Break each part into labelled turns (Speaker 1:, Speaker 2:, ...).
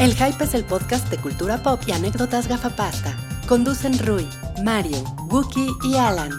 Speaker 1: El Hype es el podcast de cultura pop y anécdotas gafapasta. Conducen Rui, Mario, Wookie y Alan.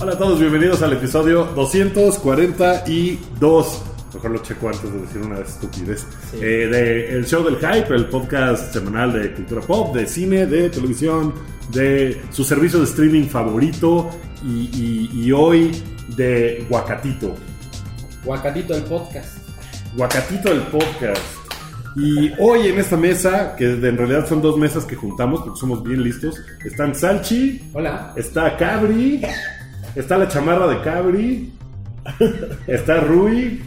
Speaker 2: Hola a todos, bienvenidos al episodio 242. Mejor lo checo antes de decir una estupidez. Eh, de El Show del Hype, el podcast semanal de cultura pop, de cine, de televisión, de su servicio de streaming favorito y, y- y hoy de Guacatito.
Speaker 3: Guacatito el podcast.
Speaker 2: Guacatito el podcast. Y hoy en esta mesa, que en realidad son dos mesas que juntamos porque somos bien listos, están Salchi,
Speaker 3: Hola.
Speaker 2: Está Cabri. Está la chamarra de Cabri. Está Rui.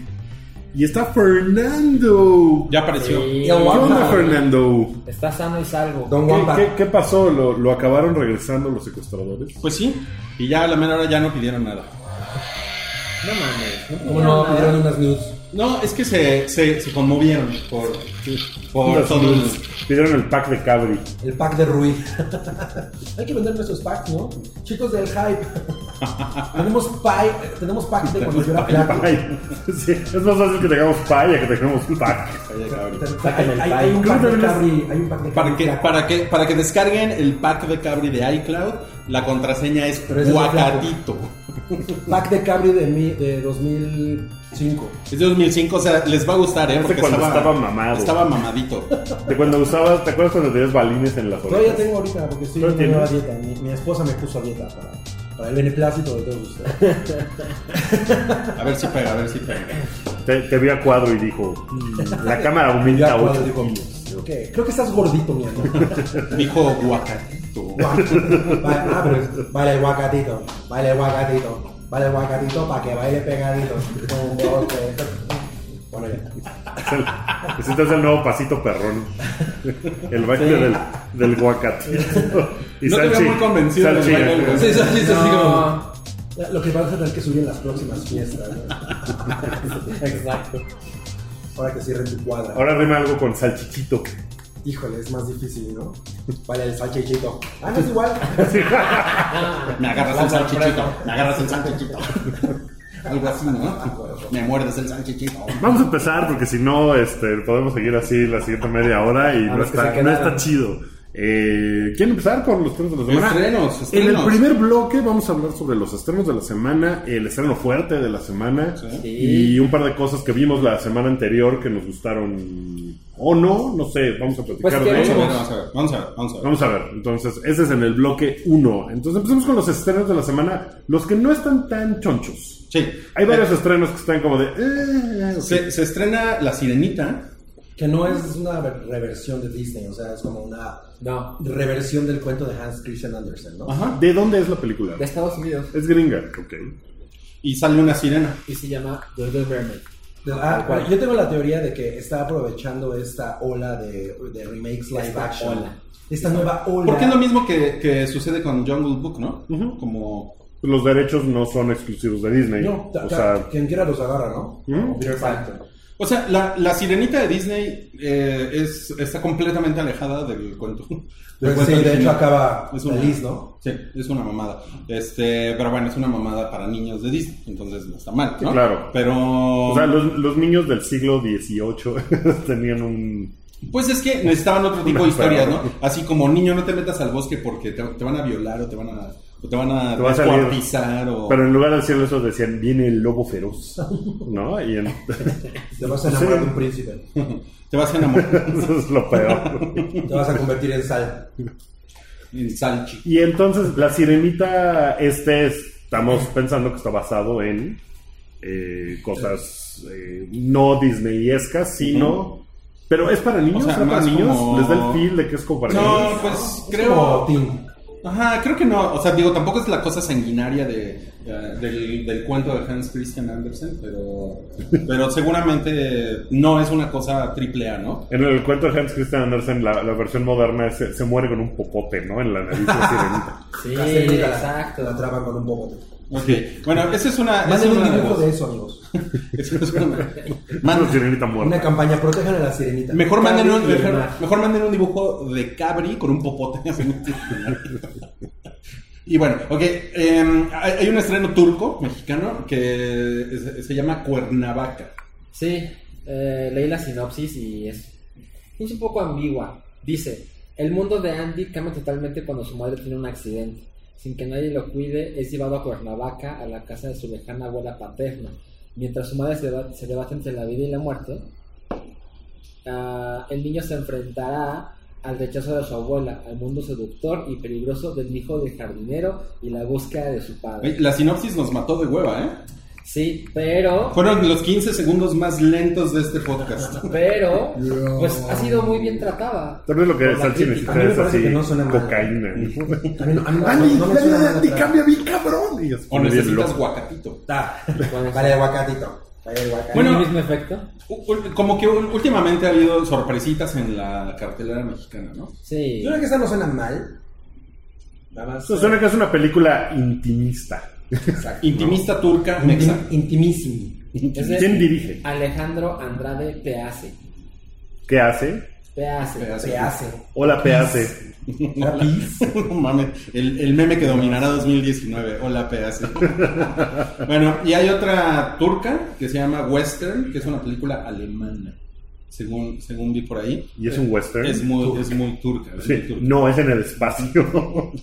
Speaker 2: Y está Fernando.
Speaker 4: Ya apareció.
Speaker 3: Sí.
Speaker 2: ¿Qué onda, Fernando?
Speaker 3: Está sano y salvo.
Speaker 5: Don
Speaker 2: ¿Qué,
Speaker 5: Wamba.
Speaker 2: qué- qué pasó? ¿Lo, lo acabaron regresando los secuestradores?
Speaker 4: Pues sí. Y ya a la mera hora ya no pidieron nada.
Speaker 3: No mames. No
Speaker 5: ¿Cómo no? Pidieron unas nudes.
Speaker 4: No, es que se, se, se conmovieron por, por
Speaker 2: Los-
Speaker 4: todo el-
Speaker 2: Pidieron el pack de Cabri.
Speaker 5: El pack de Rui. Hay que vender nuestros packs, ¿no? Chicos del hype. tenemos, pie, tenemos pack de cuando yo era flaco.
Speaker 2: Pie. Sí, es más fácil que tengamos pie a que tengamos pack.
Speaker 5: Hay, hay- hay un
Speaker 2: Creo
Speaker 5: pack
Speaker 2: que también
Speaker 5: de
Speaker 2: es-
Speaker 5: Cabri. Hay un pack de
Speaker 4: Para
Speaker 5: Cabri
Speaker 4: que,
Speaker 5: flaco.
Speaker 4: para, que, para que descarguen el pack de Cabri de iCloud, la contraseña es
Speaker 5: Pero ese es el flaco.
Speaker 4: Guacatito.
Speaker 5: Pack de Cabri de, mi, de 2005.
Speaker 4: Es de 2005, o sea, les va a gustar, ¿eh?
Speaker 2: Este cuando estaba mamado.
Speaker 4: Estaba mamadito.
Speaker 2: De cuando usabas, ¿te acuerdas cuando tenías balines en las
Speaker 5: Todavía
Speaker 2: orejas?
Speaker 5: tengo ahorita porque estoy
Speaker 2: ¿Lo
Speaker 5: en una nueva
Speaker 2: tienes?
Speaker 5: dieta. Mi, mi esposa me puso a dieta para, para el beneplácito de todos ustedes.
Speaker 4: A ver si pega, a ver si pega.
Speaker 2: Te, te vi a cuadro y dijo, "Mm, la cámara aumenta
Speaker 5: Ya, cuando
Speaker 2: 8
Speaker 5: digo,
Speaker 2: kilos.
Speaker 5: ok, creo que estás gordito, mi amor.
Speaker 4: Dijo Guacatito.
Speaker 5: Ba- ah, pero es- Baila el guacatito, baila el guacatito, baila el guacatito para que baile pegadito. Un, dos, tres. Bueno, ya.
Speaker 2: Este es el nuevo pasito perrón. El baile del, del guacatito. Y
Speaker 4: No te veo
Speaker 2: Salchi-
Speaker 4: muy convencido del
Speaker 2: Salchi,
Speaker 4: baile del guacatito.
Speaker 3: eso sí,
Speaker 5: No.
Speaker 3: así como.
Speaker 5: Ya, Lo que vamos a tener que subir en las próximas fiestas. ¿no?
Speaker 3: Exacto.
Speaker 5: Ahora que cierren tu cuadra.
Speaker 2: Ahora rima algo con salchichito.
Speaker 5: Híjole, es más difícil, ¿no? Baila el salchichito. Ah, no es igual.
Speaker 4: Me agarras el salchichito. Me agarras el salchichito. Algo así, ¿no? Me muerdes el salchichito.
Speaker 2: Vamos a empezar porque si no, este, podemos seguir así la siguiente media hora y no
Speaker 3: los que
Speaker 2: está,
Speaker 3: se
Speaker 2: no
Speaker 3: quedaron.
Speaker 2: está chido. Eh, ¿Quieren empezar con los estrenos de la semana?
Speaker 4: Estrenos,
Speaker 2: En el
Speaker 4: estrenos.
Speaker 2: primer bloque vamos a hablar sobre los estrenos de la semana, el estreno fuerte de la semana y un par de cosas que vimos la semana anterior que nos gustaron o no, no sé, vamos a platicar
Speaker 3: Pues, ¿qué
Speaker 2: de
Speaker 4: Vamos a
Speaker 2: eso.
Speaker 4: ver, vamos a ver, vamos a ver, vamos a ver.
Speaker 2: Vamos a ver, entonces, ese es en el bloque 1. Entonces, empecemos con los estrenos de la semana, los que no están tan chonchos.
Speaker 4: Sí.
Speaker 2: Hay varios estrenos que están como de... eh, ok.
Speaker 4: Se, se estrena La Sirenita.
Speaker 5: Que no es una re- reversión de Disney, o sea, es como una
Speaker 3: No.
Speaker 5: reversión del cuento de Hans Christian Andersen, ¿no?
Speaker 4: Ajá.
Speaker 2: ¿De dónde es la película?
Speaker 3: De Estados Unidos.
Speaker 2: Es gringa, ok.
Speaker 4: Y sale una sirena.
Speaker 3: Y se llama The Little Mermaid.
Speaker 5: De- ah, bueno, yo tengo la teoría de que está aprovechando esta ola de, de remakes live
Speaker 3: Esta
Speaker 5: action.
Speaker 3: ola.
Speaker 5: Esta nueva ola.
Speaker 4: Porque es lo mismo que, que sucede con Jungle Book, ¿no?
Speaker 2: Ujú.
Speaker 4: Como.
Speaker 2: Pues, Los derechos no son exclusivos de Disney.
Speaker 5: No, ta-
Speaker 2: o
Speaker 5: ta-
Speaker 2: sea,
Speaker 5: quien quiera los agarra, ¿no?
Speaker 2: ¿Mm?
Speaker 5: Exacto.
Speaker 4: O sea, la, la sirenita de Disney eh, es, está completamente alejada del cuento. del
Speaker 5: Pues
Speaker 4: cuento
Speaker 5: sí, de
Speaker 4: original.
Speaker 5: hecho acaba
Speaker 4: Es una-
Speaker 5: feliz, ¿no?
Speaker 4: Sí, es una mamada. Este, pero bueno, es una mamada para niños de Disney, entonces no está mal, ¿no?
Speaker 2: Sí, claro.
Speaker 4: Pero.
Speaker 2: o sea, los, los niños del siglo XVIII tenían un...
Speaker 4: Pues es que necesitaban otro tipo de
Speaker 2: Una
Speaker 4: historias, ¿no?
Speaker 2: perra.
Speaker 4: Así como niño, no te metas al bosque porque te, te van a violar o te van a. O te van a
Speaker 2: Te va a salir.
Speaker 4: descuartizar o.
Speaker 2: Pero en lugar de decirlo eso decían, viene el lobo feroz, ¿no? Y en-
Speaker 5: Te vas a
Speaker 2: Sí.
Speaker 5: enamorar de un príncipe.
Speaker 4: Te vas a enamorar
Speaker 2: eso es lo peor.
Speaker 5: Te vas a convertir en sal.
Speaker 4: en salchi.
Speaker 2: Y entonces, la sirenita, este es- estamos pensando que está basado en eh, cosas eh, no disneyescas, sino. Pero es para niños,
Speaker 4: O sea,
Speaker 2: ¿Será para
Speaker 4: más
Speaker 2: niños.
Speaker 4: como-
Speaker 2: Les da el feel de que es como para
Speaker 4: No,
Speaker 2: niños.
Speaker 4: pues
Speaker 5: Es como
Speaker 4: creo.
Speaker 5: Tim.
Speaker 4: Ajá, creo que no. O sea, digo, tampoco es la cosa sanguinaria de, eh, del, del cuento de Hans Christian Andersen, pero, pero seguramente no es una cosa triple A, ¿no?
Speaker 2: En el cuento de Hans Christian Andersen, la, la versión moderna es- se, se muere con un popote, ¿no? En la nariz de la sirenita.
Speaker 3: Sí,
Speaker 5: La sirenita la-
Speaker 3: exacto.
Speaker 5: La traban con un poco.
Speaker 4: Ok. Bueno, esa es una. Esa es
Speaker 5: Manden un
Speaker 4: una de
Speaker 5: dibujo
Speaker 4: las-
Speaker 5: de eso, amigos.
Speaker 4: esa es una-
Speaker 2: Una
Speaker 4: Manden-
Speaker 2: sirenita muerta.
Speaker 5: Una campaña, protejan a la sirenita.
Speaker 4: Mejor manden, un,
Speaker 5: Cabri y el
Speaker 4: mejor,
Speaker 5: mar.
Speaker 4: mejor manden un dibujo de Cabri con un popote. así. y bueno, ok. em, hay hay un estreno turco, mexicano, que es- se llama Cuernavaca.
Speaker 3: Sí, eh, leí la sinopsis y es, es un poco ambigua. Dice, el mundo de Andy cambia totalmente cuando su madre tiene un accidente. Sin que nadie lo cuide, es llevado a Cuernavaca, a la casa de su lejana abuela paterna. Mientras su madre se, deba- se debate entre la vida y la muerte, ah, el niño se enfrentará al rechazo de su abuela, al mundo seductor y peligroso del hijo del jardinero y la búsqueda de su padre.
Speaker 4: Ay, La sinopsis nos mató de hueva, ¿eh?
Speaker 3: Sí, pero...
Speaker 4: Fueron los 15 segundos más lentos de este podcast.
Speaker 3: Pero, pues ha sido muy bien tratada.
Speaker 2: También lo que
Speaker 3: Por
Speaker 2: es
Speaker 3: la
Speaker 2: al cine, si
Speaker 3: crítica.
Speaker 5: A mí me
Speaker 2: traes
Speaker 5: parece
Speaker 2: así
Speaker 5: que no suena mal.
Speaker 2: cocaína. ¿no?
Speaker 5: A mí no, a mí no-
Speaker 2: Dani,
Speaker 5: no me
Speaker 2: dale,
Speaker 5: suena nada
Speaker 2: dale,
Speaker 5: atrás.
Speaker 2: cambia bien cabrón. Y es
Speaker 4: O
Speaker 2: bien
Speaker 4: necesitas
Speaker 2: loco.
Speaker 4: guacatito.
Speaker 5: Ta.
Speaker 3: Con
Speaker 5: Vale, el guacatito. Vale, el guacatito.
Speaker 3: Bueno,
Speaker 4: Bueno.
Speaker 3: el mismo efecto.
Speaker 4: U- u- Como que u- últimamente ha habido sorpresitas en la cartelera mexicana, ¿no?
Speaker 3: Sí.
Speaker 5: yo creo que esta no suena mal. Nada más.
Speaker 2: Eso suena que es una película intimista.
Speaker 4: Intimista turca, mexa.
Speaker 5: Intim- intimísimo.
Speaker 3: Es de
Speaker 2: ¿Quién dirige?
Speaker 3: Alejandro Andrade Peace.
Speaker 2: ¿Qué hace?
Speaker 3: Peace.
Speaker 5: Se hace.
Speaker 2: Hola, PAC.
Speaker 5: La pis.
Speaker 4: No mames, el, el meme que dominará 2019. Hola, pedazo. bueno, y hay otra turca que se llama Western, que es una película alemana, según, según vi por ahí.
Speaker 2: Y es un western.
Speaker 4: Es muy, es muy turca. es muy
Speaker 2: Sí,
Speaker 4: turca.
Speaker 2: No, es en el espacio.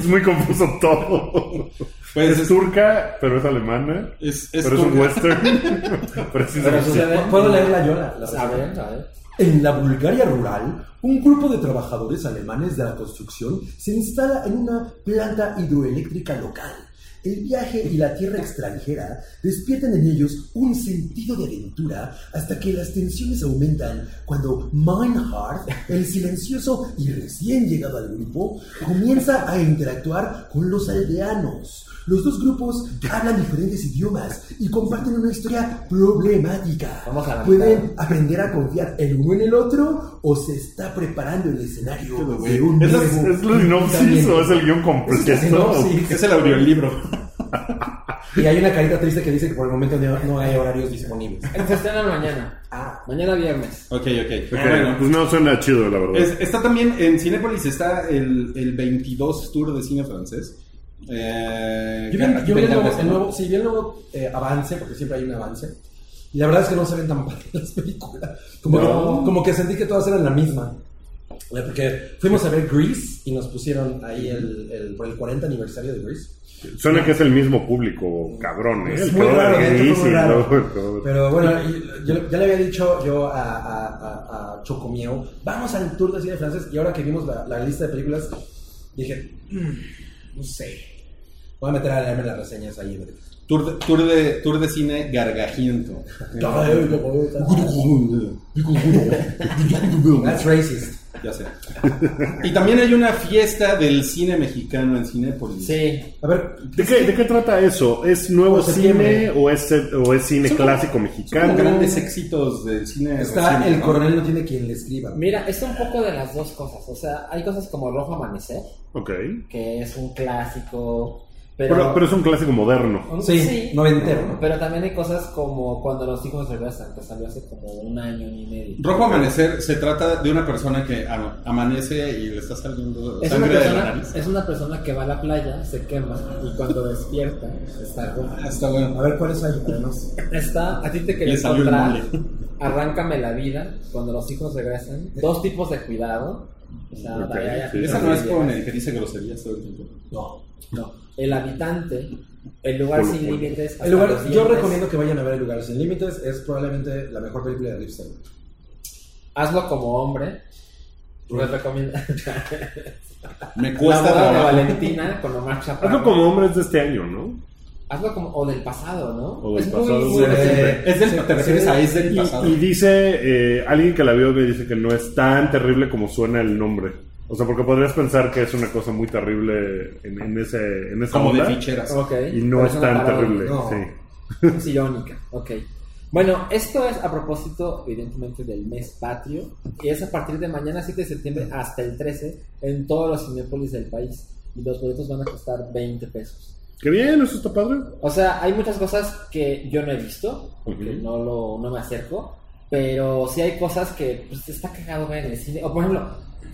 Speaker 2: es muy confuso todo.
Speaker 4: Pues
Speaker 2: es,
Speaker 4: es-
Speaker 2: turca, pero es alemana.
Speaker 4: Es, es
Speaker 2: pero es un
Speaker 4: turca.
Speaker 2: western. pero sí se
Speaker 3: Pero
Speaker 2: dice.
Speaker 3: sucede.
Speaker 5: ¿Puedo leerla yo? La, la
Speaker 3: A ver, a ver.
Speaker 5: En la Bulgaria rural, un grupo de trabajadores alemanes de la construcción se instala en una planta hidroeléctrica local. El viaje y la tierra extranjera despiertan en ellos un sentido de aventura hasta que las tensiones aumentan cuando Meinhard, el silencioso y recién llegado al grupo, comienza a interactuar con los aldeanos. Los dos grupos hablan diferentes idiomas y comparten una historia problemática.
Speaker 3: Vamos a la
Speaker 5: Pueden
Speaker 3: mitad.
Speaker 5: aprender a confiar el uno en el otro o se está preparando el escenario
Speaker 4: Qué güey.
Speaker 5: de un
Speaker 2: ¿Es, la-
Speaker 5: nuevo
Speaker 2: es la sinopsis
Speaker 5: enfrentamiento?
Speaker 2: o es el guión completo?
Speaker 5: Es la sinopsis.
Speaker 4: Es el audiolibro.
Speaker 5: Y hay una carita triste que dice que por el momento no, no hay horarios disponibles.
Speaker 3: Se estrena mañana.
Speaker 5: Ah,
Speaker 3: Mañana viernes.
Speaker 4: Ok, ok.
Speaker 2: Ok,
Speaker 4: Ah, Bueno, pues,
Speaker 2: pues no suena chido, la verdad.
Speaker 4: es- está también en Cinepolis, está el, el 22 Tour de Cine Francés. Eh,
Speaker 5: yo vi, yo vi el
Speaker 4: Bellas
Speaker 5: nuevo,
Speaker 4: Artes,
Speaker 5: el
Speaker 4: ¿no?
Speaker 5: nuevo- sí, vi el nuevo, eh, avance, porque siempre hay un avance. Y la verdad es que no se ven tan padres las películas. Como,
Speaker 4: No.
Speaker 5: que, como que sentí que todas eran la misma. Eh, Porque fuimos a ver Grease y nos pusieron ahí el, el- por el 40 aniversario de Grease.
Speaker 2: Suena que es el mismo público, cabrón. ¿eh?
Speaker 5: Es
Speaker 2: El
Speaker 5: muy
Speaker 2: cabrón es
Speaker 5: raro, de hecho, muy
Speaker 2: difícil,
Speaker 5: raro.
Speaker 2: ¿no?
Speaker 5: Pero bueno, y- yo, ya le había dicho yo a, a, a- a Chocomieu, vamos al tour de cine francés. Y ahora que vimos la, la lista de películas, dije, "Mm, no sé. Voy a meter a leerme las reseñas ahí. en el-
Speaker 4: Tour de, tour de, tour de cine gargajiento.
Speaker 5: That's racist.
Speaker 4: Ya sé. Y también hay una fiesta del cine mexicano en Cinépolis.
Speaker 3: Sí.
Speaker 5: A ver,
Speaker 2: ¿De qué, de qué trata eso? ¿Es nuevo
Speaker 5: Por septiembre.
Speaker 2: cine o es, o es cine
Speaker 4: Son como-
Speaker 2: clásico
Speaker 4: Son como
Speaker 2: mexicano?
Speaker 4: grandes éxitos del cine.
Speaker 5: está
Speaker 4: reciente,
Speaker 5: el
Speaker 4: ¿no?
Speaker 5: coronel no tiene quien le escriba.
Speaker 3: Mira, es un poco de las dos cosas. O sea, hay cosas como Rojo Amanecer,
Speaker 2: Ok.
Speaker 3: que es un clásico. Pero,
Speaker 2: Pero, pero es un clásico moderno.
Speaker 5: Sí, noventero, ¿no?
Speaker 3: Pero también hay cosas como Cuando los hijos regresan, que salió hace como un año y medio.
Speaker 4: Rojo Amanecer se trata de una persona que ama- amanece y le está saliendo
Speaker 3: Es una,
Speaker 4: sangre de la
Speaker 3: persona,
Speaker 4: nariz.
Speaker 3: es una persona que va a la playa, se quema y cuando despierta está roja.
Speaker 4: Ah, está bueno.
Speaker 5: A ver cuáles hay, además.
Speaker 3: Está a ti te
Speaker 4: Le
Speaker 3: quería
Speaker 4: salió el
Speaker 3: encontrar.
Speaker 4: mole.
Speaker 3: Arráncame la vida cuando los hijos regresan. Dos tipos de cuidado. O sea,
Speaker 2: Ok,
Speaker 3: vaya, vaya.
Speaker 2: sí.
Speaker 4: Esa no es con el que dice groserías todo el tiempo.
Speaker 5: No.
Speaker 3: No. El habitante, el lugar
Speaker 2: Polo,
Speaker 3: sin
Speaker 2: polo.
Speaker 3: límites. hasta
Speaker 5: El lugar,
Speaker 3: los
Speaker 5: yo
Speaker 3: dientes.
Speaker 5: recomiendo que vayan a ver El Lugar Sin Límites. Es probablemente la mejor película de Lipster.
Speaker 3: Hazlo como hombre. Les recomiendo.
Speaker 4: Me
Speaker 3: La
Speaker 4: cuesta
Speaker 3: boda de
Speaker 4: trabajo.
Speaker 3: Valentina con Omar Chaparro.
Speaker 2: Hazlo como hombres de este año, ¿no?
Speaker 3: Hazlo como- O del pasado, ¿no?
Speaker 2: O del
Speaker 3: es
Speaker 2: pasado.
Speaker 3: muy, muy
Speaker 2: Sí.
Speaker 3: reciente.
Speaker 4: Es del, te refieres a es del
Speaker 2: Y,
Speaker 4: pasado.
Speaker 2: y dice, eh, alguien que la vio me dice que no es tan terrible como suena el nombre. O sea, porque podrías pensar que es una cosa muy terrible en, en ese, en esa
Speaker 4: como de
Speaker 2: onda,
Speaker 4: ficheras.
Speaker 3: Ok.
Speaker 2: Y no
Speaker 3: Pero
Speaker 2: es
Speaker 3: una
Speaker 2: tan
Speaker 3: parodia.
Speaker 2: terrible,
Speaker 5: no.
Speaker 2: sí.
Speaker 3: Es irónica, ok. Bueno, esto es a propósito, evidentemente, del mes patrio. Y es a partir de mañana, 7 de septiembre, hasta el 13, en todos los cinépolis del país. Y los boletos van a costar 20 pesos.
Speaker 2: Qué bien, eso está padre.
Speaker 3: O sea, hay muchas cosas que yo no he visto, porque
Speaker 2: Ujú.
Speaker 3: no, lo, no me acerco, pero sí hay cosas que pues, está cagado ver en el cine. O por ejemplo,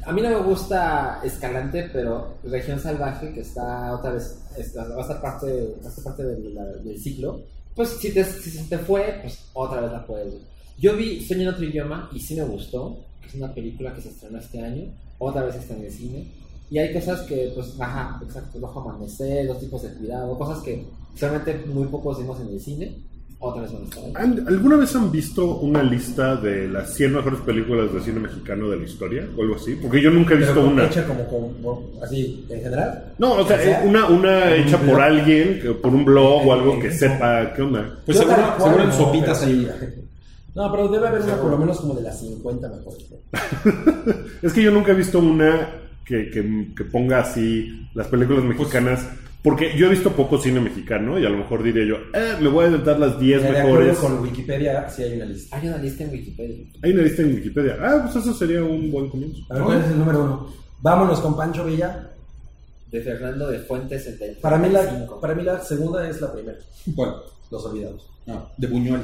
Speaker 3: a mí no me gusta Escalante, pero Región Salvaje, que está otra vez, está- va a estar parte, va a estar parte del, la- del ciclo, pues si, te, si se te fue, pues otra vez la puedes ver. Yo vi Sueño en otro idioma y sí me gustó, que es una película que se estrenó este año, otra vez está en el cine. Y hay cosas que, pues, ajá, exacto, el ojo amanecer, los tipos de cuidado, cosas que solamente muy pocos vimos en el cine, otra vez van a estar ahí.
Speaker 2: ¿Han- ¿Alguna vez han visto una lista de las 100 mejores películas de cine mexicano de la historia o algo así? Porque yo nunca he visto
Speaker 6: Pero
Speaker 2: una.
Speaker 6: hecha como, como- así, en general.
Speaker 2: No, o sea,
Speaker 6: o sea,
Speaker 2: eh, una, una
Speaker 6: en un
Speaker 2: hecha
Speaker 6: blog.
Speaker 2: por alguien, que- por un blog o algo que
Speaker 6: en-
Speaker 2: sepa qué onda.
Speaker 4: Pues
Speaker 6: Yo
Speaker 4: seguro,
Speaker 6: tal cual,
Speaker 4: seguro en
Speaker 6: no,
Speaker 4: sopitas
Speaker 6: pero
Speaker 4: ahí.
Speaker 6: sí. No, pero debe haber una por lo menos como de las 50, me acuerdo.
Speaker 2: Es que yo nunca he visto una que, que- que ponga así las películas
Speaker 4: Pues,
Speaker 2: mexicanas. Porque yo he visto poco cine mexicano y a lo mejor diría yo, eh, me voy a inventar las 10
Speaker 6: Mira, de
Speaker 2: mejores.
Speaker 6: acuerdo con Wikipedia, sí hay una lista.
Speaker 3: Hay una lista en Wikipedia.
Speaker 2: Hay una lista en Wikipedia. Ah, pues eso sería un buen comienzo.
Speaker 6: A ver, ¿cuál
Speaker 4: ¿No?
Speaker 6: es el número uno? Vámonos con Pancho Villa.
Speaker 3: De Fernando de Fuentes en el
Speaker 6: Para mí, la,
Speaker 3: 35.
Speaker 6: para mí la segunda es la primera.
Speaker 4: Bueno,
Speaker 6: Los olvidados.
Speaker 4: no, de Buñuel.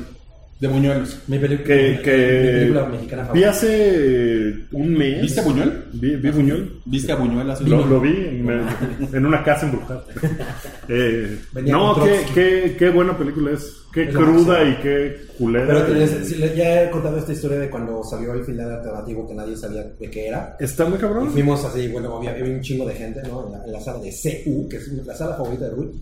Speaker 4: De Buñuelos.
Speaker 6: Mi película,
Speaker 2: Que- que-
Speaker 6: mi película mexicana
Speaker 2: Vi
Speaker 6: favorita.
Speaker 2: hace un mes.
Speaker 4: ¿Viste a Buñuel?
Speaker 2: Vi, vi Buñuel.
Speaker 4: ¿Viste a Buñuel hace
Speaker 2: Lo,
Speaker 4: un-
Speaker 2: lo vi en, en una casa embrujada. Eh,
Speaker 6: Venía
Speaker 2: no,
Speaker 6: con
Speaker 2: qué,
Speaker 6: Trotsky.
Speaker 2: qué, qué buena película es. Qué
Speaker 6: Es lo
Speaker 2: cruda y
Speaker 6: máximo.
Speaker 2: qué culera.
Speaker 6: Pero que
Speaker 2: Y-
Speaker 6: les- si les- ya he contado esta historia de cuando salió el final alternativo que nadie sabía de qué era.
Speaker 2: Está muy
Speaker 6: Y
Speaker 2: cabrón.
Speaker 6: fuimos así, bueno, había, había un chingo de gente, ¿no? En la, en la sala de CU, que es la sala favorita de Ruth.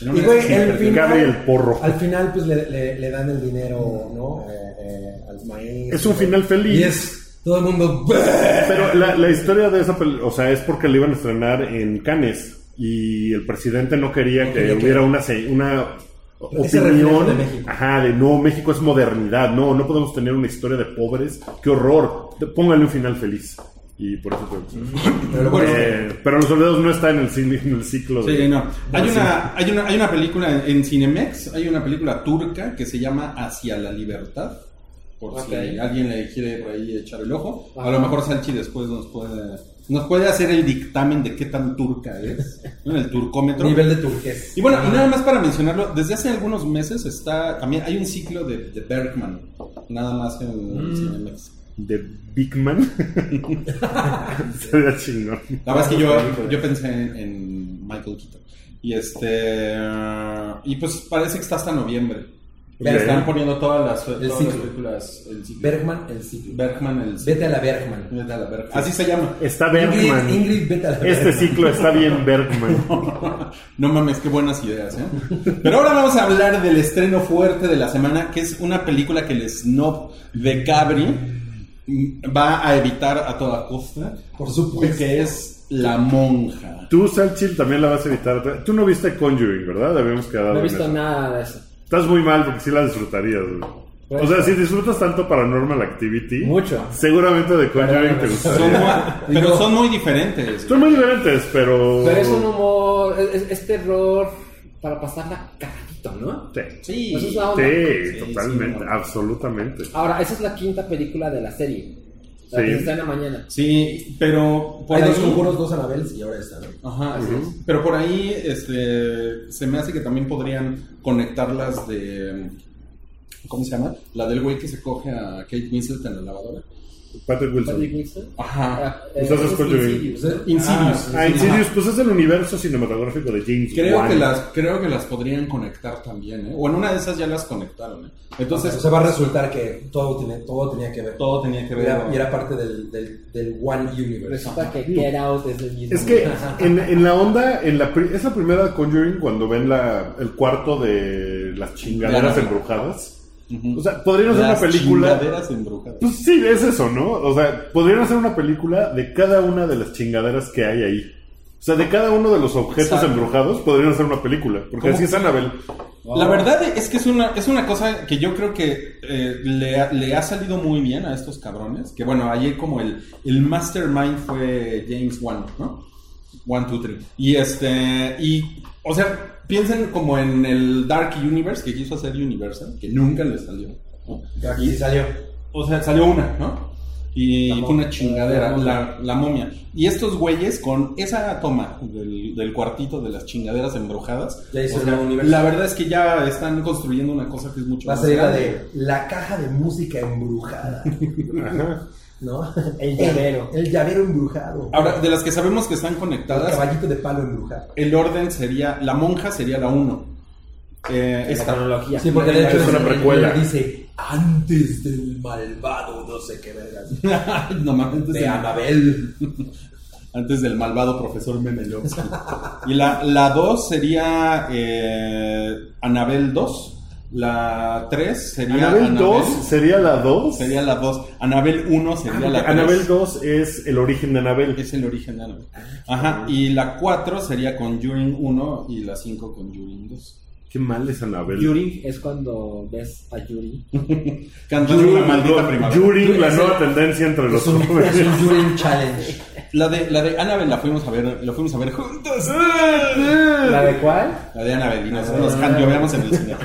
Speaker 4: en una-
Speaker 6: Y, güey, el
Speaker 4: sí,
Speaker 6: fin-
Speaker 2: Gabriel Porro.
Speaker 6: Al final, pues le, le- le dan el dinero, ¿no? Eh, eh, al maestro.
Speaker 2: Es un final feliz.
Speaker 6: Y es todo el mundo.
Speaker 2: Pero la, la historia de esa película, o sea, es porque la iban a estrenar en Cannes y el presidente no quería que
Speaker 6: quería que-
Speaker 2: hubiera una, se- una
Speaker 6: Ese reflejo
Speaker 2: opinión
Speaker 6: de México.
Speaker 2: ajá, de no, México es modernidad, no, no podemos tener una historia de pobres, qué horror, Te- póngale un final feliz. Y por eso fue-
Speaker 6: Pero lo Mm. bueno es que-
Speaker 2: Eh, pero Los Olvidados no está en el, cine- en el ciclo de...
Speaker 4: Sí, no. Hay una, hay una, hay una película en, en Cinemex, hay una película turca que se llama Hacia la Libertad. Por si
Speaker 3: Ok.
Speaker 4: alguien le quiere por ahí echar el ojo. A
Speaker 3: Ajá.
Speaker 4: lo mejor Salchi después nos puede, nos puede hacer el dictamen de qué tan turca es. ¿no? El turcómetro.
Speaker 6: Nivel de turqués.
Speaker 4: Y bueno,
Speaker 2: Ah.
Speaker 4: y nada más para mencionarlo, desde hace algunos meses está también hay un ciclo de, de Bergman, nada más en
Speaker 6: Mm.
Speaker 4: Cinemex.
Speaker 2: De Big Man. Sería chingón.
Speaker 4: La verdad es que yo, yo pensé en, en Michael Keaton. Y este y pues parece que está hasta noviembre. Le
Speaker 2: Ok.
Speaker 4: están poniendo todas las, todas las
Speaker 6: ciclo.
Speaker 4: películas el ciclo.
Speaker 6: Bergman, el ciclo.
Speaker 4: Bergman el ciclo.
Speaker 6: Vete a la Bergman.
Speaker 4: Vete a la Bergman. Así se llama.
Speaker 2: Está
Speaker 6: Ingrid,
Speaker 2: Bergman.
Speaker 6: Ingrid, vete a la
Speaker 2: Este
Speaker 6: Bergman.
Speaker 2: ciclo está bien Bergman.
Speaker 4: No mames, qué buenas ideas, ¿eh? Pero ahora vamos a hablar del estreno fuerte de la semana, que es una película que el snob de Cabri mm, va a evitar a toda costa,
Speaker 6: Por supuesto.
Speaker 4: que es La Monja.
Speaker 2: Tú, Salchil, también la vas a evitar. Tú no viste Conjuring, ¿verdad? Habíamos quedado.
Speaker 3: No he
Speaker 2: en
Speaker 3: visto
Speaker 2: eso.
Speaker 3: nada de eso.
Speaker 2: Estás muy mal porque sí la disfrutarías. güey.
Speaker 3: Pues,
Speaker 2: o sea, si disfrutas tanto Paranormal Activity,
Speaker 3: Mucho.
Speaker 2: seguramente de Conjuring te
Speaker 4: Son
Speaker 2: gustaría.
Speaker 4: muy- pero son muy diferentes.
Speaker 2: Son muy diferentes, pero.
Speaker 3: Pero es un humor, es, es- es terror para pasarla cagadito, ¿no?
Speaker 2: Sí,
Speaker 4: Sí,
Speaker 3: Eso es la onda.
Speaker 2: Sí,
Speaker 4: Sí,
Speaker 2: totalmente,
Speaker 4: sí, no.
Speaker 2: absolutamente.
Speaker 3: Ahora, esa es la quinta película de la serie. La
Speaker 2: Sí.
Speaker 3: que se estrena mañana.
Speaker 4: sí, pero por
Speaker 6: Hay
Speaker 4: ahí...
Speaker 6: dos conjuros, dos Anabels y ahora esta, ¿no?
Speaker 4: Ajá,
Speaker 3: Así
Speaker 4: ujú. pero por ahí este, se me hace que también podrían conectarlas de... ¿Cómo se llama? La del güey que se coge a Kate Winslet en la lavadora.
Speaker 2: Patrick Wilson.
Speaker 3: Patrick Nixon.
Speaker 4: Ajá.
Speaker 3: Ah, eh,
Speaker 2: Pues eso es
Speaker 3: es
Speaker 2: Conjuring.
Speaker 3: Insidious.
Speaker 4: Insidious.
Speaker 2: Ah, Insidious, pues es el universo cinematográfico de James
Speaker 4: Creo
Speaker 2: Wan.
Speaker 4: que, las, creo que las podrían conectar también, ¿eh? O en una de esas ya las conectaron, ¿eh? Entonces,
Speaker 6: Entonces, se va a resultar que todo, tiene, todo tenía que ver.
Speaker 4: todo tenía que
Speaker 6: Y
Speaker 4: ver.
Speaker 6: era, y era parte del, del, del One Universe.
Speaker 3: Resulta que Get Out es el mismo.
Speaker 2: Es que en, en la onda, en la pri- es la primera de Conjuring cuando ven la, el cuarto de las chingaderas
Speaker 4: Claro.
Speaker 2: embrujadas.
Speaker 4: Ujú.
Speaker 2: O sea, podrían hacer
Speaker 4: Las
Speaker 2: una película.
Speaker 4: chingaderas embrujadas.
Speaker 2: Pues sí, es eso, ¿no? O sea, podrían hacer una película de cada una de las chingaderas que hay ahí. O sea, de cada uno de los objetos
Speaker 4: Exacto.
Speaker 2: embrujados podrían hacer una película. Porque
Speaker 4: ¿Cómo?
Speaker 2: así es Annabelle.
Speaker 4: La verdad es que es una, es una cosa que yo creo que eh, le, ha- le ha salido muy bien a estos cabrones. Que bueno, ayer como el, el mastermind fue James Wan, ¿no? One, two, three. Y este, y, o sea, piensen como en el Dark Universe que quiso hacer Universal, que nunca le salió. ¿no?
Speaker 6: Aquí sí salió.
Speaker 4: O sea, salió una, ¿no? Y
Speaker 3: La
Speaker 4: fue
Speaker 3: momia.
Speaker 4: una chingadera,
Speaker 3: La momia.
Speaker 4: la, la momia. Y estos güeyes con esa toma del, del cuartito de las chingaderas embrujadas,
Speaker 5: Ya hizo
Speaker 4: o sea,
Speaker 5: un universo.
Speaker 4: la verdad es que ya están construyendo una cosa que es mucho
Speaker 5: Va a
Speaker 4: más
Speaker 5: ser la
Speaker 4: grande.
Speaker 5: de la caja de música embrujada,
Speaker 2: Ajá.
Speaker 5: ¿no?
Speaker 3: El llavero.
Speaker 5: El llavero embrujado.
Speaker 4: Ahora, de las que sabemos que están
Speaker 5: el
Speaker 4: conectadas,
Speaker 5: caballito de palo embrujado.
Speaker 4: el orden sería, la monja sería la Eh, 1.
Speaker 3: La cronología.
Speaker 5: Sí, porque de hecho
Speaker 2: Es una
Speaker 5: el- el-
Speaker 2: precuela.
Speaker 5: dice antes del malvado, no sé qué vergas.
Speaker 4: no mames, antes
Speaker 5: De
Speaker 4: del-
Speaker 5: Anabel.
Speaker 4: antes del malvado profesor Memelowski. y la la 2 sería eh, Anabel 2. La 3 sería
Speaker 2: Anabel 2 sería la 2.
Speaker 4: Sería la 2. Anabel 1 sería la 3.
Speaker 2: Ah, Anabel Ah, 2 es el origen de Anabel.
Speaker 4: Es el origen de Anabel. Ajá. Y la 4 sería Conjuring 1 y la 5 Conjuring 2.
Speaker 2: Qué mal es Anabel.
Speaker 3: Yuri es cuando ves a Yuri.
Speaker 4: Cantando una maldita primavera.
Speaker 2: Yuri, la
Speaker 5: Es
Speaker 2: nueva
Speaker 5: el-
Speaker 2: tendencia entre los
Speaker 5: Es un,
Speaker 2: jóvenes.
Speaker 5: es un Juring Challenge.
Speaker 4: La de, la de Annabelle la fuimos a ver, lo fuimos a ver juntos.
Speaker 3: ¿La de cuál?
Speaker 4: La de Annabelle y nosotros
Speaker 2: Ah.
Speaker 4: nos cantioveamos en el cine.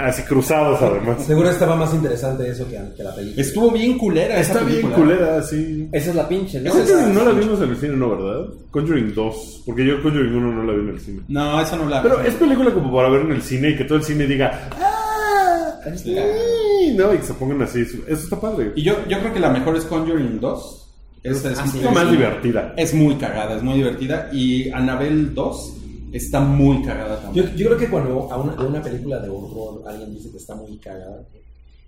Speaker 2: Así cruzados, además.
Speaker 5: Seguro estaba más interesante eso que, que la película.
Speaker 4: Estuvo bien culera esa
Speaker 2: Está bien
Speaker 4: película. ¿eh?
Speaker 2: culera, sí.
Speaker 3: Esa es la pinche, ¿no?
Speaker 4: Esa es-
Speaker 2: Conjuring no la vimos en el cine, ¿no, verdad? Conjuring 2. Porque yo Conjuring 1 no la vi en el cine.
Speaker 4: No, esa no la.
Speaker 2: Pero es película como para ver en el cine y que todo el cine diga. ¡Ah!
Speaker 4: Sí.
Speaker 2: sí", No, y que se pongan así. Eso está padre.
Speaker 4: Y yo, yo creo que la mejor es Conjuring 2. Esta es,
Speaker 3: Ah, sí.
Speaker 2: Es más divertida.
Speaker 4: es muy cagada, es muy divertida. Y Annabelle 2 está muy cagada
Speaker 5: Yo,
Speaker 4: también.
Speaker 5: yo creo que cuando a una, a una película de horror alguien dice que está muy cagada,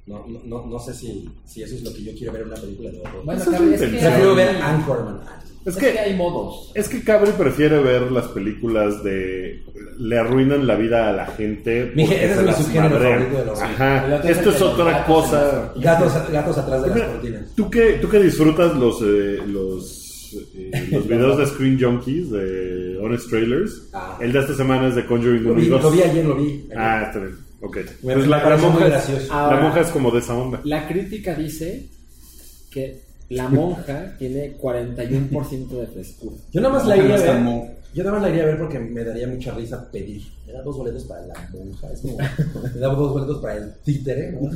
Speaker 5: no, no, no, no sé si, si eso es lo que yo quiero ver en una película de horror.
Speaker 3: Bueno,
Speaker 2: Esa es
Speaker 3: cabrón,
Speaker 2: la
Speaker 3: es que,
Speaker 2: intención.
Speaker 5: Prefiero
Speaker 3: hay,
Speaker 5: ver Anchorman.
Speaker 2: Es
Speaker 3: es
Speaker 2: que-
Speaker 3: que hay modos.
Speaker 2: Es que Cabri prefiere ver las películas de. Le arruinan la vida a la gente.
Speaker 5: Mi
Speaker 2: porque
Speaker 5: ese es
Speaker 2: se
Speaker 5: mi
Speaker 2: las
Speaker 5: subgénero
Speaker 2: madrean.
Speaker 5: favorito de los-
Speaker 3: El
Speaker 2: Ajá.
Speaker 3: otro es
Speaker 2: Esto
Speaker 3: el
Speaker 2: es
Speaker 3: de los
Speaker 2: otra
Speaker 3: gatos
Speaker 2: cosa.
Speaker 5: Gatos, gatos atrás de las
Speaker 2: Mira,
Speaker 5: cortinas.
Speaker 2: ¿Tú que, tú que disfrutas los, eh, los, eh, los videos de Screen Junkies, de Honest Trailers,
Speaker 5: Ah.
Speaker 2: el de esta semana es de Conjuring
Speaker 5: Lo
Speaker 2: 1
Speaker 5: vi,
Speaker 2: y 2.
Speaker 5: lo vi ayer, lo vi. ayer.
Speaker 2: Ah, está bien. Ok.
Speaker 5: Me-
Speaker 2: Pues
Speaker 5: me
Speaker 2: la, la
Speaker 5: pareció muy
Speaker 2: monja es,
Speaker 5: gracioso.
Speaker 2: la
Speaker 3: Ahora-
Speaker 2: monja es como de esa onda.
Speaker 3: La crítica dice que la monja tiene 41% de frescura.
Speaker 5: Yo nada más la ¿eh?
Speaker 4: Ojalá
Speaker 5: iría a
Speaker 4: está
Speaker 5: ver.
Speaker 4: mo-
Speaker 5: Yo nada más la iría a ver porque me daría mucha risa pedir. Me da dos boletos para la monja. Es como, me da dos boletos para el títere, ¿no?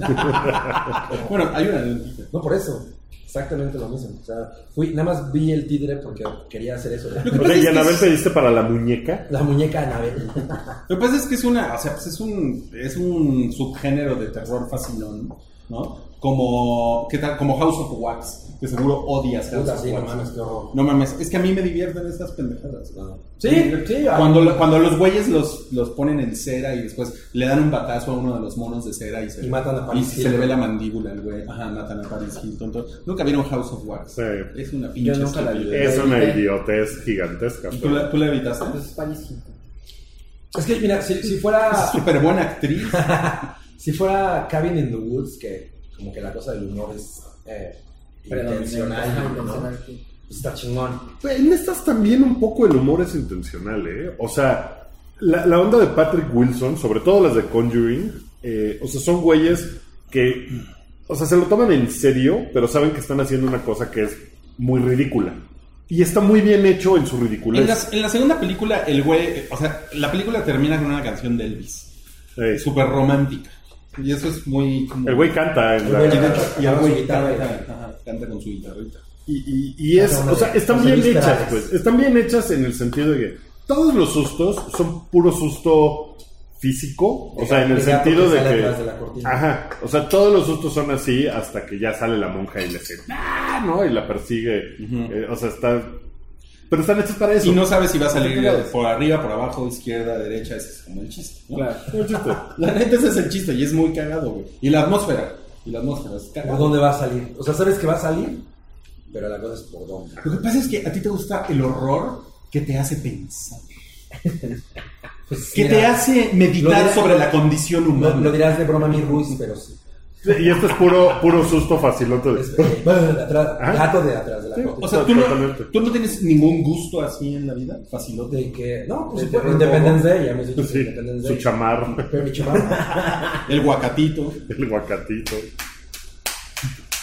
Speaker 4: Bueno, hay una lentita.
Speaker 5: No, por eso. Exactamente lo mismo. O sea, fui, nada más vi el títere porque quería hacer eso. ¿no?
Speaker 2: O sea, y Anabel pediste para la muñeca.
Speaker 5: La muñeca Anabel.
Speaker 4: Lo que pasa es que es una, o sea, pues es un, es un subgénero de terror fascinón, ¿no? Como, ¿qué tal? Como House of Wax, que seguro odias House
Speaker 5: Puta,
Speaker 4: of
Speaker 5: sí, no
Speaker 4: Wax.
Speaker 5: mames, qué horror.
Speaker 4: No mames, es que a mí me divierten estas pendejadas. güey.
Speaker 5: Sí, sí. ah,
Speaker 4: Cuando, lo- cuando los güeyes los, los ponen en cera y después le dan un batazo a uno de los monos de cera y se,
Speaker 5: Y matan a Paris
Speaker 4: y se
Speaker 5: Hilton.
Speaker 4: le ve la mandíbula al güey. Ajá, matan a Paris Hilton. todo. Nunca vieron House of Wax.
Speaker 2: Sí.
Speaker 4: Es una pinche
Speaker 3: Yo nunca la vi.
Speaker 4: estupidez.
Speaker 2: Es una
Speaker 3: evité.
Speaker 2: idiotez gigantesca.
Speaker 5: pues
Speaker 4: ¿Y
Speaker 2: pero-
Speaker 4: ¿Tú la, tú la evitaste?
Speaker 3: Entonces, panisito.
Speaker 5: Es que, mira, si, si
Speaker 4: Es
Speaker 5: fuera
Speaker 4: súper buena actriz.
Speaker 5: si fuera Cabin in the Woods, que como que la cosa del humor es eh, intencional, ¿no?
Speaker 3: Intencional, sí.
Speaker 5: Pues está chingón.
Speaker 2: Güey, En estas también un poco el humor es intencional, ¿eh? O sea, la, la onda de Patrick Wilson, sobre todo las de Conjuring, eh, o sea, son güeyes que, o sea, se lo toman en serio, pero saben que están haciendo una cosa que es muy ridícula. Y está muy bien hecho en su
Speaker 4: En
Speaker 2: ridiculez.
Speaker 4: la, en la segunda película, el güey, eh, o sea, la película termina con una canción de Elvis,
Speaker 2: Eh,
Speaker 4: súper romántica. Y eso es muy... como-
Speaker 2: el güey canta en la-
Speaker 5: El
Speaker 4: Y
Speaker 5: güey-
Speaker 4: de hecho- y el
Speaker 5: Su
Speaker 4: güey
Speaker 5: guitarra.
Speaker 4: canta, ajá, canta con su guitarrita.
Speaker 2: Y, y- y es, o sea, están bien hechas, pues. Están bien hechas en el sentido de que todos los sustos son puro susto físico, o sea, en el
Speaker 5: De gato
Speaker 2: sentido de
Speaker 5: sale atrás
Speaker 2: que...
Speaker 5: de la cortina.
Speaker 2: Ajá, o sea, todos los sustos son así hasta que ya sale la monja y le dice, ¡ah! ¿no? Y la persigue.
Speaker 4: Ujú.
Speaker 2: Eh, o sea, está... Pero están hechos para eso.
Speaker 4: Y no sabes si va a salir
Speaker 2: Claro.
Speaker 4: por arriba, por abajo, izquierda, derecha, ese es como el chiste. ¿no?
Speaker 3: Claro.
Speaker 2: No es chiste.
Speaker 4: La neta ese es el chiste y es muy cagado, güey. Y la atmósfera, y la atmósfera es
Speaker 5: ¿Por
Speaker 4: cagado.
Speaker 5: dónde va a salir? O sea, sabes que va a salir, pero la cosa es por dónde.
Speaker 2: Pues,
Speaker 4: Lo que pasa es que a ti te gusta el horror que te hace pensar,
Speaker 5: Pues,
Speaker 4: que
Speaker 5: mira,
Speaker 4: te hace
Speaker 5: Lo
Speaker 4: meditar
Speaker 5: dirás-
Speaker 4: sobre la condición
Speaker 5: Lo,
Speaker 4: humana.
Speaker 5: lo dirás de broma mi Ruiz, pero sí.
Speaker 2: Y esto es puro, puro susto facilote.
Speaker 5: Es,
Speaker 2: De...
Speaker 5: eh, de atrás-
Speaker 2: Pues, Ajá.
Speaker 5: gato de atrás de la
Speaker 2: Sí,
Speaker 5: cortina.
Speaker 4: o sea, ¿tú no,
Speaker 2: Totalmente.
Speaker 4: tú no tienes ningún gusto así en la vida, facilote.
Speaker 5: de que, no, pues
Speaker 3: De
Speaker 5: supuesto,
Speaker 3: terror,
Speaker 5: Independence Day, ya hemos dicho que
Speaker 2: Sí,
Speaker 5: Independence
Speaker 2: su
Speaker 5: Day.
Speaker 2: chamar,
Speaker 5: Pero mi chamarra.
Speaker 4: El guacatito.
Speaker 2: el guacatito.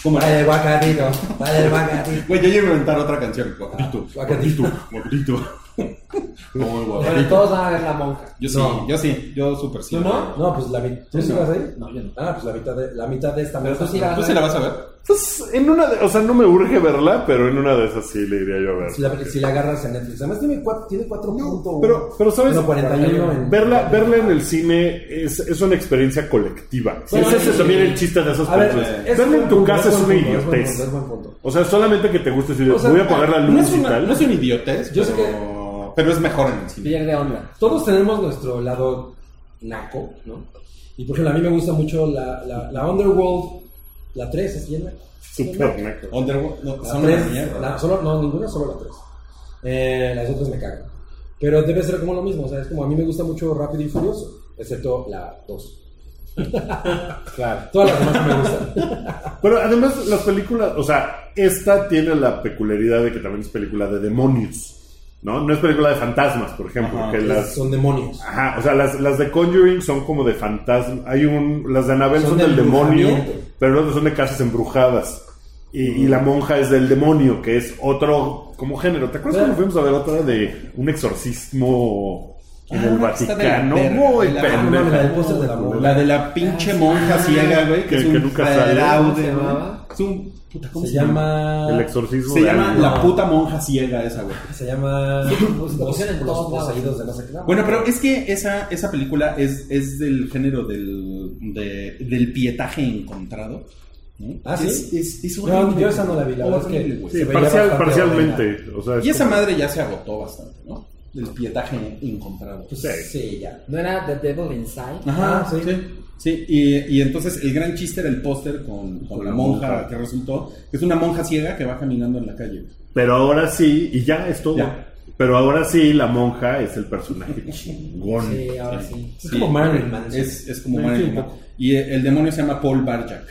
Speaker 4: ¿Cómo era?
Speaker 5: Vale, el guacatito. Vale, el guacatito.
Speaker 4: Güey, yo llego a inventar otra canción. Guacatito.
Speaker 5: Ah, guacatito.
Speaker 4: Guacatito. Como el
Speaker 3: Bueno,
Speaker 4: guacatito.
Speaker 3: todos van a ver la monja.
Speaker 4: Yo sí,
Speaker 5: No.
Speaker 4: yo sí, yo súper sí.
Speaker 3: ¿Tú no?
Speaker 5: No, pues la mitad. ¿Tú sí
Speaker 4: No.
Speaker 5: vas a ir?
Speaker 3: No, yo no.
Speaker 5: Ah, pues la mitad de, la mitad de esta
Speaker 3: Pero tú
Speaker 5: mesa.
Speaker 3: sí la-
Speaker 4: ¿Tú sí la vas a ver?
Speaker 2: Entonces, en una de- o sea, no me urge verla, pero en una de esas sí le iría yo a ver.
Speaker 5: Si la, si la agarras en Netflix. Además tiene 4.1. Tiene cuatro punto
Speaker 2: Pero, pero ¿sabes? Eh,
Speaker 5: Bueno, 41 en-
Speaker 2: Verla, verla en el cine es, es una experiencia colectiva.
Speaker 5: Bueno,
Speaker 2: Ese es
Speaker 5: sí.
Speaker 2: también el chiste de esas
Speaker 5: A ver,
Speaker 2: películas.
Speaker 5: es
Speaker 2: verla
Speaker 5: buen
Speaker 2: en tu
Speaker 5: punto,
Speaker 2: casa es
Speaker 5: buen
Speaker 2: una
Speaker 5: punto, es buen
Speaker 2: idiotez.
Speaker 5: punto, es buen punto.
Speaker 2: O sea, solamente que te guste decir,
Speaker 4: O sea,
Speaker 2: voy a apagar la
Speaker 4: No
Speaker 2: luz
Speaker 4: es
Speaker 2: y
Speaker 4: una,
Speaker 2: tal.
Speaker 4: no es un idiotez,
Speaker 3: Yo sé
Speaker 4: pero, pero es mejor en el cine.
Speaker 3: Pierde onda.
Speaker 5: Todos tenemos nuestro lado naco, ¿no? Y por ejemplo, a mí me gusta mucho la, la, la Underworld, la 3, ¿es bien?
Speaker 2: Súper naco.
Speaker 4: Underworld, no,
Speaker 5: La
Speaker 4: son
Speaker 5: tres,
Speaker 4: una mierda.
Speaker 5: la- solo, no, ninguna, solo la 3. las otras me cagan. Pero debe ser como lo mismo, o sea, es como a mí me gusta mucho Rápido y Furioso, excepto la 2.
Speaker 3: Claro.
Speaker 5: Todas las demás me gustan.
Speaker 2: Pero además, las películas, o sea, esta tiene la peculiaridad de que también es película de demonios. ¿No? No es película de fantasmas, por ejemplo.
Speaker 4: Ajá,
Speaker 2: que
Speaker 4: es-
Speaker 2: las,
Speaker 5: Son demonios.
Speaker 2: Ajá, o sea, las, las de Conjuring son como de fantasma. Hay un. Las de Anabel son,
Speaker 5: Son de
Speaker 2: del demonio,
Speaker 5: embrujamiento.
Speaker 2: pero otras son de casas embrujadas. Y, y la monja es del demonio, que es otro como género. ¿Te acuerdas
Speaker 5: Claro.
Speaker 2: cuando fuimos a ver otra de un exorcismo en el
Speaker 4: Ah, está de la
Speaker 2: Vaticano?
Speaker 4: verga,
Speaker 2: Muy
Speaker 4: la-
Speaker 5: Ah, no mames, la
Speaker 2: pendeja.
Speaker 5: del póster de Ah, la monja.
Speaker 4: La de la pinche monja ciega, güey, que,
Speaker 2: que-
Speaker 4: es
Speaker 2: que
Speaker 4: un
Speaker 2: nunca sale.
Speaker 4: fraude,
Speaker 3: ¿Cómo se
Speaker 4: güey.
Speaker 3: llamaba?
Speaker 4: Es un puta, ¿cómo
Speaker 5: Se
Speaker 4: se, llama?
Speaker 5: llama...
Speaker 2: El exorcismo
Speaker 4: Se
Speaker 2: de
Speaker 4: llama
Speaker 2: alguien.
Speaker 4: la puta monja ciega esa, güey.
Speaker 5: Se llama...
Speaker 3: pues,
Speaker 5: Los-
Speaker 3: en
Speaker 5: los
Speaker 3: todos lados.
Speaker 5: poseídos de no sé qué.
Speaker 4: Bueno, pero es que esa, esa película es, es del género del, de- del pietaje encontrado. ¿no?
Speaker 5: Ah, ¿sí?
Speaker 4: Es, es, es
Speaker 5: No,
Speaker 4: horrible,
Speaker 5: yo esa no la vi, la verdad es que-
Speaker 4: Horrible, güey.
Speaker 2: Sí,
Speaker 5: Se veía
Speaker 2: parcial-
Speaker 5: bastante
Speaker 2: parcialmente. O sea, es
Speaker 4: Y esa
Speaker 2: como-
Speaker 4: madre ya se agotó bastante, ¿no? Del pietaje encontrado.
Speaker 5: Pues,
Speaker 2: Sí.
Speaker 5: sí, ya.
Speaker 3: ¿No era The Devil Inside? Ah,
Speaker 5: Ajá,
Speaker 4: Ajá,
Speaker 5: sí.
Speaker 4: sí. Sí, y, y entonces el gran chiste era el póster con, con
Speaker 2: Con
Speaker 4: la
Speaker 2: la
Speaker 4: monja
Speaker 2: monja.
Speaker 4: que resultó, que es una monja ciega que va caminando en la calle.
Speaker 2: Pero ahora sí, y ya es todo.
Speaker 4: Ya.
Speaker 2: Pero ahora sí, la monja es el personaje chingón.
Speaker 3: Sí, ahora sí.
Speaker 5: Es como Marilyn Manson.
Speaker 4: Es, es como
Speaker 2: Sí,
Speaker 4: Marilyn
Speaker 2: sí,
Speaker 4: Manson. Y el, el demonio se llama Paul Barjak.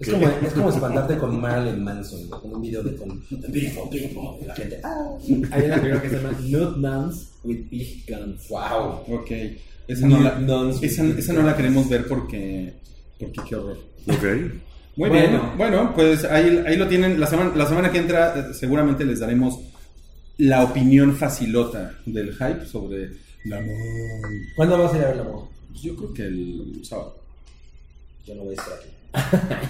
Speaker 5: Es como, es como espantarte con Marilyn Manson, ¿no? con un video de con Bimbo, Bimbo, y la gente, ¡ah!
Speaker 3: Hay una película que se llama Nude Nuns with Big Guns.
Speaker 5: ¡Wow!
Speaker 4: Ok. Esa no, la,
Speaker 5: Nuns.
Speaker 4: esa, esa no la queremos ver porque, porque qué horror.
Speaker 2: Ok.
Speaker 4: Muy
Speaker 5: Bueno.
Speaker 4: bien. Bueno, pues ahí, ahí lo tienen. La semana, la semana que entra eh, seguramente les daremos la opinión facilota del hype sobre la monja.
Speaker 5: ¿Cuándo vas a ir a ver la monja?
Speaker 4: Yo creo que el sábado.
Speaker 5: Yo no voy a estar aquí.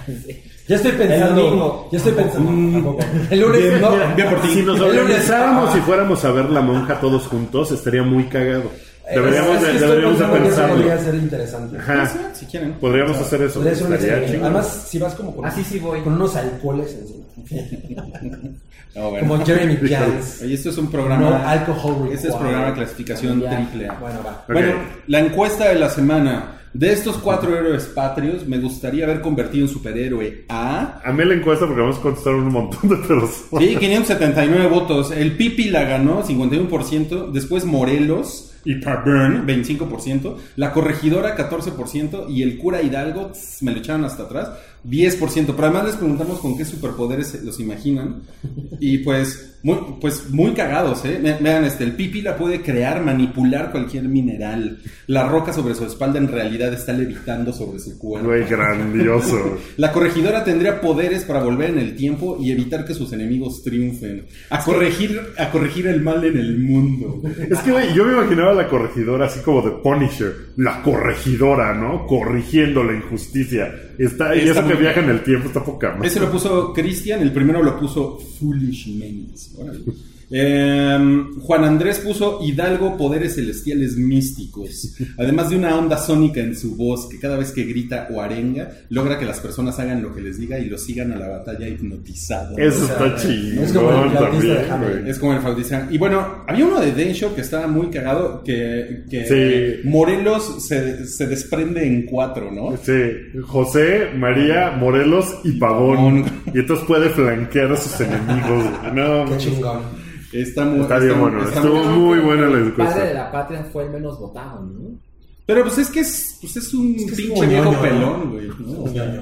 Speaker 3: Sí.
Speaker 5: Ya estoy
Speaker 3: pensando-
Speaker 5: pensando. ya estoy pensando.
Speaker 3: El lunes no.
Speaker 4: Bien por ti.
Speaker 2: Si nos organizáramos y
Speaker 5: Ah,
Speaker 2: fuéramos a ver La Monja todos juntos, estaría muy cagado. Deberíamos, de- deberíamos de pensarlo.
Speaker 5: Podría ser interesante.
Speaker 4: No
Speaker 2: Ajá.
Speaker 4: sé, Si quieren.
Speaker 2: Podríamos hacer eso.
Speaker 5: Podría ser un
Speaker 2: Estaría
Speaker 5: experimento.
Speaker 2: chido.
Speaker 5: Además, si vas como con,
Speaker 3: Así sí voy.
Speaker 5: con unos alcoholes encima.
Speaker 4: No, bueno.
Speaker 5: Como Jeremy Jans.
Speaker 4: Oye, esto es un programa.
Speaker 5: No alcohol
Speaker 4: Este es
Speaker 5: required.
Speaker 4: programa de clasificación
Speaker 3: Ya.
Speaker 4: triple A.
Speaker 5: Bueno, va.
Speaker 4: Bueno,
Speaker 2: Ok.
Speaker 4: la encuesta de la semana. De estos cuatro héroes patrios, me gustaría haber convertido en superhéroe a.
Speaker 2: A mí la encuesta porque vamos a contestar un montón de personas.
Speaker 4: Sí, 579 votos. El Pipi la ganó, 51%. Después Morelos y Pabern, 25%. La Corregidora, 14%. Y el Cura Hidalgo, tss, me lo echaron hasta atrás, 10%. Pero además les preguntamos con qué superpoderes se los imaginan. Y pues, muy, pues muy cagados, ¿eh? Ve- Vean, este, el Pipi la puede crear, manipular cualquier mineral. La roca sobre su espalda en realidad está levitando sobre su cuerpo.
Speaker 2: Güey, grandioso.
Speaker 4: La corregidora tendría poderes para volver en el tiempo y evitar que sus enemigos triunfen. A corregir, a corregir el mal en el mundo.
Speaker 2: Es que, güey, yo me imaginaba a la corregidora así como de Punisher. La corregidora, ¿no? Corrigiendo la injusticia. Está, y
Speaker 4: Está
Speaker 2: eso que
Speaker 4: muy
Speaker 2: viaja en el tiempo está poca madre.
Speaker 4: Ese lo puso Cristian, el primero lo puso Foolish Menes. Órale. Em, Juan Andrés puso Hidalgo poderes celestiales místicos. Además de una onda sónica en su voz que cada vez que grita o arenga logra que las personas hagan lo que les diga y lo sigan a la batalla hipnotizado.
Speaker 2: Eso
Speaker 5: O sea,
Speaker 2: está
Speaker 5: es como el
Speaker 2: chingón
Speaker 5: flautista de
Speaker 2: también,
Speaker 5: Hamelin.
Speaker 2: güey.
Speaker 4: Es como el Faudizán. Y bueno, había uno de Densho que estaba muy cagado, que, que
Speaker 2: Sí.
Speaker 4: Morelos se, se desprende en cuatro, ¿no?
Speaker 2: Sí, Este, José, María, Morelos y Pavón.
Speaker 4: Pavón.
Speaker 2: Y entonces puede flanquear a sus enemigos. güey. No,
Speaker 5: Qué chingón.
Speaker 4: Está muy
Speaker 2: está bien bueno.
Speaker 4: está
Speaker 2: Estuvo
Speaker 4: muy-
Speaker 2: muy buena la
Speaker 3: El padre de
Speaker 2: encuesta.
Speaker 3: la patria fue el menos votado, ¿no?
Speaker 4: Pero pues es que es, pues es un
Speaker 5: que es
Speaker 4: pinche
Speaker 5: como
Speaker 4: viejo
Speaker 5: ñoño,
Speaker 4: pelón, güey. ¿no?
Speaker 5: Un ñoño.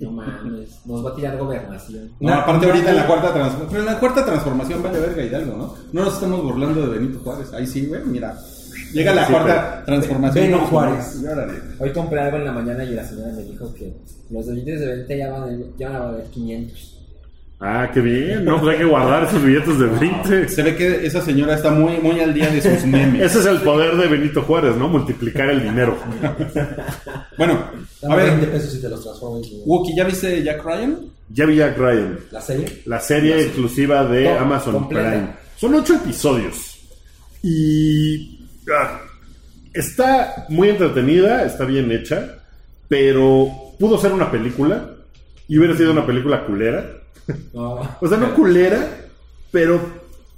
Speaker 3: No mames. Nos va a tirar gobernación.
Speaker 4: No, aparte ahorita en la cuarta transformación. Pero en la cuarta transformación vale verga Hidalgo, ¿no? No nos estamos burlando de Benito Juárez. Ahí sí, güey, mira. Llega la
Speaker 2: Sí,
Speaker 4: cuarta transformación.
Speaker 5: Beno Juárez.
Speaker 4: Y órale.
Speaker 3: Hoy compré algo en la mañana y la señora me dijo que los billetes de 20 ya van, a- ya van a valer 500.
Speaker 2: Ah, qué bien. No, pues hay que guardar esos billetes de 20.
Speaker 4: Se ve que esa señora está muy, muy al día de sus memes.
Speaker 2: Ese es el poder de Benito Juárez, ¿no? Multiplicar el dinero.
Speaker 4: Bueno, a
Speaker 6: Dame 20
Speaker 4: ver,
Speaker 6: pesos y te los transformo en su-
Speaker 4: Wookie, ¿ya viste Jack Ryan?
Speaker 2: Ya vi Jack Ryan,
Speaker 6: la serie.
Speaker 2: la serie exclusiva de
Speaker 3: Com-
Speaker 2: Amazon
Speaker 3: completa.
Speaker 2: Prime. Son ocho episodios. Y. ah, está muy entretenida, está bien hecha, pero pudo ser una película y hubiera sido una película culera.
Speaker 3: No.
Speaker 2: O sea, no culera, pero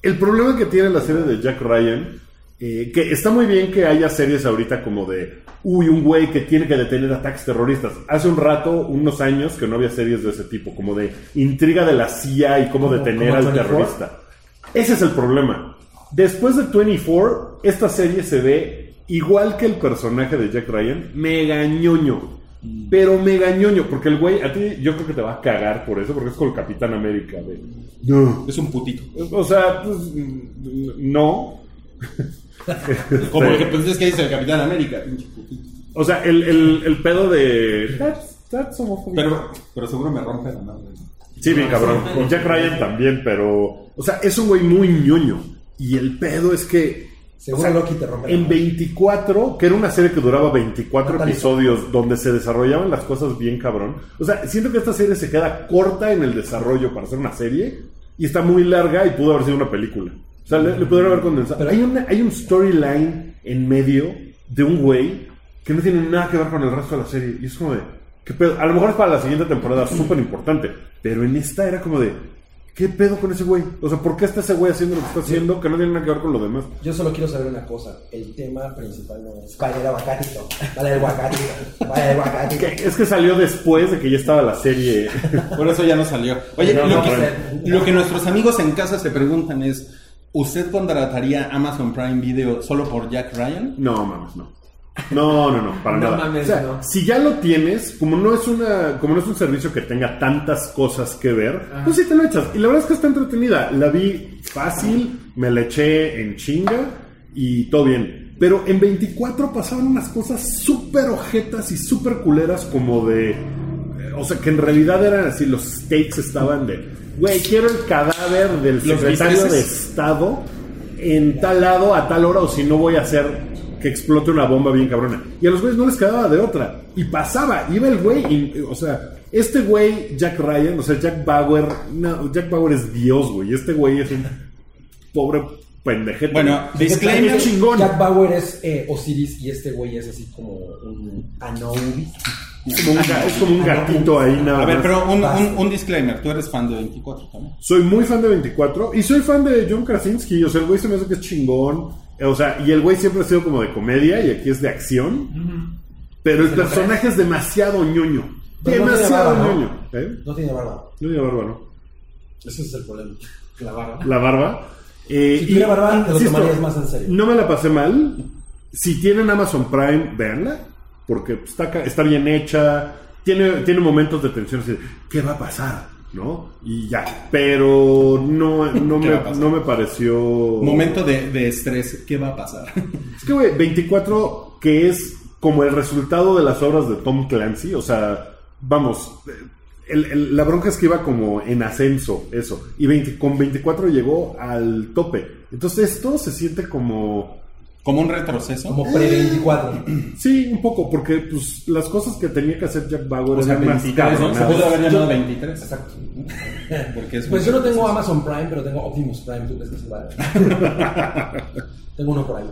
Speaker 2: el problema que tiene la serie de Jack Ryan, eh, que está muy bien que haya series ahorita como de, uy, un güey que tiene que detener ataques terroristas. Hace un rato, unos años, que no había series de ese tipo, como de intriga de la CIA y cómo
Speaker 6: Como-
Speaker 2: detener
Speaker 6: como
Speaker 2: al
Speaker 6: 24.
Speaker 2: terrorista. Ese es el problema. Después de 24, esta serie se ve igual que el personaje de Jack Ryan, mega ñoño. Pero mega ñoño, porque el güey, a ti yo creo que te va a cagar por eso, porque es con el Capitán América. De, no.
Speaker 4: Es un putito.
Speaker 2: O sea, pues, mm, no.
Speaker 4: Como
Speaker 2: Sí.
Speaker 4: el que pensaste que dice el Capitán América, pinche putito.
Speaker 2: O sea, el, el- el pedo de... That's, that's homofóbico.
Speaker 4: Pero, pero seguro me rompe la madre.
Speaker 2: Sí, bien cabrón. Con Jack Ryan también, pero... O sea, es un güey muy ñoño. Y el pedo es que...
Speaker 6: Seguro
Speaker 2: o sea,
Speaker 6: Loki te rompe. la
Speaker 2: En
Speaker 6: madre.
Speaker 2: 24, que era una serie que duraba 24
Speaker 6: Ándale.
Speaker 2: episodios donde se desarrollaban las cosas bien cabrón. O sea, siento que esta serie se queda corta en el desarrollo para ser una serie y está muy larga y pudo haber sido una película. O sea, le, le pudieron haber condensado. Pero hay, una- hay un storyline en medio de un güey que no tiene nada que ver con el resto de la serie. Y es como de, ¿qué pedo? A lo mejor es para la siguiente temporada súper importante, pero en esta era como de, ¿qué pedo con ese güey? O sea, ¿por qué está ese güey haciendo lo que está haciendo que no tiene nada que ver con lo demás?
Speaker 6: Yo solo quiero saber una cosa. El tema principal no es. ¿Cuál era Bacatito? ¿Cuál era el Bacatito? ¿Cuál era el Bacatito?
Speaker 2: Que- Es que salió después de que ya estaba la serie.
Speaker 4: Por eso ya no salió. Oye,
Speaker 6: No,
Speaker 4: lo,
Speaker 6: no,
Speaker 4: que,
Speaker 6: pero-
Speaker 4: lo que nuestros amigos en casa se preguntan es: ¿Usted contrataría Amazon Prime Video solo por Jack Ryan?
Speaker 2: No, mames, no. No, no, no, para
Speaker 3: No
Speaker 2: nada.
Speaker 3: mames,
Speaker 2: O sea,
Speaker 3: no.
Speaker 2: Si ya lo tienes, como no es una, como no es un servicio que tenga tantas cosas que ver, pues sí te lo echas. Y la verdad es que está entretenida. La vi fácil, me la eché en chinga y todo bien. Pero en 24 pasaban unas cosas súper ojetas y súper culeras como de eh, O sea, que en realidad eran así, los stakes estaban de, güey, quiero el cadáver del
Speaker 4: Los
Speaker 2: secretario de
Speaker 4: bisteces.
Speaker 2: Estado en tal lado a tal hora o si no voy a hacer que explote una bomba bien cabrona. Y a los güeyes no les quedaba de otra. Y pasaba, iba el güey, y, o sea, este güey, Jack Ryan, o sea, Jack Bauer, no, Jack Bauer es Dios, güey, este güey es un pobre pendejete.
Speaker 4: Bueno,
Speaker 2: Qué
Speaker 4: disclaimer.
Speaker 2: chingón.
Speaker 6: Jack Bauer es eh, Osiris y este güey es así como un Anubis.
Speaker 2: Es como un, ga- es como un gatito ahí nada
Speaker 4: A ver,
Speaker 2: más.
Speaker 4: pero un, un- un disclaimer: tú eres fan de 24 también.
Speaker 2: Soy muy fan de 24 y soy fan de John Krasinski. O sea, el güey se me hace que es chingón. eh, O sea, y el güey siempre ha sido como de comedia y aquí es de acción. Pero el personaje es demasiado ñoño.
Speaker 6: Pero no tiene
Speaker 2: demasiado
Speaker 6: barba, ¿no?
Speaker 2: ñoño. ¿Eh?
Speaker 6: No tiene barba.
Speaker 2: No tiene barba, ¿no?
Speaker 6: Ese es el problema. La barba.
Speaker 2: La barba. Eh,
Speaker 6: Si tuviera barba, te lo
Speaker 2: insisto,
Speaker 6: tomarías más en serio.
Speaker 2: No me la pasé mal. Si tienen Amazon Prime, véanla. Porque pues, está, ca- está bien hecha. Tiene, tiene momentos de tensión. así de, ¿Qué va a pasar? ¿No? Y ya. Pero no, no,
Speaker 4: ¿Qué
Speaker 2: me,
Speaker 4: va a pasar?
Speaker 2: no me pareció.
Speaker 4: Momento de, de estrés: ¿qué va a pasar?
Speaker 2: Es que, güey, 24, que es como el resultado de las obras de Tom Clancy, o sea, vamos, el- el- la bronca es que iba como en ascenso, eso, y 20 con 24 llegó al tope. Entonces esto se siente como...
Speaker 4: Como un retroceso.
Speaker 6: Como pre-24.
Speaker 2: Sí, un poco, porque pues las cosas que tenía que hacer Jack Bauer
Speaker 4: O sea,
Speaker 2: eran más
Speaker 4: 23, ¿no? pues, Se
Speaker 2: cabronadas.
Speaker 4: pudo haber llamado
Speaker 6: Yo-
Speaker 4: 23.
Speaker 6: Exacto.
Speaker 4: Porque es
Speaker 6: Pues
Speaker 4: un-
Speaker 6: yo no tengo Amazon Prime, pero tengo Optimus Prime. ¿Tú crees que se vale? tengo uno por ahí.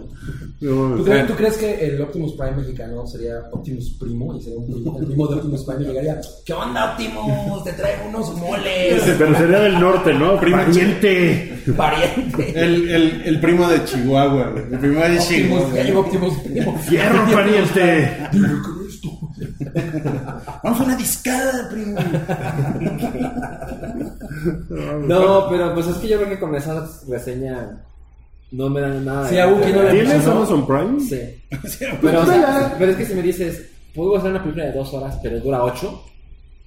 Speaker 2: No,
Speaker 6: ¿Tú,
Speaker 5: pues,
Speaker 2: mames.
Speaker 6: crees- tú crees que el Optimus Prime mexicano sería Optimus Primo? Y sería un primo, el primo de Optimus Prime y llegaría, ¿qué onda Optimus? Te traigo unos
Speaker 2: Sí,
Speaker 6: moles,
Speaker 2: Pero sería del norte, ¿no?
Speaker 4: Primo
Speaker 2: Pariente.
Speaker 6: pariente.
Speaker 4: El, el, el primo de Chihuahua, güey. El primo de
Speaker 6: Optimus, ya llegó
Speaker 4: Chihuahua.
Speaker 6: Optimus Primo.
Speaker 2: Fierro, pariente.
Speaker 6: Dime, ¿qué es esto?
Speaker 4: Vamos a una discada, primo.
Speaker 3: No, pero pues es que yo creo que con esa reseña no me dan nada. de-
Speaker 6: Sí, a Wookie no le-
Speaker 2: ¿Tienes
Speaker 6: ¿No?
Speaker 2: Amazon Prime?
Speaker 3: Sí. Pero, o
Speaker 2: Púntala.
Speaker 3: sea, pero es que si me dices, puedo hacer una película de dos horas, pero dura ocho,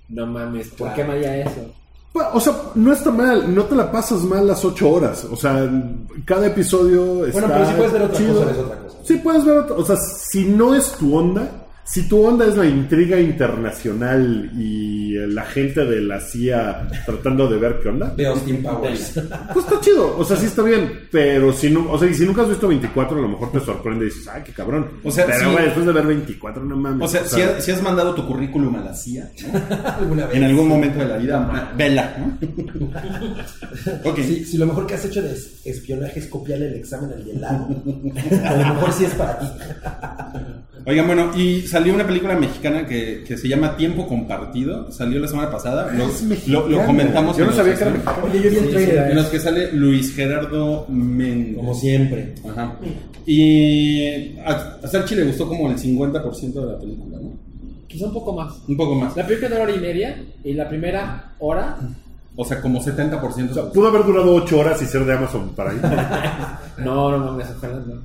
Speaker 3: no mames, ¿por
Speaker 6: Claro.
Speaker 3: qué me haría eso?
Speaker 2: Bueno, Pues, O sea, no está mal, no te la pasas mal las ocho horas. O sea, cada episodio está
Speaker 6: Bueno, pero si puedes ver otra
Speaker 2: chido.
Speaker 6: cosa, es otra cosa.
Speaker 2: Sí puedes ver otra, o sea, si no es tu onda, si tu onda es la intriga internacional y la gente de la CIA tratando de ver qué onda,
Speaker 4: De Austin Powers.
Speaker 2: pues está chido. O sea, sí está bien. Pero si, no, o sea, y si nunca has visto 24, a lo mejor te sorprende y dices, ah, qué cabrón.
Speaker 4: O sea,
Speaker 2: pero
Speaker 4: sí.
Speaker 2: güey, después de ver 24, no mames.
Speaker 4: O sea, si, has, si has mandado tu currículum a la CIA, ¿no? En algún momento de la vida, ma- vela, ¿no? ok.
Speaker 6: Si, si lo mejor que has hecho de es- espionaje es copiarle el examen al del lado, a lo mejor sí es para ti.
Speaker 4: Oigan, bueno, y salió una película mexicana que, que se llama Tiempo Compartido. Salió la semana pasada. Lo, lo- lo comentamos.
Speaker 2: Ah, Yo no
Speaker 4: en los-
Speaker 2: sabía que era mexicano.
Speaker 6: Oye, yo vi el
Speaker 3: Sí,
Speaker 6: trailer.
Speaker 4: En los que sale Luis Gerardo
Speaker 6: Como
Speaker 4: Méndez.
Speaker 6: siempre.
Speaker 4: Ajá. Y a, a Salchi le gustó como el 50% de la película, ¿no?
Speaker 3: Quizá un poco más.
Speaker 4: Un poco más.
Speaker 3: La película de hora y media y la primera hora
Speaker 4: O sea, como 70%.
Speaker 2: O sea, pudo haber durado 8 horas y ser de Amazon para ahí.
Speaker 3: No, no, no, me Fernando.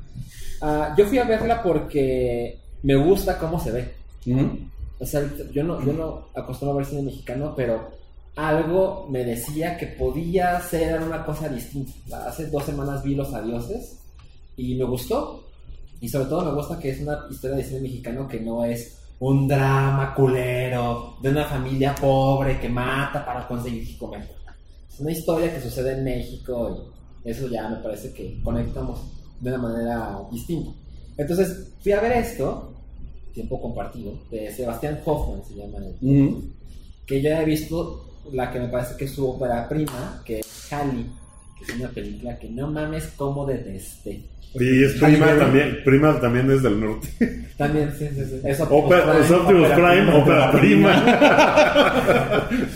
Speaker 3: Ah, yo fui a verla porque me gusta cómo se ve.
Speaker 4: Ujú.
Speaker 3: O sea, yo no, yo no acostumbro a ver cine mexicano, pero algo me decía que podía ser una cosa distinta. Hace dos semanas vi Los Adioses y me gustó. Y sobre todo me gusta que es una historia de cine mexicano que no es un drama culero de una familia pobre que mata para conseguir que comer. Es una historia que sucede en México y eso ya me parece que conectamos de una manera distinta. Entonces fui a ver esto, tiempo compartido, de Sebastián Hoffman se llama él,
Speaker 4: Ujú.
Speaker 3: que yo he visto la que me parece que es su ópera prima, que es Halley, que es una película que no mames como detesté.
Speaker 2: Y es prima también, prima también es del norte.
Speaker 3: También, sí, sí, sí. Es Optimus
Speaker 2: Opera, es Optimus
Speaker 3: ópera
Speaker 2: Prime,
Speaker 3: prima.
Speaker 2: ópera prima.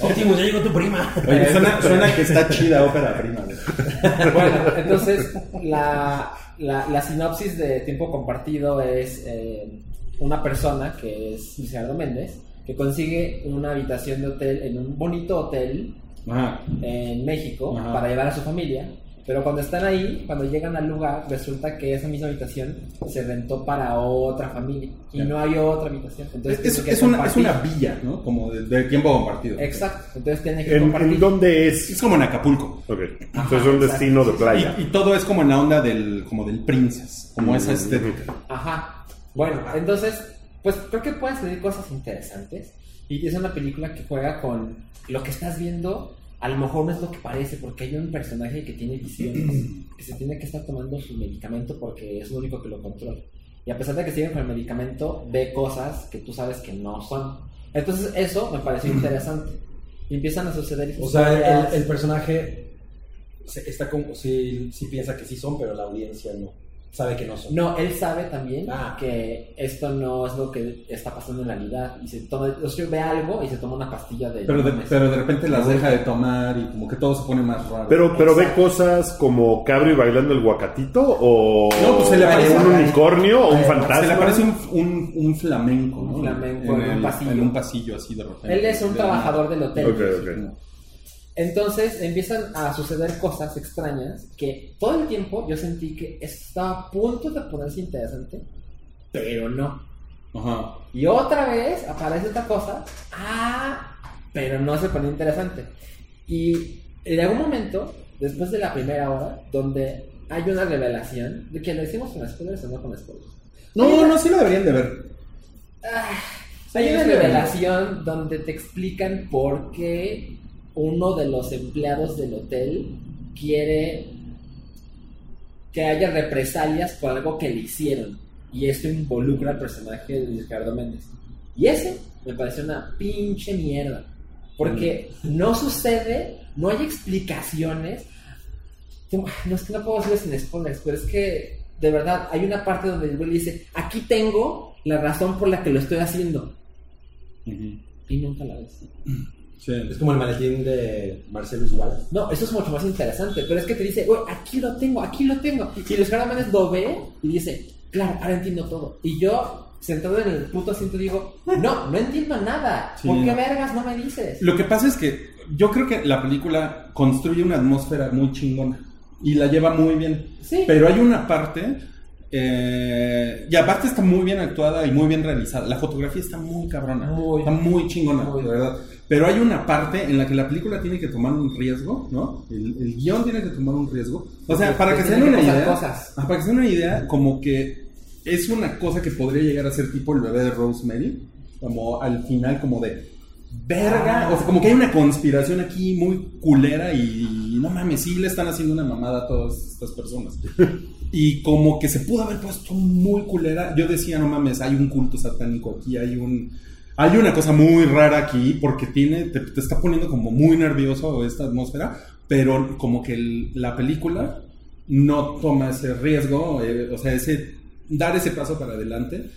Speaker 6: Optimus, ya llegó tu prima.
Speaker 4: Oye, suena, suena que está chida ópera prima. güey.
Speaker 3: Bueno, entonces la, la- la sinopsis de tiempo compartido es eh, una persona que es Luciano Méndez que consigue una habitación de hotel en un bonito hotel
Speaker 4: Ajá.
Speaker 3: en México
Speaker 4: Ajá.
Speaker 3: para llevar a su familia. Pero cuando están ahí, cuando llegan al lugar, resulta que esa misma habitación se rentó para otra familia y
Speaker 4: Ya.
Speaker 3: no hay otra habitación. Entonces
Speaker 4: Es, es-
Speaker 3: tienen que
Speaker 4: es una, es
Speaker 3: compartir.
Speaker 4: una villa, ¿no? Como de, de tiempo compartido.
Speaker 3: Exacto, entonces tienen que
Speaker 2: ¿En,
Speaker 3: compartir.
Speaker 2: en dónde es?
Speaker 4: Es como en Acapulco.
Speaker 2: Ok, entonces es un destino de playa.
Speaker 4: Y, y todo es como en la onda del, como del princess, como esa este, estética.
Speaker 3: Ajá. Bueno, entonces, pues creo que puedes tener cosas interesantes. Y es una película que juega con lo que estás viendo. A lo mejor no es lo que parece, porque hay un personaje que tiene visiones, que se tiene que estar tomando su medicamento porque es lo único que lo controla. Y a pesar de que sigue con el medicamento, ve cosas que tú sabes que no son. Entonces, eso me pareció interesante. Y empiezan a suceder.
Speaker 5: O sea,
Speaker 3: historias.
Speaker 5: el, el personaje se- está como sí, sí piensa que sí son, pero la audiencia no sabe que no son.
Speaker 3: No, él sabe también
Speaker 5: Ah.
Speaker 3: que esto no es lo que está pasando en realidad. Y se toma, o sea, ve algo y se toma una pastilla de.
Speaker 4: Pero de,
Speaker 3: mames.
Speaker 4: pero de repente las deja de tomar y como que todo se pone más raro.
Speaker 2: Pero,
Speaker 3: pues,
Speaker 2: pero ve cosas como Cabri bailando el guacatito o
Speaker 4: No, pues se le aparece
Speaker 2: un
Speaker 4: un-
Speaker 2: unicornio o un fantasma.
Speaker 4: Eh, se le aparece un, un, un flamenco, ¿no?
Speaker 3: Un flamenco en un
Speaker 4: el-
Speaker 3: pasillo.
Speaker 4: en un pasillo así de repente.
Speaker 3: Él es un
Speaker 4: De-
Speaker 3: trabajador del hotel.
Speaker 2: Ok,
Speaker 4: Sí,
Speaker 2: ok.
Speaker 4: como-
Speaker 3: Entonces empiezan a suceder cosas extrañas que todo el tiempo yo sentí que estaba a punto de ponerse interesante, pero no.
Speaker 4: Ajá.
Speaker 3: Y otra vez aparece otra cosa. Ah, pero no se pone interesante. Y en algún momento, después de la primera hora, donde hay una revelación de que lo hicimos con spoilers o no con spoilers.
Speaker 4: No, no, sí lo deberían de ver.
Speaker 3: Ah,
Speaker 4: Sí,
Speaker 3: hay una
Speaker 4: sí, sí.
Speaker 3: revelación donde te explican por qué uno de los empleados del hotel quiere que haya represalias por algo que le hicieron. Y esto involucra al personaje de Ricardo Méndez. Y eso me parece una pinche mierda. Porque
Speaker 4: Mm.
Speaker 3: no sucede, no hay explicaciones. No es que no puedo decirles sin spoilers, pero es que de verdad hay una parte donde el güey dice, aquí tengo la razón por la que lo estoy haciendo.
Speaker 4: Ujú.
Speaker 3: Y nunca la ves.
Speaker 4: Sí.
Speaker 5: Es como el maletín de Marcelus Wallace.
Speaker 3: No, eso es mucho más interesante, pero es que te dice, güey, aquí lo tengo, aquí lo tengo. Y Luis Gerardo Méndez lo ve y dice, claro, ahora entiendo todo. Y yo, sentado en el puto asiento, digo, no, no entiendo nada.
Speaker 4: Sí.
Speaker 3: ¿Por qué vergas no me dices?
Speaker 4: Lo que pasa es que yo creo que la película construye una atmósfera muy chingona y la lleva muy bien.
Speaker 3: Sí.
Speaker 4: Pero hay una parte, eh, y aparte está muy bien actuada y muy bien realizada. La fotografía está muy cabrona,
Speaker 3: Muy.
Speaker 4: está muy chingona,
Speaker 3: Muy.
Speaker 4: de verdad. Pero hay una parte en la que la película tiene que tomar un riesgo, ¿no? El, el guión tiene pues, que tomar un riesgo. O sea, para que se den
Speaker 3: Tiene
Speaker 4: una
Speaker 3: pasar
Speaker 4: idea,
Speaker 3: cosas.
Speaker 4: Ah, para que se den una idea, como que es una cosa que podría llegar a ser tipo el bebé de Rosemary, como al final como de verga, o sea, como que hay una conspiración aquí muy culera y no mames, sí le están haciendo una mamada a todas estas personas. Y como que se pudo haber puesto muy culera, yo decía, no mames, hay un culto satánico aquí, hay un hay una cosa muy rara aquí porque tiene te, te está poniendo como muy nervioso esta atmósfera, pero como que el- la película no toma ese riesgo, eh, o sea, ese dar ese paso para adelante.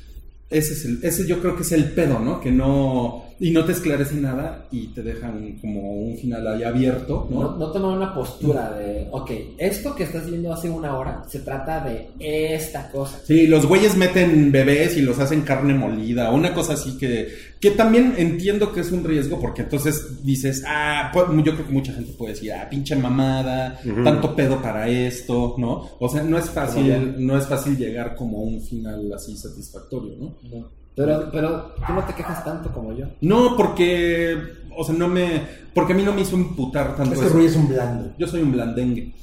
Speaker 4: Ese es el, ese yo creo que es el pedo, ¿no? Que no y no te esclarece nada y te dejan como un final ahí abierto, ¿no?
Speaker 3: No, no tomar una postura de, ok, esto que estás viendo hace una hora se trata de esta cosa.
Speaker 4: Sí, los güeyes meten bebés y los hacen carne molida, una cosa así que, que también entiendo que es un riesgo porque entonces dices, ah, pues, yo creo que mucha gente puede decir, ah, pinche mamada,
Speaker 2: Ujú.
Speaker 4: tanto pedo para esto, ¿no? O sea, no es fácil, no es fácil llegar como a un final así satisfactorio, ¿no?
Speaker 3: No. Pero, pero tú no te quejas tanto como yo.
Speaker 4: No, porque, o sea, no me, porque a mí no me hizo imputar tanto
Speaker 6: Este
Speaker 4: eso.
Speaker 6: Rui es un blando.
Speaker 4: Yo soy un blandengue.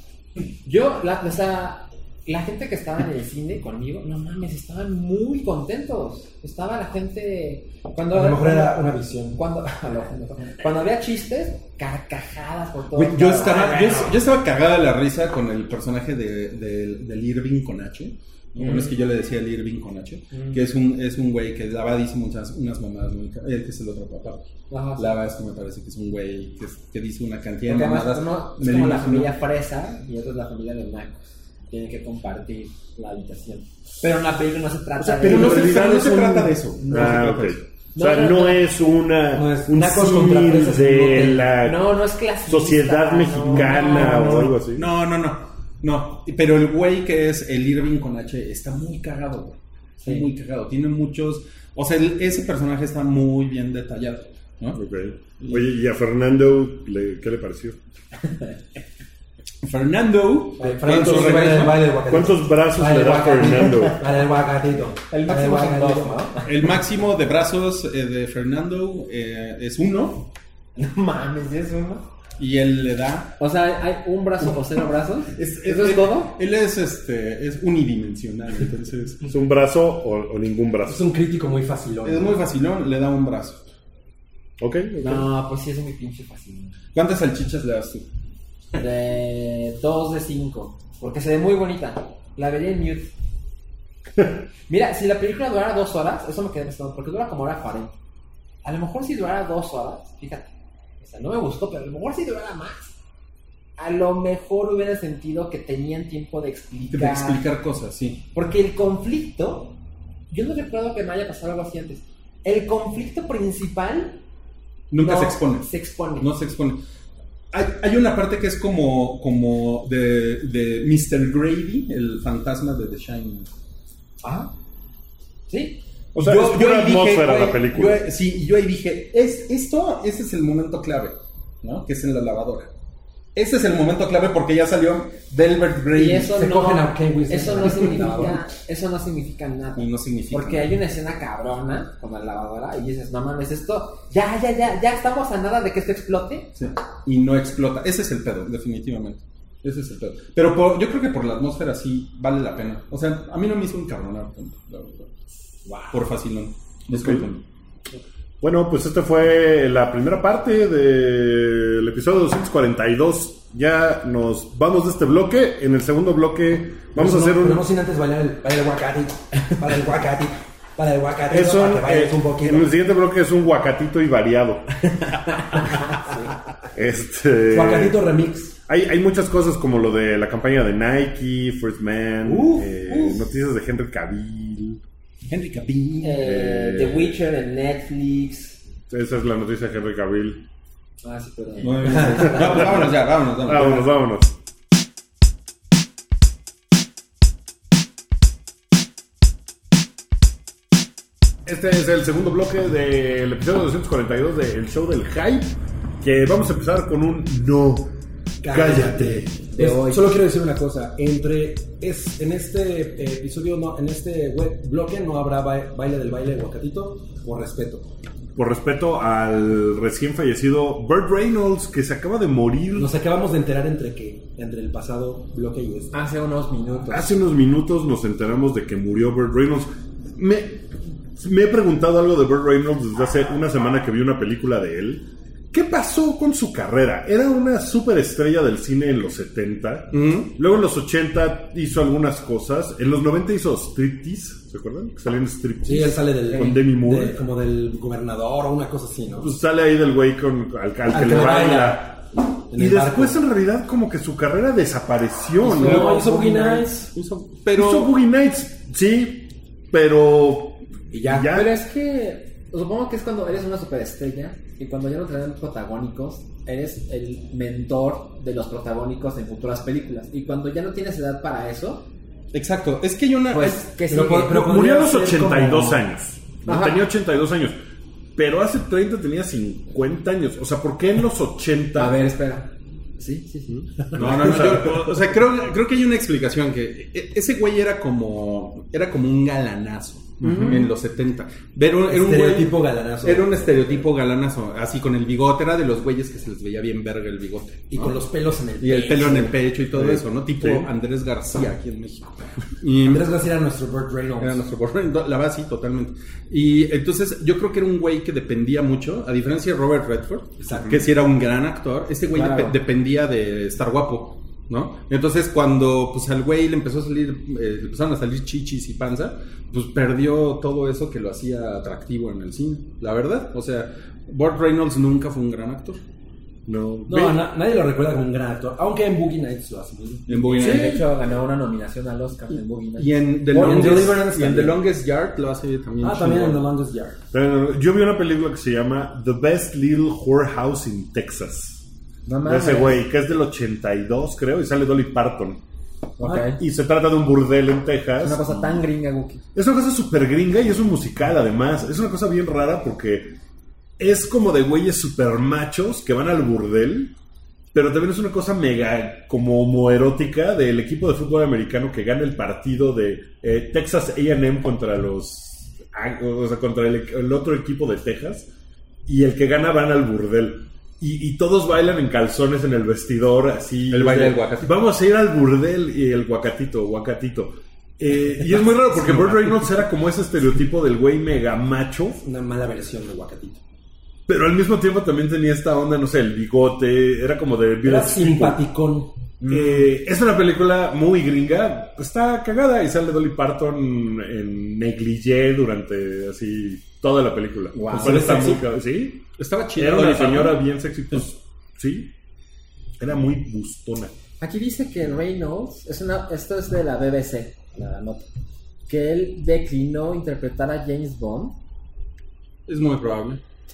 Speaker 3: Yo, la, o sea, la gente que estaba en el cine conmigo, no mames, estaban muy contentos. Estaba la gente. Cuando,
Speaker 6: A lo mejor era una visión.
Speaker 3: cuando, a lo mejor. cuando había chistes, carcajadas por todo.
Speaker 4: Güey, yo
Speaker 3: ah,
Speaker 4: estaba, yo, yo estaba cagada de la risa con el personaje de, de- del Irving con H. ¿no? Bueno,
Speaker 3: Mm.
Speaker 4: es que yo le decía el Irving con H, que es un, es un güey que daba dice muchas, unas mamadas muy ca- El que es el otro papá.
Speaker 3: Ajá.
Speaker 4: Lava es que me parece que es un güey que, es- que dice una cantidad
Speaker 3: Porque
Speaker 4: de
Speaker 3: además
Speaker 4: mamadas.
Speaker 3: uno es
Speaker 4: me
Speaker 3: como
Speaker 4: lo
Speaker 3: la
Speaker 4: imagino.
Speaker 3: familia fresa y otra es la familia de nacos. Tienen que compartir la habitación. Pero en la película no se trata de.
Speaker 4: Pero no se,
Speaker 2: en realidad
Speaker 4: no
Speaker 2: es
Speaker 4: se
Speaker 2: un-
Speaker 4: trata de eso. No se
Speaker 2: Ah,
Speaker 4: trata
Speaker 2: ok.
Speaker 4: de eso.
Speaker 2: O sea,
Speaker 3: No,
Speaker 2: no,
Speaker 3: no, no.
Speaker 2: es una,
Speaker 6: No es
Speaker 2: un
Speaker 6: tacos contra
Speaker 2: símil
Speaker 6: presas en un
Speaker 2: de
Speaker 6: hotel.
Speaker 2: la
Speaker 3: No, no es clasista.
Speaker 2: sociedad
Speaker 3: no,
Speaker 2: mexicana
Speaker 3: no, no.
Speaker 2: o algo así.
Speaker 4: No, no, no. No, pero el güey que es el Irving con H está muy cagado, güey. Está
Speaker 3: Sí.
Speaker 4: muy cagado. Tiene muchos. O sea, el- ese personaje está muy bien detallado, ¿no?
Speaker 2: Ok. Oye, ¿y a Fernando le- qué le pareció?
Speaker 4: Fernando.
Speaker 6: Fernando
Speaker 4: en su
Speaker 6: Fernando
Speaker 4: regreso-
Speaker 6: baila el baile del guacatito.
Speaker 2: ¿Cuántos brazos
Speaker 6: Baila
Speaker 2: le
Speaker 6: el
Speaker 2: da
Speaker 6: guacatito,
Speaker 2: Fernando?
Speaker 6: Baila el guacatito.
Speaker 3: El
Speaker 6: Baila
Speaker 3: máximo son dos,
Speaker 6: guacatito.
Speaker 3: ¿no?
Speaker 4: El máximo de brazos eh, de Fernando eh, es uno
Speaker 3: No mames, ¿ya es uno?
Speaker 4: y él le da.
Speaker 3: O sea, hay un brazo o cero brazos.
Speaker 4: es-
Speaker 3: ¿Eso es
Speaker 4: él-
Speaker 3: todo?
Speaker 4: Él es este es unidimensional, entonces
Speaker 2: ¿Es un brazo o, o ningún
Speaker 6: Es
Speaker 2: brazo?
Speaker 6: un crítico muy facilón.
Speaker 4: es muy facilón, le da un brazo.
Speaker 2: Ok, ok.
Speaker 3: No, pues sí es muy pinche fácil.
Speaker 4: ¿Cuántas salchichas le das tú?
Speaker 3: De 2 de 5. Porque se ve muy bonita. La vería en mute. Mira, si la película durara dos horas, eso me quedé pensando, porque dura como hora 40. A lo mejor si durara dos horas, fíjate. O sea, no me gustó, pero a lo mejor si durara más. A lo mejor hubiera sentido que tenían tiempo de
Speaker 4: Te
Speaker 3: explicar.
Speaker 4: voy a explicar cosas, sí.
Speaker 3: Porque el conflicto, yo no recuerdo que me haya pasado algo así antes. El conflicto principal
Speaker 4: Nunca
Speaker 3: no
Speaker 4: se expone.
Speaker 3: Se expone.
Speaker 4: No se expone. Hay, hay una parte que es como, como de, de Mr. Grady, el fantasma de The Shining.
Speaker 3: Ajá. Ah. ¿Sí?
Speaker 2: O sea, es pura atmósfera la película.
Speaker 4: yo- sí, yo ahí dije, es, esto, ese es el momento clave, ¿no? Que es en la lavadora. Ese es el momento clave porque ya salió Delbert Grady.
Speaker 3: Y eso
Speaker 6: Se
Speaker 3: no,
Speaker 6: cogen a Ken Wilson.
Speaker 3: eso no significa, eso no significa nada.
Speaker 4: Y no significa.
Speaker 3: Porque hay una escena cabrona con la lavadora y dices, no mames, esto, ya, ya, ya, ya estamos a nada de que esto explote.
Speaker 4: Sí, y no explota. Ese es el pedo, definitivamente. Ese es el pedo. Pero por- yo creo que por la atmósfera sí vale la pena. O sea, a mí no me hizo un cabronar tanto, la verdad. Por facilón. Disculpen.
Speaker 2: Bueno, pues esta fue la primera parte del episodio 242. Ya nos vamos de este bloque. En el segundo bloque vamos a
Speaker 6: No,
Speaker 2: hacer
Speaker 6: pero
Speaker 2: un...
Speaker 6: no sin antes bailar el, bailar el guacatito. Para el guacatito. Para el guacatito.
Speaker 2: Es
Speaker 6: para
Speaker 2: un,
Speaker 6: que bailes
Speaker 2: eh,
Speaker 6: un poquito.
Speaker 2: en el siguiente bloque es un guacatito y variado. Este,
Speaker 6: Guacatito remix.
Speaker 2: hay, hay muchas cosas como lo de la campaña de Nike, First Man,
Speaker 4: Uf,
Speaker 2: eh,
Speaker 4: uf.
Speaker 2: noticias de Henry Cavill.
Speaker 4: Henry Cavill.
Speaker 3: Eh,
Speaker 2: Eh.
Speaker 3: The Witcher en Netflix.
Speaker 2: Esa es la noticia de Henry Cavill.
Speaker 3: Ah, sí, perdón.
Speaker 4: No, no, no. Vamos, vámonos ya, vámonos, vámonos.
Speaker 2: Vámonos, vámonos. Este es el segundo bloque del episodio 242 de El Show del Hype. Que vamos a empezar con un no. Cállate.
Speaker 6: Pues, Solo quiero decir una cosa. Entre es, en este eh, episodio, no, en este web bloque no habrá ba- baile del baile de guacatito por respeto.
Speaker 2: por respeto al recién fallecido Burt Reynolds, que se acaba de morir
Speaker 5: Nos acabamos de enterar entre que, entre el pasado bloque y este.
Speaker 3: Hace unos minutos.
Speaker 2: Pues, Hace unos minutos nos enteramos de que murió Burt Reynolds. Me, me he preguntado algo de Burt Reynolds desde hace una semana que vi una película de él. ¿Qué pasó con su carrera? Era una superestrella del cine en los 70. Luego en los 80 hizo algunas cosas. En los 90 hizo striptease. ¿Se acuerdan? Que salían striptease.
Speaker 5: Sí, él sale del.
Speaker 2: Con Demi Moore.
Speaker 5: de- como del gobernador o una cosa así, ¿no?
Speaker 2: Pues sale ahí del güey con, al, al que le baila.
Speaker 5: En
Speaker 2: Y
Speaker 5: el
Speaker 2: después
Speaker 5: barco.
Speaker 2: en realidad como que su carrera desapareció, ¿no?
Speaker 5: Luego
Speaker 3: No,
Speaker 5: hizo
Speaker 3: Boogie
Speaker 5: Boogie
Speaker 3: Nights.
Speaker 5: Nights.
Speaker 2: Pero... Hizo Boogie Nights, sí, pero...
Speaker 5: Y ya.
Speaker 3: Pero es que supongo que es cuando eres una superestrella y cuando ya no te dan protagónicos, eres el mentor de los protagónicos en futuras películas. Y cuando ya no tienes edad para eso,
Speaker 4: Exacto. Es que hay una. es-
Speaker 3: pues que
Speaker 5: pero
Speaker 3: sigue?
Speaker 5: por- pero por-
Speaker 2: Murió a los
Speaker 5: podría ser
Speaker 2: 82
Speaker 5: como-
Speaker 2: años. No,
Speaker 3: Ajá.
Speaker 2: tenía 82 años. Pero hace 30 tenía 50 años. O sea, ¿por qué en los 80?
Speaker 3: A ver, espera. Sí, sí, sí.
Speaker 4: No, no, no. yo- o sea, creo, creo que hay una explicación que e- ese güey era como era como un galanazo en los 70. Era un, era un güey-
Speaker 5: Estereotipo galanazo.
Speaker 4: era un estereotipo galanazo, así con el bigote, era de los güeyes que se les veía bien verga el bigote.
Speaker 5: Y con los pelos en el
Speaker 4: Ah. Y el
Speaker 5: pecho.
Speaker 4: pelo en el pecho y todo
Speaker 2: Sí.
Speaker 4: eso, ¿no? Tipo
Speaker 2: Sí.
Speaker 4: Andrés García aquí en México. Y
Speaker 5: Andrés García era nuestro Burt Reynolds.
Speaker 4: era nuestro borrón, la verdad sí, totalmente. Y entonces yo creo que era un güey que dependía mucho, a diferencia de Robert Redford,
Speaker 5: Exacto.
Speaker 4: que sí era un gran actor, este güey
Speaker 3: Claro.
Speaker 4: dep- dependía de estar guapo, ¿no? Entonces cuando pues al güey le empezó a salir, eh, le empezaron a salir chichis y panza, pues perdió todo eso que lo hacía atractivo en el cine, la verdad. O sea, Burt Reynolds nunca fue un gran actor.
Speaker 2: No, ve-
Speaker 5: No, na- nadie lo recuerda como un gran actor. Aunque en Boogie Nights lo hace muy bien.
Speaker 4: En Boogie
Speaker 3: Sí,
Speaker 4: Nights.
Speaker 3: De hecho, ganó una nominación al Oscar de Boogie Nights.
Speaker 4: Y en The,
Speaker 5: Bueno, en Deliverance
Speaker 4: longest, y en The
Speaker 5: también.
Speaker 4: Longest Yard lo hace también.
Speaker 5: Ah, también en The
Speaker 4: chingón.
Speaker 5: Longest Yard.
Speaker 2: pero Eh, yo vi una película que se llama The Best Little Whorehouse in Texas.
Speaker 3: No
Speaker 2: De
Speaker 3: mames.
Speaker 2: ese güey, que es del 82, creo, y sale Dolly Parton.
Speaker 3: Ok.
Speaker 2: Y se trata de un burdel en Texas.
Speaker 3: Es una cosa tan gringa, Wookie.
Speaker 2: Es una cosa súper gringa y es un musical además. Es una cosa bien rara porque es como de güeyes super machos que van al burdel, pero también es una cosa mega como homoerótica del equipo de fútbol americano que gana el partido de eh, Texas AM contra los... ah, O sea, contra el, el otro equipo de Texas y el que gana van al burdel. Y, y todos bailan en calzones en el vestidor, así.
Speaker 4: El baile
Speaker 2: O sea,
Speaker 4: del guacatito.
Speaker 2: Vamos a ir al burdel y el guacatito, guacatito. Eh, y es muy raro porque Burt Reynolds era como ese estereotipo del güey mega macho,
Speaker 5: Una mala versión de Guacatito.
Speaker 2: pero al mismo tiempo también tenía esta onda, no sé, el bigote, era como de
Speaker 5: Era
Speaker 2: Village People.
Speaker 5: simpaticón.
Speaker 2: Eh, es una película muy gringa, está cagada y sale Dolly Parton en negligé durante así toda la película.
Speaker 5: Wow.
Speaker 2: Lo cual
Speaker 5: ¿Se ve
Speaker 2: está muy
Speaker 5: sexy?
Speaker 2: cagado. ¿Sí?
Speaker 4: Estaba chido.
Speaker 2: Era una
Speaker 4: Dolly Parton.
Speaker 2: señora bien sexy, pues sí. Era muy bustona.
Speaker 3: Aquí dice que Reynolds, es una, esto es de la BBC, la nota, que él declinó interpretar a James Bond
Speaker 4: Es muy probable.
Speaker 5: Ah,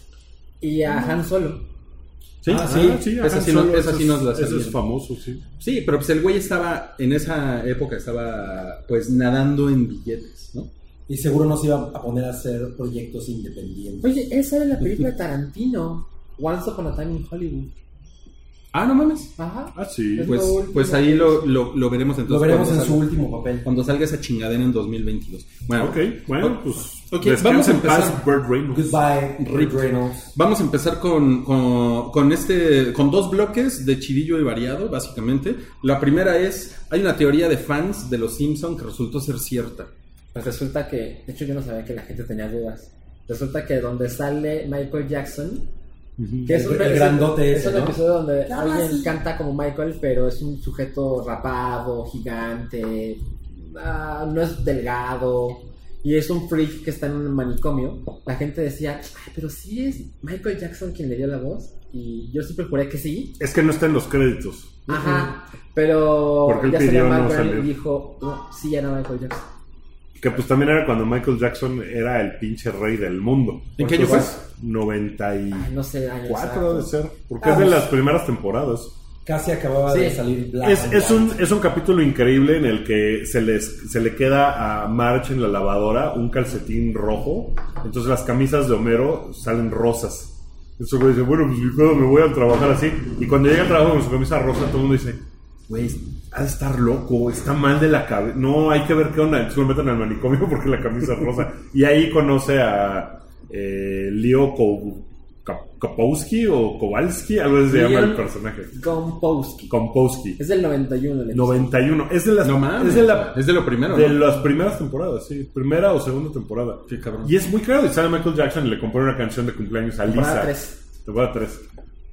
Speaker 3: y a Han Solo.
Speaker 2: Sí,
Speaker 4: Ah, sí. Esa sí no- esa sí nos la
Speaker 2: Eso es
Speaker 4: sabían.
Speaker 2: famoso, sí.
Speaker 4: Sí, pero pues el güey estaba, en esa época estaba pues nadando en billetes, ¿no?
Speaker 5: Y seguro no se iba a poner a hacer proyectos independientes.
Speaker 3: Oye, esa era la película de Tarantino, Once Upon a Time in Hollywood.
Speaker 4: Ah, no mames.
Speaker 3: Ajá.
Speaker 2: Ah, sí.
Speaker 3: Es
Speaker 4: Pues,
Speaker 3: lo último
Speaker 4: pues ahí lo, lo- lo veremos entonces.
Speaker 5: Lo veremos en
Speaker 4: cuando
Speaker 5: su
Speaker 4: salga,
Speaker 5: último papel.
Speaker 4: cuando salga esa chingadera en 2022. Bueno,
Speaker 2: Ok, bueno,
Speaker 4: o-
Speaker 2: pues.
Speaker 4: ok,
Speaker 2: descansa
Speaker 4: vamos a
Speaker 2: en paz,
Speaker 4: empezar.
Speaker 2: Burt Reynolds.
Speaker 5: Goodbye, Rick
Speaker 4: Rick.
Speaker 5: Reynolds.
Speaker 4: Vamos a empezar con, con, con este, con dos bloques de chidillo y variado, básicamente. La primera es, hay una teoría de fans de los Simpson que resultó ser cierta.
Speaker 3: Pues resulta que, de hecho yo no sabía que la gente tenía dudas. Resulta que donde sale Michael Jackson, que es
Speaker 5: El-
Speaker 3: un,
Speaker 5: el
Speaker 3: es un-
Speaker 5: grandote
Speaker 3: es
Speaker 5: ese,
Speaker 3: un
Speaker 5: ¿no?
Speaker 3: episodio donde
Speaker 5: Ya
Speaker 3: alguien
Speaker 5: vas.
Speaker 3: canta como Michael, pero es un sujeto rapado, gigante, ah, no es delgado y es un freak que está en un manicomio. La gente decía, "Ay, pero sí es Michael Jackson quien le dio la voz y yo siempre juré que sí,
Speaker 2: Es que no está en los créditos.
Speaker 3: Ajá, pero
Speaker 2: Porque él
Speaker 3: ya salió
Speaker 2: pidió no
Speaker 3: Michael
Speaker 2: salir.
Speaker 3: y dijo, no, sí, era Michael Jackson.
Speaker 2: Que pues también era cuando Michael Jackson era el pinche rey del mundo.
Speaker 4: ¿En qué año fue?
Speaker 2: 94
Speaker 3: Ay, no sé, año
Speaker 2: debe
Speaker 3: exacto.
Speaker 2: ser.
Speaker 4: Ah,
Speaker 2: Porque es de
Speaker 4: pues.
Speaker 2: las primeras temporadas.
Speaker 5: Casi acababa
Speaker 3: Sí.
Speaker 5: de salir Black.
Speaker 2: Es,
Speaker 5: and
Speaker 2: es,
Speaker 5: White.
Speaker 2: un, es un capítulo increíble en el que se, les, se le queda a March en la lavadora un calcetín rojo. Entonces las camisas de Homero salen rosas. Entonces el güey dice, bueno, pues ni pedo, me voy a trabajar así. Y cuando llega al trabajo con su camisa rosa, todo el mundo dice, güey, ha de estar loco, está mal de la cabeza. No, hay que ver qué onda. Entonces lo meten al manicomio porque la camisa es rosa. Y ahí conoce a... eh, Leo Ko- Ko- Kopowski o Kowalski, algo así se llama
Speaker 3: Leon-
Speaker 2: el personaje.
Speaker 3: Kompowski.
Speaker 2: Kompowski.
Speaker 3: Es del 91. el episodio.
Speaker 2: 91. Es de las,
Speaker 4: No mames.
Speaker 2: es de la-
Speaker 4: lo primero.
Speaker 2: de
Speaker 4: ¿no?
Speaker 2: las primeras temporadas, sí. Primera o segunda temporada.
Speaker 4: Qué cabrón.
Speaker 2: Y es muy caro. Y sale Michael Jackson y le compone una canción de cumpleaños a
Speaker 3: Temporada
Speaker 2: Lisa.
Speaker 3: tres.
Speaker 2: Temporada 3.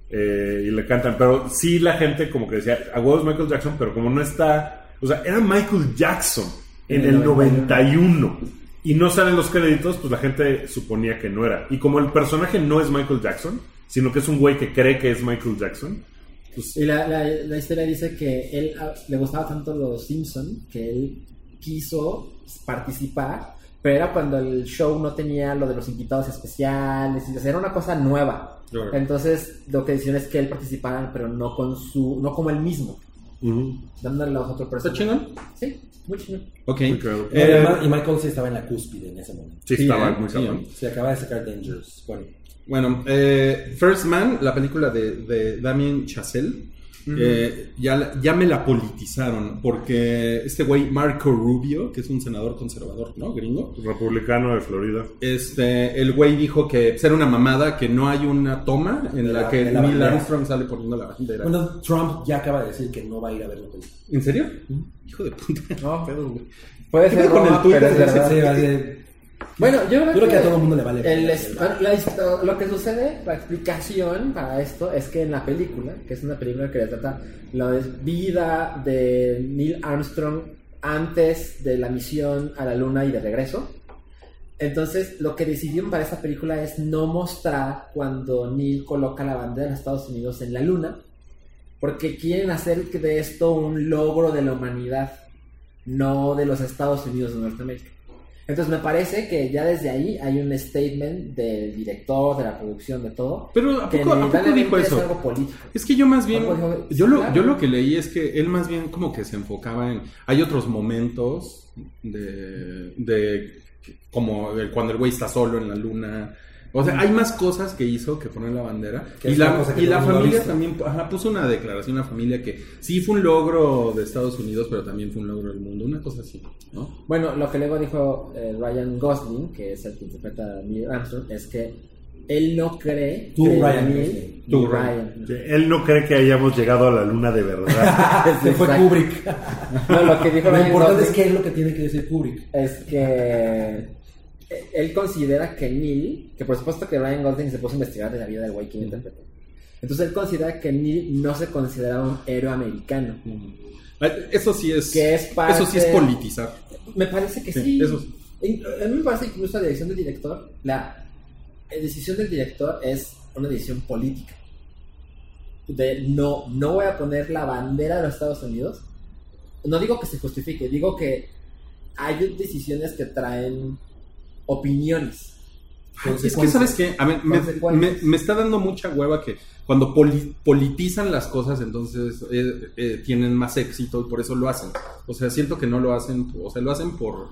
Speaker 2: Eh, y le cantan. Pero sí, la gente como que decía, a huevos Michael Jackson, pero como no está. O sea, era Michael Jackson en el 91. Y no salen los créditos, pues la gente suponía que no era. Y como el personaje no es Michael Jackson, sino que es un güey que cree que es Michael Jackson, pues
Speaker 3: Y la, la- la historia dice que él ah, le gustaba tanto los Simpson que él quiso participar, pero era cuando el show no tenía lo de los invitados especiales, y, o sea, era una cosa nueva.
Speaker 4: Claro.
Speaker 3: Entonces, lo que decían es que él participara, pero no con su, no como él mismo,
Speaker 2: ujú,
Speaker 3: dándole a otro
Speaker 4: ¿Está
Speaker 3: personaje.
Speaker 4: chingón?
Speaker 3: Sí, muy chingón.
Speaker 4: Ok. Eh,
Speaker 2: muy caro.
Speaker 5: No, y además- y Michael sí estaba en la cúspide en ese momento.
Speaker 2: Sí,
Speaker 4: sí,
Speaker 2: estaba
Speaker 4: eh,
Speaker 2: muy
Speaker 4: sí,
Speaker 2: cabrón.
Speaker 4: eh.
Speaker 5: Se acaba de sacar Dangerous. Bueno,
Speaker 4: Bueno, eh, First Man, la película de, de Damien Chazelle, eh, ya, la- ya me la politizaron porque este güey Marco Rubio, que es un senador conservador, ¿no? Gringo.
Speaker 2: Republicano de Florida.
Speaker 4: Este, el güey dijo que pues, era una mamada, que no hay una toma en la,
Speaker 5: la-
Speaker 4: que
Speaker 5: de la
Speaker 4: Neil
Speaker 5: bandera.
Speaker 4: Armstrong sale poniendo la bandera.
Speaker 5: bueno, Trump ya acaba de decir que no va a ir a ver la película.
Speaker 4: ¿En serio? Hijo de puta. No, pedo, güey.
Speaker 3: Puede
Speaker 4: ser
Speaker 3: ser
Speaker 4: Con broma, el Twitter, pero es verdad.
Speaker 5: Sí, va a ser-
Speaker 3: Bueno, yo creo
Speaker 5: Yo creo que a todo el mundo le vale.
Speaker 3: El es- la histo- lo que sucede, la explicación para esto es que en la película, que es una película que trata la vida de Neil Armstrong antes de la misión a la luna y de regreso, entonces lo que decidieron para esta película es no mostrar cuando Neil coloca la bandera de los Estados Unidos en la luna, porque quieren hacer que de esto un logro de la humanidad, no de los Estados Unidos de Norteamérica. Entonces me parece que ya desde ahí hay un statement del director, de la producción, de todo,
Speaker 4: Pero ¿a
Speaker 3: que
Speaker 4: poco, ¿a poco dijo
Speaker 3: inevitablemente es
Speaker 4: eso?
Speaker 3: algo político.
Speaker 4: Es que yo más
Speaker 5: Ah,
Speaker 4: bien,
Speaker 5: pues,
Speaker 3: Tampoco dijo-
Speaker 4: yo
Speaker 3: sí,
Speaker 4: lo,
Speaker 3: claro.
Speaker 4: yo lo que leí es que él más bien como que se enfocaba en, hay otros momentos de, de como el- cuando el güey está solo en la luna. O sea, hay más cosas que hizo que poner la bandera.
Speaker 5: Mm. Que
Speaker 4: Y
Speaker 5: es una
Speaker 4: la,
Speaker 5: cosa que
Speaker 4: y la
Speaker 5: todo el mundo ha
Speaker 4: familia
Speaker 5: visto.
Speaker 4: también ajá, puso una declaración a la familia que sí fue un logro de Estados Unidos, pero también fue un logro del mundo. Una cosa así, ¿no?
Speaker 3: Bueno, lo que luego dijo eh, Ryan Gosling, que es el que interpreta a Neil Armstrong, es que él no cree
Speaker 5: Tú,
Speaker 3: que
Speaker 5: Ryan
Speaker 3: Neil-
Speaker 5: Gosling.
Speaker 4: Tú,
Speaker 3: ni
Speaker 4: Ryan.
Speaker 3: Ryan.
Speaker 2: Sí, Él no cree que hayamos llegado a la luna de verdad.
Speaker 5: Ah, Se fue
Speaker 3: Ah, Exacto.
Speaker 5: Kubrick.
Speaker 3: No, lo que dijo
Speaker 5: Lo
Speaker 3: Ryan
Speaker 5: importante
Speaker 3: Gosling
Speaker 5: es que es lo que tiene que decir Kubrick.
Speaker 3: es que él considera que Neil, que por supuesto que Ryan Gosling se puso a investigar de la vida del güey que interpretó. Entonces él considera que Neil no se consideraba un héroe americano.
Speaker 4: Eso sí es,
Speaker 3: Que es parte-
Speaker 4: eso sí es politizar.
Speaker 3: Me parece que sí.
Speaker 4: Sí, eso sí.
Speaker 3: In- A mí me parece que incluso la dirección del director, la eh, decisión del director es una decisión política. De no, no voy a poner la bandera de los Estados Unidos. No digo que se justifique, digo que hay decisiones que traen opiniones.
Speaker 4: Ah, Es que, ¿sabes qué? A ver, me, me-
Speaker 3: Consecuencias.
Speaker 4: me está dando mucha hueva que cuando poli- politizan las cosas, entonces eh, eh, tienen más éxito y por eso lo hacen. O sea, siento que no lo hacen, o sea, lo hacen por.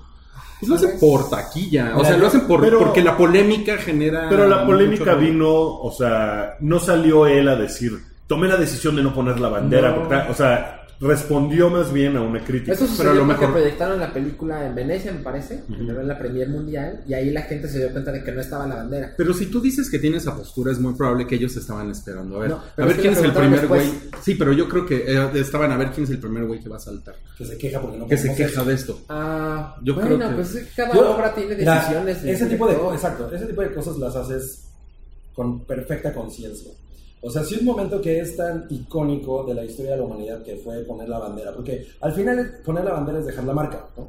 Speaker 4: pues lo hacen
Speaker 3: ¿Sabes?
Speaker 4: por taquilla, o sea, lo hacen por,
Speaker 2: Pero-
Speaker 4: porque la polémica genera.
Speaker 2: Pero la polémica
Speaker 4: mucho-
Speaker 2: vino, o sea, no salió él a decir, tomé la decisión de no poner la bandera.
Speaker 3: No.
Speaker 2: porque ta- O sea, respondió más bien a una crítica.
Speaker 3: Eso
Speaker 4: pero
Speaker 3: sucedió
Speaker 4: a lo
Speaker 3: lo
Speaker 4: mejor-
Speaker 3: proyectaron la película en Venecia, me parece, en la premier mundial, y ahí la gente se dio cuenta de que no estaba la bandera.
Speaker 4: Pero si tú dices que tiene esa postura, es muy probable que ellos estaban esperando. A ver,
Speaker 3: No,
Speaker 4: a
Speaker 3: pero
Speaker 4: ver
Speaker 3: sí
Speaker 4: quién
Speaker 3: le
Speaker 4: es el primer
Speaker 3: preguntaron
Speaker 4: güey.
Speaker 3: después.
Speaker 4: Sí, pero yo creo que eh, estaban a ver quién es el primer güey que va a saltar.
Speaker 5: Que se queja porque no
Speaker 4: Que se
Speaker 5: conoce.
Speaker 4: queja de esto.
Speaker 3: Ah,
Speaker 4: Yo
Speaker 3: bueno,
Speaker 4: creo que-
Speaker 3: pues es que cada
Speaker 5: Yo-
Speaker 3: obra tiene
Speaker 5: la-
Speaker 3: decisiones. del
Speaker 5: ese tipo de
Speaker 3: director.
Speaker 5: exacto, ese tipo de cosas las haces con perfecta conciencia. O sea, sí un momento que es tan icónico de la historia de la humanidad que fue poner la bandera, porque al final es- poner la bandera es dejar la marca, ¿no?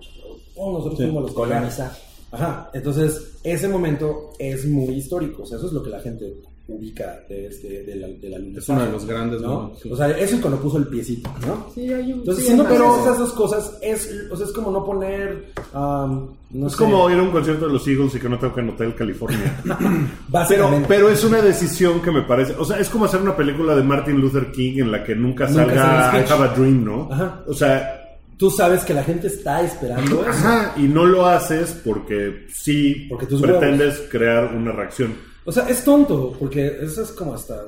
Speaker 5: Todos nosotros fuimos los que
Speaker 3: colonizar.
Speaker 5: Ajá, entonces ese momento es muy histórico, o sea, eso es lo que la gente ubica de, este, de la, de la luna.
Speaker 4: Es uno de los grandes,
Speaker 5: ¿no?
Speaker 4: ¿no? Sí.
Speaker 5: O sea, eso es cuando puso el piecito, ¿no?
Speaker 3: Sí, hay un-
Speaker 5: Entonces,
Speaker 3: sí,
Speaker 5: siendo
Speaker 3: además
Speaker 5: pero
Speaker 3: es-
Speaker 5: esas dos cosas, es, o sea, es como no poner, am, no
Speaker 2: es
Speaker 5: sé,
Speaker 2: como ir a un concierto de los Eagles y que no tengo que anotar el California. pero,
Speaker 5: básicamente.
Speaker 2: pero es una decisión que me parece. O sea, es como hacer una película de Martin Luther King en la que nunca
Speaker 5: Nunca
Speaker 2: salga
Speaker 5: salga
Speaker 2: I
Speaker 5: speech.
Speaker 2: Have a Dream, ¿no?
Speaker 5: Ajá.
Speaker 2: O sea,
Speaker 5: Tú sabes que la gente está esperando eso.
Speaker 2: Ajá, y no lo haces porque sí
Speaker 5: Porque tus
Speaker 2: pretendes crear una reacción.
Speaker 5: O sea, es tonto, porque eso es como hasta.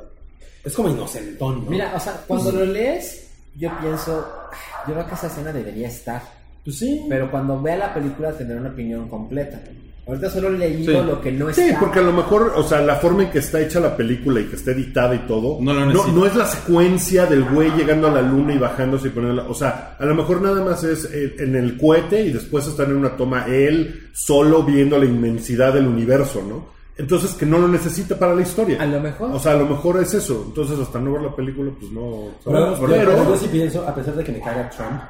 Speaker 5: Es como inocentón, ¿no?
Speaker 3: Mira, o sea, cuando lo lees, yo pienso, "Ah, yo creo que esa escena debería estar.
Speaker 5: pues sí.
Speaker 3: Pero cuando vea la película tendré una opinión completa. Ahorita solo leí
Speaker 4: Sí.
Speaker 3: lo que no está.
Speaker 2: Sí, porque a lo mejor, o sea, la forma en que está hecha la película y que está editada y todo,
Speaker 4: No lo
Speaker 2: no,
Speaker 4: necesita.
Speaker 2: no es la secuencia del güey llegando a la luna y bajándose y poniéndola. O sea, a lo mejor nada más es eh, en el cohete y después están en una toma él solo viendo la inmensidad del universo, ¿no? Entonces que no lo necesita para la historia.
Speaker 3: A lo mejor.
Speaker 2: O sea, a lo mejor es eso. Entonces hasta no ver la película, pues no.
Speaker 5: Pero,
Speaker 2: pero-
Speaker 5: pero yo sí pienso, a pesar de que me caga Trump,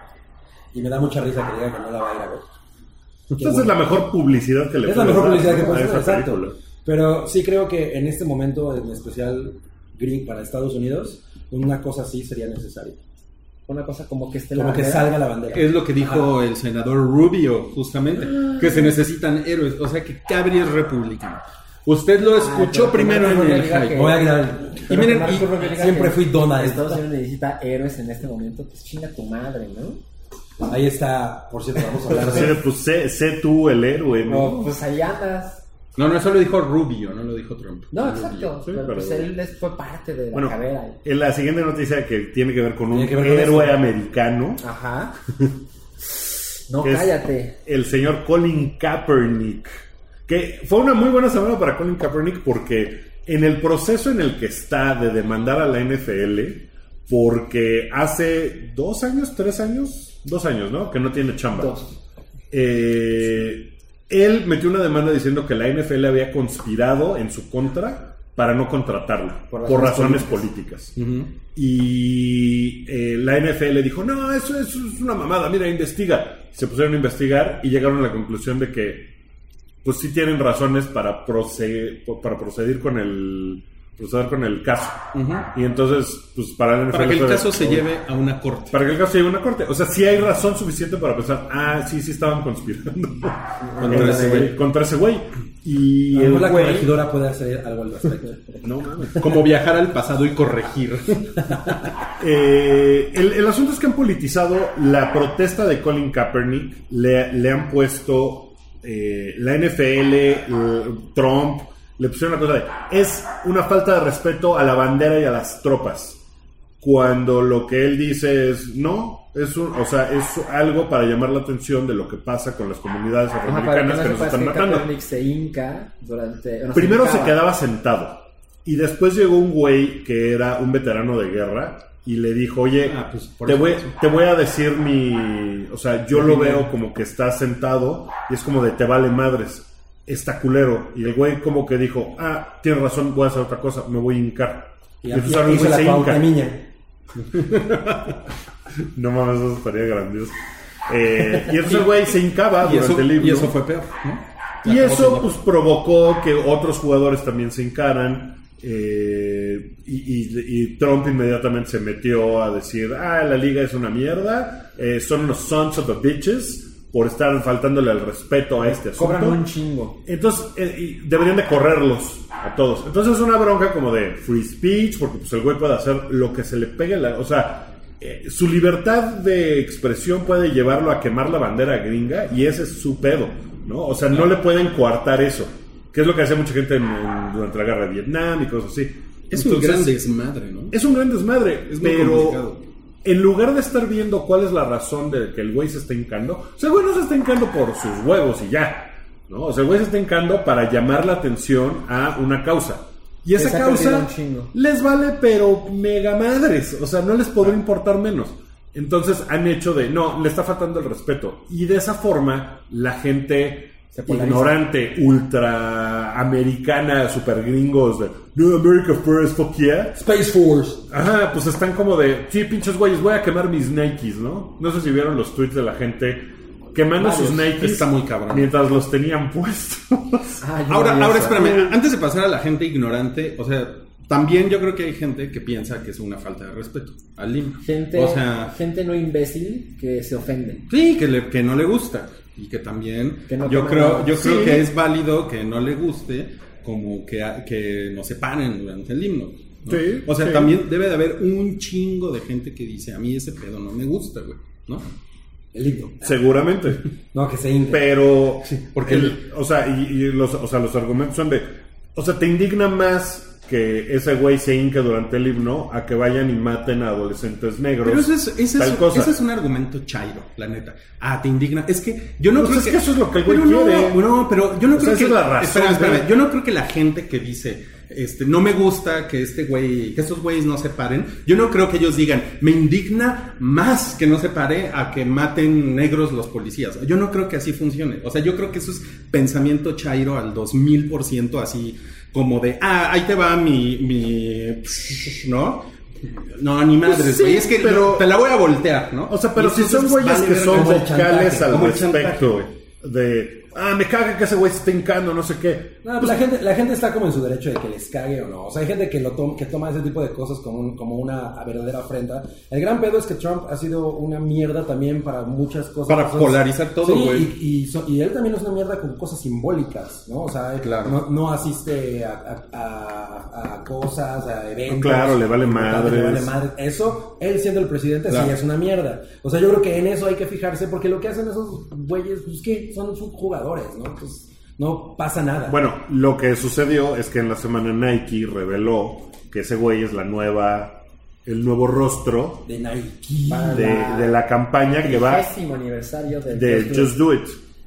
Speaker 5: y me da mucha risa que diga que no la va a ir a ver.
Speaker 2: entonces es la mejor publicidad que le
Speaker 5: Es la
Speaker 2: puedes
Speaker 5: mejor
Speaker 2: dar
Speaker 5: publicidad que
Speaker 2: a
Speaker 5: puedes
Speaker 2: esa
Speaker 5: hacer, exacto.
Speaker 2: película.
Speaker 5: Pero sí creo que en este momento, en especial green para Estados Unidos, una cosa así sería necesaria.
Speaker 3: Una cosa como que esté la
Speaker 5: Como que
Speaker 3: bandera.
Speaker 5: salga la bandera.
Speaker 4: Es lo que dijo el senador Rubio, justamente, que se necesitan héroes, o sea que Cabri es republicano. Usted lo escuchó
Speaker 3: pero
Speaker 4: primero
Speaker 3: Marco
Speaker 4: en el
Speaker 3: Rubio diga
Speaker 4: hype.
Speaker 3: que-
Speaker 5: Voy a grabar.
Speaker 4: Y
Speaker 3: Pero
Speaker 4: miren,
Speaker 3: que Marco
Speaker 4: y
Speaker 3: Rubio diga
Speaker 5: siempre
Speaker 3: que
Speaker 5: fui dona de
Speaker 3: Estados
Speaker 5: esta.
Speaker 3: Unidos necesita héroes en este momento. Pues chinga tu madre, ¿no?
Speaker 5: Ahí está, por cierto, vamos a hablar
Speaker 2: Así de,
Speaker 5: de...
Speaker 2: pues sé, sé tú el héroe, ¿no?
Speaker 3: No, pues ahí andas.
Speaker 4: No, no, eso lo dijo Rubio, no lo dijo Trump.
Speaker 3: No,
Speaker 4: Rubio.
Speaker 3: exacto.
Speaker 2: sí,
Speaker 3: pero
Speaker 2: pero-
Speaker 3: pues él es- fue parte de la
Speaker 2: Bueno,
Speaker 3: carrera.
Speaker 2: en la siguiente noticia que tiene que ver con un
Speaker 5: Tiene que ver con
Speaker 2: héroe
Speaker 5: esto.
Speaker 2: americano,
Speaker 3: Ajá. No,
Speaker 2: Es-
Speaker 3: cállate.
Speaker 2: el señor Colin Kaepernick, que fue una muy buena semana para Colin Kaepernick porque en el proceso en el que está de demandar a la NFL, porque hace dos años, tres años, dos años, ¿no? Que no tiene chamba.
Speaker 3: Dos.
Speaker 2: Eh, él metió una demanda diciendo que la NFL había conspirado en su contra para no contratarlo por
Speaker 3: Por
Speaker 2: razones,
Speaker 3: razones
Speaker 2: políticas.
Speaker 4: Ujú.
Speaker 2: Y eh, la NFL dijo, no, eso, eso es una mamada, mira, investiga. Se pusieron a investigar y llegaron a la conclusión de que, pues sí tienen razones para, proce- para proceder con el proceder con el caso.
Speaker 4: Ujú.
Speaker 2: Y entonces, pues para la NFL...
Speaker 4: Para que el
Speaker 2: fue de-
Speaker 4: caso se lleve a una corte.
Speaker 2: Para que el caso llegue a una corte. O sea, sí hay razón suficiente para pensar, ah, sí, sí estaban conspirando contra ese güey. Contra ese güey. Y
Speaker 5: Y
Speaker 2: el
Speaker 5: la
Speaker 2: güey-
Speaker 5: corregidora puede hacer algo al respecto.
Speaker 2: No mames.
Speaker 4: Como viajar al pasado y corregir.
Speaker 2: Eh, el, el asunto es que han politizado la protesta de Colin Kaepernick, le, le han puesto eh, la NFL, eh, Trump, le pusieron la cosa de, es una falta de respeto a la bandera y a las tropas, cuando lo que él dice es, no, es, un- o sea, es algo para llamar la atención de lo que pasa con las comunidades
Speaker 3: Ajá, para que no
Speaker 2: afroamericanas que nos
Speaker 3: sepas
Speaker 2: están
Speaker 3: que
Speaker 2: matando.
Speaker 3: Kaepernick se hinca durante... bueno,
Speaker 2: Primero se
Speaker 3: hincaba.
Speaker 2: quedaba sentado. Y después llegó un güey que era un veterano de guerra y le dijo, oye,
Speaker 4: Ah, pues, por
Speaker 2: te,
Speaker 4: eso
Speaker 2: voy,
Speaker 4: pasó.
Speaker 2: te voy a decir mi... O sea, yo lo veo como que está sentado y es como de te vale madres, está culero. Y el güey como que dijo, ah, tienes razón, voy a hacer otra cosa, me voy a hincar.
Speaker 5: Y
Speaker 2: Y
Speaker 5: aquí
Speaker 2: entonces ahora el
Speaker 5: hizo
Speaker 2: güey
Speaker 5: la
Speaker 2: se
Speaker 5: pauta
Speaker 2: hinca.
Speaker 5: miña.
Speaker 2: No mames, eso estaría grandioso. Eh, y entonces el güey se hincaba
Speaker 4: Y
Speaker 2: durante
Speaker 4: eso,
Speaker 2: el libro.
Speaker 4: y eso fue peor, ¿no?
Speaker 2: Y
Speaker 4: Acabó
Speaker 2: eso
Speaker 4: siendo-
Speaker 2: pues provocó que otros jugadores también se encaran eh, y, y- y Trump inmediatamente se metió a decir, ah, la liga es una mierda, eh, son unos sons of the bitches por estar faltándole al respeto a este asunto.
Speaker 3: Cobran un chingo.
Speaker 2: Entonces, eh, y deberían de correrlos a todos. Entonces es una bronca como de free speech, porque pues el güey puede hacer lo que se le pegue la... O sea, eh, su libertad de expresión puede llevarlo a quemar la bandera gringa y ese es su pedo, ¿no? O sea, no le pueden coartar eso, que es lo que hacía mucha gente en- en- durante la guerra de Vietnam y cosas así.
Speaker 4: Es un
Speaker 2: Entonces,
Speaker 4: gran desmadre, ¿no?
Speaker 2: es un gran desmadre,
Speaker 4: Es muy complicado.
Speaker 2: pero en lugar de estar viendo cuál es la razón de que el güey se está hincando, o sea, el güey no se está hincando por sus huevos y ya, ¿no? O sea, el güey se está hincando para llamar la atención a una causa. Y esa
Speaker 3: Les ha perdido
Speaker 2: causa
Speaker 3: un chingo.
Speaker 2: les vale, pero mega madres, o sea, no les podrá importar menos. Entonces han hecho de, no, le está faltando el respeto. Y de esa forma la gente
Speaker 3: Se polariza.
Speaker 2: ignorante, ultra americana, super gringos, de, no, America first, fuck yeah.
Speaker 5: Space Force.
Speaker 2: Ajá, pues están como de, sí, pinches güeyes, voy a quemar mis Nikes, ¿no? No sé si vieron los tweets de la gente quemando
Speaker 4: Varios.
Speaker 2: sus Nikes.
Speaker 4: Está muy cabrón.
Speaker 2: Mientras los tenían puestos.
Speaker 3: Ay,
Speaker 4: Ahora,
Speaker 3: Dios,
Speaker 4: ahora
Speaker 3: eh.
Speaker 4: espérame, antes de pasar a la gente ignorante, o sea, también yo creo que hay gente que piensa que es una falta de respeto al Lima.
Speaker 3: Gente,
Speaker 4: o sea,
Speaker 3: gente no imbécil que se ofende.
Speaker 4: sí, que, le- que no le gusta y que también
Speaker 3: Que no
Speaker 4: yo
Speaker 3: toma
Speaker 4: creo
Speaker 3: nada.
Speaker 4: yo creo
Speaker 2: Sí.
Speaker 4: que es válido que no le guste como que, a- que nos separen durante el himno. ¿no?
Speaker 2: Sí,
Speaker 4: o sea,
Speaker 2: sí.
Speaker 4: también debe de haber un chingo de gente que dice, a mí ese pedo no me gusta, güey, ¿no?
Speaker 5: El himno.
Speaker 2: Seguramente.
Speaker 5: No, que se hinca.
Speaker 2: Pero,
Speaker 4: porque-
Speaker 2: el- o, sea, y, y los, o sea, los argumentos son de, o sea, te indigna más que ese güey se hinque durante el himno a que vayan y maten a adolescentes negros.
Speaker 4: Pero eso es, ese
Speaker 2: tal
Speaker 4: es,
Speaker 2: cosa.
Speaker 4: ese es un argumento chairo, la neta. Ah, te indigna. Es que yo no
Speaker 2: Pues
Speaker 4: creo
Speaker 2: es que eso es lo que el güey
Speaker 4: Pero no,
Speaker 2: quiere.
Speaker 4: No, pero yo no
Speaker 2: O sea,
Speaker 4: creo
Speaker 2: esa
Speaker 4: que.
Speaker 2: es la razón
Speaker 4: espérame, espérame.
Speaker 2: de-
Speaker 4: Yo no creo que la gente que dice, este, no me gusta que este güey, que estos güeyes no se paren, yo no creo que ellos digan, me indigna más que no se pare a que maten negros los policías. Yo no creo que así funcione. O sea, yo creo que eso es pensamiento chairo al 2000%, así como de, ah, ahí te va mi. mi ¿No? No, ni madres,
Speaker 2: Pues sí,
Speaker 4: güey. es que
Speaker 2: pero-
Speaker 4: te la voy a voltear, ¿no?
Speaker 2: O sea, pero
Speaker 4: Y
Speaker 2: si son
Speaker 4: entonces
Speaker 2: güeyes
Speaker 4: vale
Speaker 2: que
Speaker 4: verga
Speaker 2: son
Speaker 4: como el
Speaker 2: vocales
Speaker 4: chantaje,
Speaker 2: al
Speaker 4: como el chantaje,
Speaker 2: respecto
Speaker 4: güey.
Speaker 2: de, ah, me caga que ese güey se esté hincando, no sé qué.
Speaker 5: No, pues la gente, la gente está como en su derecho de que les cague o no. O sea, hay gente que lo toma, que toma ese tipo de cosas como, un- como una verdadera afrenta. El gran pedo es que Trump ha sido una mierda también para muchas cosas.
Speaker 4: Para
Speaker 2: pues,
Speaker 5: Entonces,
Speaker 4: polarizar todo,
Speaker 5: sí,
Speaker 4: güey.
Speaker 5: y, y so- y él también es una mierda con cosas simbólicas, ¿no? O sea, él
Speaker 4: Claro.
Speaker 5: no, no asiste a, a- a- a cosas, a eventos.
Speaker 2: Claro, le vale
Speaker 5: Le vale
Speaker 2: madres.
Speaker 5: madre. Eso, él siendo el presidente, sí
Speaker 4: Claro.
Speaker 5: es una mierda. O sea, yo creo que en eso hay que fijarse porque lo que hacen esos güeyes, pues que son jugadores, ¿no? Entonces, no pasa nada.
Speaker 2: Bueno, lo que sucedió es que en la semana Nike reveló que ese güey es la nueva, el nuevo rostro
Speaker 5: de Nike.
Speaker 3: Para
Speaker 2: de, de la campaña que va
Speaker 3: Décimo aniversario del
Speaker 2: de
Speaker 3: Just Do It.
Speaker 2: Just Do It.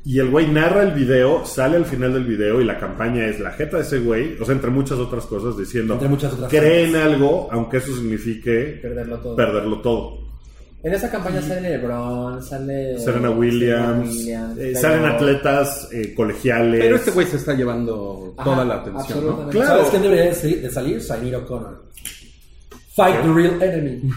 Speaker 2: Y el güey narra el video, sale al final del video y la campaña es la jeta de ese güey, o sea, entre muchas otras cosas, diciendo,
Speaker 5: Entre muchas otras
Speaker 2: cree en algo, aunque eso signifique
Speaker 3: Perderlo todo.
Speaker 2: perderlo todo.
Speaker 3: En esa campaña sale LeBron,
Speaker 5: Eh,
Speaker 3: sale
Speaker 2: Serena Williams,
Speaker 3: Williams,
Speaker 2: eh,
Speaker 3: pero-
Speaker 2: salen atletas eh, colegiales.
Speaker 4: Pero este güey se está llevando
Speaker 3: Ajá,
Speaker 4: toda la atención, ¿no?
Speaker 3: absolutamente.
Speaker 2: Claro.
Speaker 5: ¿Sabes quién debería de salir? De salir? Sainir O'Connor. Fight the real enemy.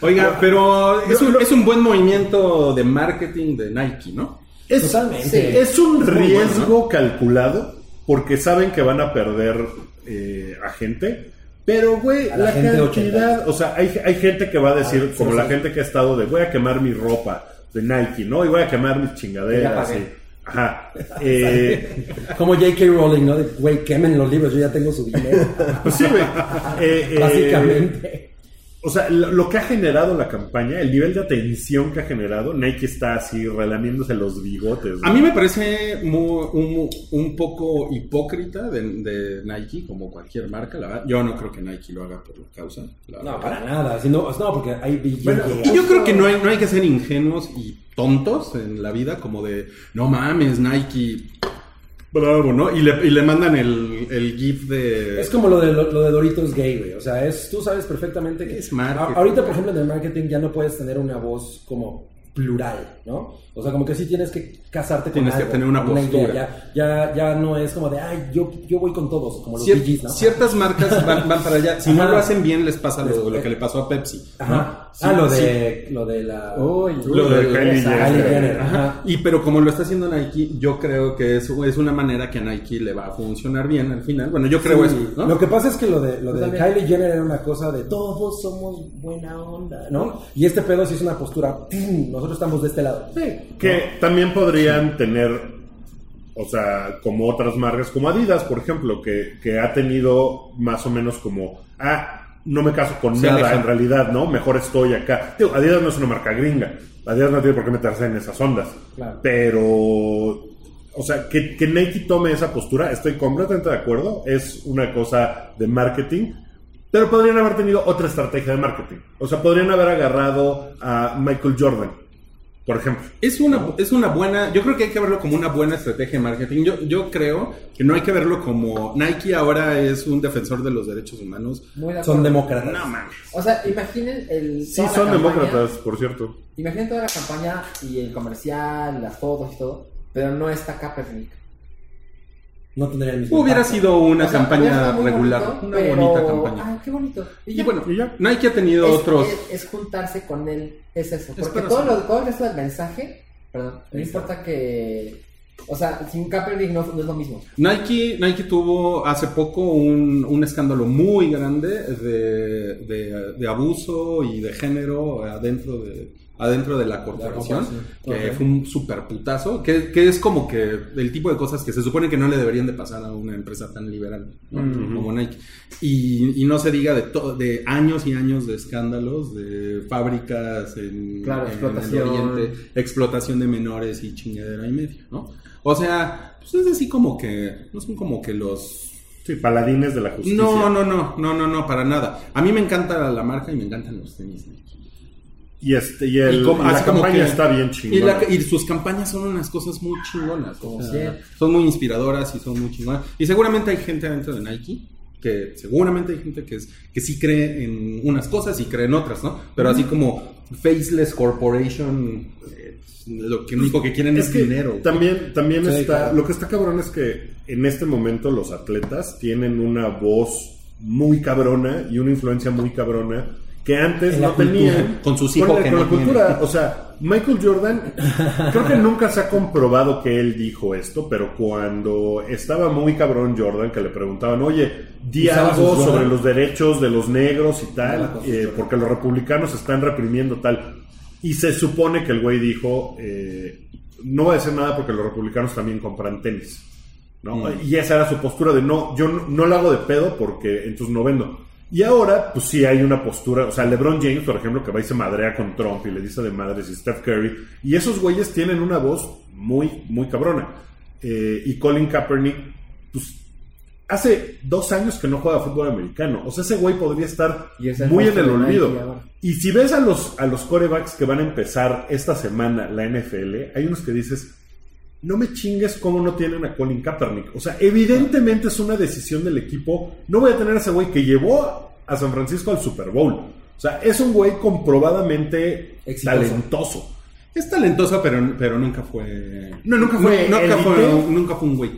Speaker 4: Oiga, pero es
Speaker 2: Lo-
Speaker 4: un,
Speaker 2: lo-
Speaker 4: es un buen movimiento de marketing de Nike, ¿no?
Speaker 2: es,
Speaker 5: Totalmente.
Speaker 2: es un
Speaker 4: muy
Speaker 2: riesgo
Speaker 4: bueno,
Speaker 2: calculado porque saben que van a perder eh, a gente. Pero, güey,
Speaker 5: A
Speaker 2: la,
Speaker 5: la gente de
Speaker 2: cantidad, o sea, hay, hay gente que va a decir,
Speaker 5: Ah, sí,
Speaker 2: como la
Speaker 5: sí.
Speaker 2: gente que ha estado de voy a quemar mi ropa de Nike, ¿no? Y voy a quemar mis
Speaker 5: Ya
Speaker 2: chingaderas.
Speaker 5: pagué.
Speaker 2: y- ajá. Eh,
Speaker 5: Como J.K. Rowling, ¿no? De, güey, quemen los libros, yo ya tengo su dinero.
Speaker 2: pues sí, güey. Eh, eh,
Speaker 5: Básicamente.
Speaker 2: O sea, lo, lo que ha generado la campaña, el nivel de atención que ha generado, Nike está así relamiéndose los bigotes.
Speaker 4: A
Speaker 2: ¿no?
Speaker 4: mí me parece mu- un, un poco hipócrita de, de Nike, como cualquier marca, la verdad. Yo no creo que Nike lo haga por la causa. la
Speaker 5: No,
Speaker 4: verdad.
Speaker 5: para nada. Si no, no, porque hay
Speaker 2: Bueno,
Speaker 5: billetes.
Speaker 4: Y yo creo que no hay, no hay que ser ingenuos y tontos en la vida, como de, no mames, Nike, bravo, ¿no? Y le, y le mandan el, el GIF de...
Speaker 5: Es como lo de, lo, lo de Doritos gay, güey. O sea, es, tú sabes perfectamente que...
Speaker 4: Es marketing.
Speaker 5: A- Ahorita, por ejemplo, en el marketing ya no puedes tener una voz como plural, ¿no? O sea, como que sí tienes que casarte con
Speaker 4: Tienes que
Speaker 5: algo,
Speaker 4: tener una
Speaker 5: con idea.
Speaker 4: postura.
Speaker 5: Ya, ya, ya no es como de, ay, yo, yo voy con todos, como los
Speaker 4: Cier-
Speaker 5: VGs, ¿no?
Speaker 4: Ciertas marcas van, van para allá. Si
Speaker 5: Ajá.
Speaker 4: no lo hacen bien, les pasa
Speaker 5: Les-
Speaker 4: lo, lo que le pasó a Pepsi.
Speaker 5: Ajá.
Speaker 4: ¿no? Sí,
Speaker 5: ah, lo
Speaker 4: sí.
Speaker 5: de, lo de la...
Speaker 3: Uy,
Speaker 4: Lo de Kylie
Speaker 3: esa,
Speaker 2: Jenner.
Speaker 5: Kylie
Speaker 3: Kylie Jenner.
Speaker 5: Jenner, ajá.
Speaker 4: Y pero como lo está haciendo Nike, yo creo que eso es una manera que a Nike le va a funcionar bien al final. Bueno, yo creo
Speaker 5: Sí,
Speaker 4: eso, ¿no?
Speaker 5: Lo que pasa es que lo de, lo
Speaker 3: Pues
Speaker 5: de
Speaker 3: también.
Speaker 5: Kylie Jenner era una cosa de todos somos buena onda, ¿no? Y este pedo sí es una postura, ¡pum! nosotros estamos de este lado.
Speaker 2: Que también podrían tener, o sea, como otras marcas, como Adidas, por ejemplo, que, que ha tenido más o menos como, ah, no me caso con
Speaker 4: Se
Speaker 2: nada
Speaker 4: aleja.
Speaker 2: en realidad, ¿no? Mejor estoy acá. Digo, Adidas no es una marca gringa. Adidas no tiene por qué meterse en esas ondas.
Speaker 5: Claro.
Speaker 2: Pero, o sea, que, que Nike tome esa postura, estoy completamente de acuerdo. Es una cosa de marketing. Pero podrían haber tenido otra estrategia de marketing. O sea, podrían haber agarrado a Michael Jordan, por ejemplo.
Speaker 4: Es una, es una buena, yo creo que hay que verlo como una buena estrategia de marketing. Yo, yo creo que no hay que verlo como Nike ahora es un defensor de los derechos humanos.
Speaker 3: Muy de
Speaker 5: Son
Speaker 3: acuerdo.
Speaker 5: demócratas.
Speaker 4: No mames.
Speaker 3: O sea, imaginen el.
Speaker 2: Sí,
Speaker 3: toda la
Speaker 2: son
Speaker 3: campaña-
Speaker 2: demócratas, por cierto.
Speaker 3: Imaginen toda la campaña y el comercial, las fotos y todo, pero no está Kaepernick.
Speaker 5: No tendría el mismo
Speaker 4: Hubiera
Speaker 5: impacto.
Speaker 4: sido una
Speaker 3: O sea, ya
Speaker 4: campaña
Speaker 3: está muy
Speaker 4: regular,
Speaker 3: bonito,
Speaker 4: una
Speaker 3: pero-
Speaker 4: bonita campaña.
Speaker 3: Ah, qué bonito.
Speaker 4: Y
Speaker 3: ya.
Speaker 4: bueno,
Speaker 2: Y ya.
Speaker 4: Nike ha tenido
Speaker 3: es,
Speaker 4: otros...
Speaker 3: es- es juntarse con él, es eso.
Speaker 4: Es
Speaker 3: Porque
Speaker 4: para
Speaker 3: todo,
Speaker 4: hacer-
Speaker 3: lo, todo el resto del mensaje, perdón, no importa que. O sea, sin Kaepernick no, no es lo mismo.
Speaker 4: Nike, Nike tuvo hace poco un, un escándalo muy grande de, de- de abuso y de género adentro de, adentro de la corporación, que
Speaker 5: Ok.
Speaker 4: fue un super putazo, que, que es como que el tipo de cosas que se supone que no le deberían de pasar a una empresa tan liberal ¿no? como Nike. Y, y no se diga de, to- de años y años de escándalos, de fábricas en,
Speaker 3: Claro,
Speaker 4: en el
Speaker 3: explotación.
Speaker 4: Oriente, explotación de menores y chingadera y media, ¿no? O sea, pues es así como que, no son como que los
Speaker 2: Sí, paladines de la justicia.
Speaker 4: No, no, no, no, no, no, para nada. A mí me encanta la marca y me encantan los tenis. Nike.
Speaker 2: Y, este, y, el,
Speaker 4: Y como-
Speaker 2: la
Speaker 4: así como
Speaker 2: campaña
Speaker 4: que-
Speaker 2: está bien chingona.
Speaker 4: Y, la- y sus campañas son unas cosas muy chingonas. o
Speaker 3: Como
Speaker 4: sea,
Speaker 3: siempre.
Speaker 4: son muy inspiradoras y son muy chingonas. Y seguramente hay gente adentro de Nike que seguramente hay gente que, es, que sí cree en unas cosas y cree en otras, ¿no? Pero así como Faceless Corporation, eh, lo que único que quieren es,
Speaker 2: que
Speaker 4: dinero.
Speaker 2: También, también
Speaker 4: Sí,
Speaker 2: está.
Speaker 4: claro.
Speaker 2: Lo que está cabrón es que en este momento los atletas tienen una voz muy cabrona y una influencia muy cabrona que antes
Speaker 4: En la
Speaker 2: no tenían.
Speaker 4: cultura, con sus hijos
Speaker 2: la-
Speaker 4: que
Speaker 2: con
Speaker 4: no
Speaker 2: la cultura.
Speaker 4: tienen.
Speaker 2: O sea, Michael Jordan, creo que nunca se ha comprobado que él dijo esto, pero cuando estaba muy cabrón Jordan, que le preguntaban, oye, di
Speaker 5: Usaba
Speaker 2: algo
Speaker 5: sus
Speaker 2: sobre
Speaker 5: Jordan.
Speaker 2: los derechos de los negros y
Speaker 5: Usaba
Speaker 2: tal,
Speaker 5: sus
Speaker 2: eh,
Speaker 5: Jordan.
Speaker 2: porque los republicanos están reprimiendo tal. Y se supone que el güey dijo, eh, no voy a decir nada porque los republicanos también compran tenis. ¿no?
Speaker 4: Mm.
Speaker 2: Y esa era su postura de no, yo no, no la hago de pedo porque entonces no vendo. Y ahora, pues sí hay una postura, o sea, LeBron James, por ejemplo, que va y se madrea con Trump y le dice de madres y Steph Curry, y esos güeyes tienen una voz muy, muy cabrona. Eh, y Colin Kaepernick, pues hace dos años que no juega fútbol americano, o sea, ese güey podría estar
Speaker 3: Y ese
Speaker 2: muy en
Speaker 3: rostro
Speaker 2: el
Speaker 3: de Nike
Speaker 2: olvido.
Speaker 3: ahora.
Speaker 2: Y si ves a los, a los corebacks que van a empezar esta semana la NFL, hay unos que dices, no me chingues cómo no tienen a Colin Kaepernick. O sea, evidentemente es una decisión del equipo. No voy a tener a ese güey que llevó a San Francisco al Super Bowl. O sea, es un güey comprobadamente
Speaker 5: Exitoso.
Speaker 2: talentoso.
Speaker 4: Es talentosa, pero, pero nunca fue.
Speaker 2: No, nunca fue
Speaker 4: nu- Nunca fue,
Speaker 2: élite.
Speaker 4: nunca fue un güey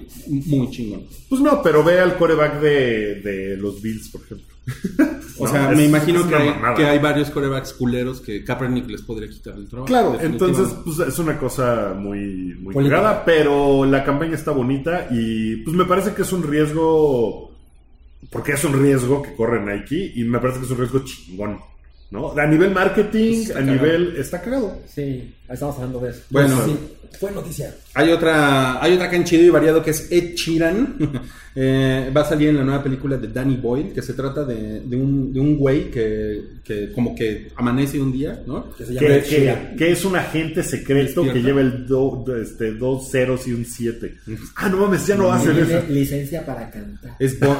Speaker 4: muy chingón.
Speaker 2: Pues no, pero ve al coreback de, de los Bills, por ejemplo.
Speaker 4: O
Speaker 2: No,
Speaker 4: sea,
Speaker 2: es-
Speaker 4: me imagino
Speaker 2: es
Speaker 4: que
Speaker 2: una
Speaker 4: hay,
Speaker 2: mamada.
Speaker 4: que hay varios corebacks culeros que Kaepernick les podría quitar el trabajo.
Speaker 2: Claro, entonces
Speaker 4: definitivamente.
Speaker 2: pues, es una cosa muy, muy
Speaker 5: Política.
Speaker 2: cagada, pero la campaña está bonita y pues me parece que es un riesgo, porque es un riesgo que corre Nike y me parece que es un riesgo chingón, ¿no? A nivel marketing,
Speaker 4: Pues Está
Speaker 2: a
Speaker 4: cagado.
Speaker 2: nivel... Está cagado.
Speaker 3: Sí, estamos hablando de eso.
Speaker 4: Bueno,
Speaker 2: pues,
Speaker 5: Sí, fue noticia.
Speaker 4: hay otra, hay otra que han chido y variado que es Ed Sheeran. Eh, va a salir en la nueva película de Danny Boyle, que se trata de, de un, de un güey que, que como que amanece un día, ¿no?
Speaker 5: Que se
Speaker 2: Que,
Speaker 5: llama Ed
Speaker 2: que-
Speaker 5: Sheeran.
Speaker 2: que es un agente secreto
Speaker 4: Despierta.
Speaker 2: que lleva el do- este, dos ceros y un siete. Ah, no mames, ya no
Speaker 3: Y
Speaker 2: hacen
Speaker 3: tiene
Speaker 2: eso.
Speaker 3: licencia para cantar.
Speaker 4: Es Bon-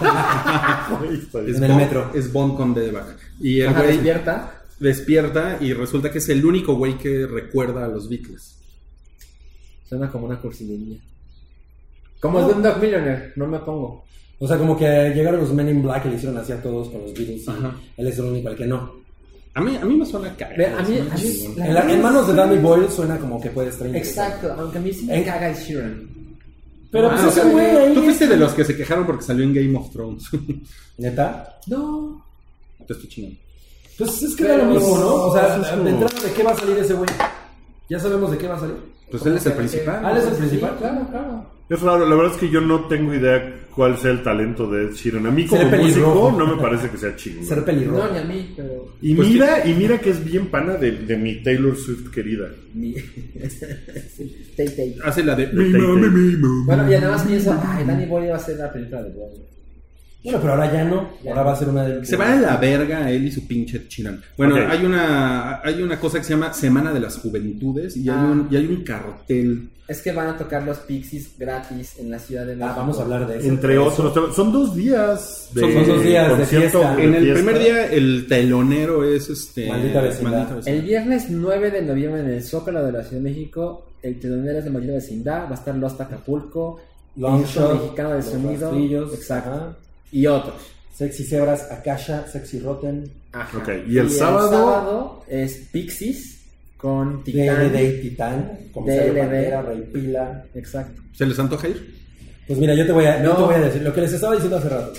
Speaker 4: es
Speaker 5: En el
Speaker 4: Bon-
Speaker 5: metro.
Speaker 4: Es Bond con Dedeback. Y el
Speaker 3: Ajá,
Speaker 4: güey
Speaker 3: despierta.
Speaker 4: despierta y resulta que es el único güey que recuerda a los Beatles.
Speaker 3: Suena como una cursilería. Como el Dundalk Millionaire, no me pongo.
Speaker 5: O sea, como que llegaron los Men in Black y le hicieron así a todos con los Beatles. y
Speaker 4: Ajá.
Speaker 5: Él es el único al que no.
Speaker 4: A mí, a mí me suena cagado.
Speaker 3: Ve, a mí- a
Speaker 4: suena
Speaker 3: mí-
Speaker 4: chingón.
Speaker 5: En, la- en manos de Danny Boyle suena como que puede estar interesante.
Speaker 3: Exacto, aunque a mí sí
Speaker 5: Eh.
Speaker 3: me caga el Sheeran.
Speaker 5: Pero
Speaker 4: Ah,
Speaker 5: pues
Speaker 4: o
Speaker 5: ese
Speaker 4: sea,
Speaker 5: güey ahí.
Speaker 4: Tú fuiste
Speaker 5: es-
Speaker 4: de los que se quejaron porque salió en Game of Thrones.
Speaker 5: ¿Neta?
Speaker 3: No,
Speaker 4: Te estoy chingando.
Speaker 5: Pues es que era lo
Speaker 3: Pero,
Speaker 5: mismo, ¿no? O sea,
Speaker 2: pues, es
Speaker 5: de
Speaker 2: como-
Speaker 5: entrada, ¿de qué va a salir ese güey? Ya sabemos de qué va a salir.
Speaker 4: Pues él es el principal.
Speaker 5: Ah, ¿él es el
Speaker 3: Sí,
Speaker 5: principal?
Speaker 3: claro, claro.
Speaker 2: Es raro, la verdad es que yo no tengo idea cuál sea el talento de Ed Sheeran. A mí como
Speaker 5: Ser pelirrojo.
Speaker 2: músico no me parece que sea chingón.
Speaker 5: Ser
Speaker 3: No,
Speaker 5: pelirrojo.
Speaker 3: ni a mí, pero.
Speaker 2: Y
Speaker 4: Pues
Speaker 2: mira, y mira que es bien pana de, de mi Taylor Swift querida.
Speaker 3: Ni... Sí, Tay Tay.
Speaker 4: Hace la de.
Speaker 2: Mi mami, mi
Speaker 3: Bueno, y además pienso,
Speaker 5: Mm.
Speaker 3: ay, Danny Boyle va a ser la película de Boyle.
Speaker 5: Bueno, pero ahora ya no. Ahora va a ser una de.
Speaker 4: Se va a la verga él y su pinche chirán. Bueno,
Speaker 2: Ok.
Speaker 4: hay una hay una cosa que se llama Semana de las Juventudes y, hay,
Speaker 3: Ah.
Speaker 4: un, y hay un cartel.
Speaker 3: Es que van a tocar los Pixies gratis en la ciudad de
Speaker 5: Ah,
Speaker 3: México.
Speaker 5: vamos a hablar de eso.
Speaker 2: Entre otros. temas. Son dos días de
Speaker 4: Son dos
Speaker 5: días de
Speaker 2: concierto,
Speaker 5: Ah. fiesta.
Speaker 2: de
Speaker 4: En el
Speaker 2: fiesta.
Speaker 4: primer día el telonero es este
Speaker 5: Maldita vecindad.
Speaker 4: Maldita
Speaker 3: El viernes 9 de noviembre en el Zócalo de la Ciudad de México, el telonero es de mayor vecindad, va a estar Lost Acapulco,
Speaker 5: Long
Speaker 3: Instituto
Speaker 5: Shot,
Speaker 3: Mexicano del
Speaker 5: Los
Speaker 3: Sonido,
Speaker 5: Rastrillos,
Speaker 3: exacto,
Speaker 5: ajá.
Speaker 3: y otros.
Speaker 5: Sexy Zebras, Akasha, Sexy Rotten.
Speaker 3: Ajá.
Speaker 2: Ok, y el sábado-
Speaker 3: sábado es Pixies con Titán.
Speaker 5: DLD Titán. Comisario
Speaker 3: DLD.
Speaker 5: Pantera, Rey Pila.
Speaker 3: Exacto.
Speaker 4: ¿Se les antoja ir?
Speaker 5: Pues mira, yo te, voy a, yo
Speaker 3: No.
Speaker 5: te voy a decir lo que les estaba diciendo hace rato.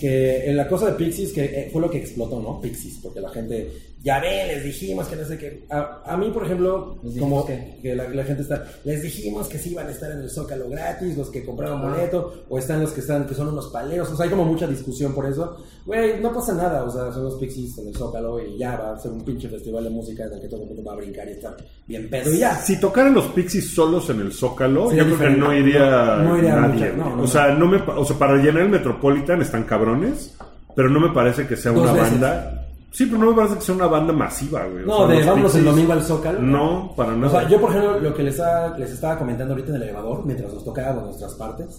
Speaker 5: Que en la cosa de Pixies, que eh, fue lo que explotó, ¿no? Pixies, porque la gente, ya ve, les dijimos que no sé qué. A, a mí, por ejemplo,
Speaker 3: Les dijimos
Speaker 5: como
Speaker 3: que-
Speaker 5: que la, la gente está, les dijimos que sí iban a estar en el Zócalo gratis, los que compraron boleto, o están los que están, que son unos paleros, o sea, hay como mucha discusión por eso. Güey, no pasa nada, o sea, son los Pixies en el Zócalo y ya va a ser un pinche festival de música en el que todo el mundo va a brincar y estar bien pedo y ya.
Speaker 2: Si tocaran los Pixies solos en el Zócalo,
Speaker 5: Sería
Speaker 2: yo creo que
Speaker 5: diferente.
Speaker 2: no iría
Speaker 5: No, no iría
Speaker 2: nadie.
Speaker 5: mucha- no, no,
Speaker 2: o sea, no me, pa- o sea, para llenar el Metropolitan están cabrones, pero no me parece que sea
Speaker 5: Dos
Speaker 2: una
Speaker 5: veces.
Speaker 2: banda. Sí, pero no me parece que sea una banda masiva, güey. O
Speaker 5: No,
Speaker 2: sea,
Speaker 5: de
Speaker 2: los
Speaker 5: vámonos el
Speaker 2: Pixies-
Speaker 5: domingo al Zócalo.
Speaker 2: No, para nada.
Speaker 5: O sea, yo por ejemplo, lo que les, estaba- les estaba comentando ahorita en el elevador, mientras nos tocábamos nuestras partes,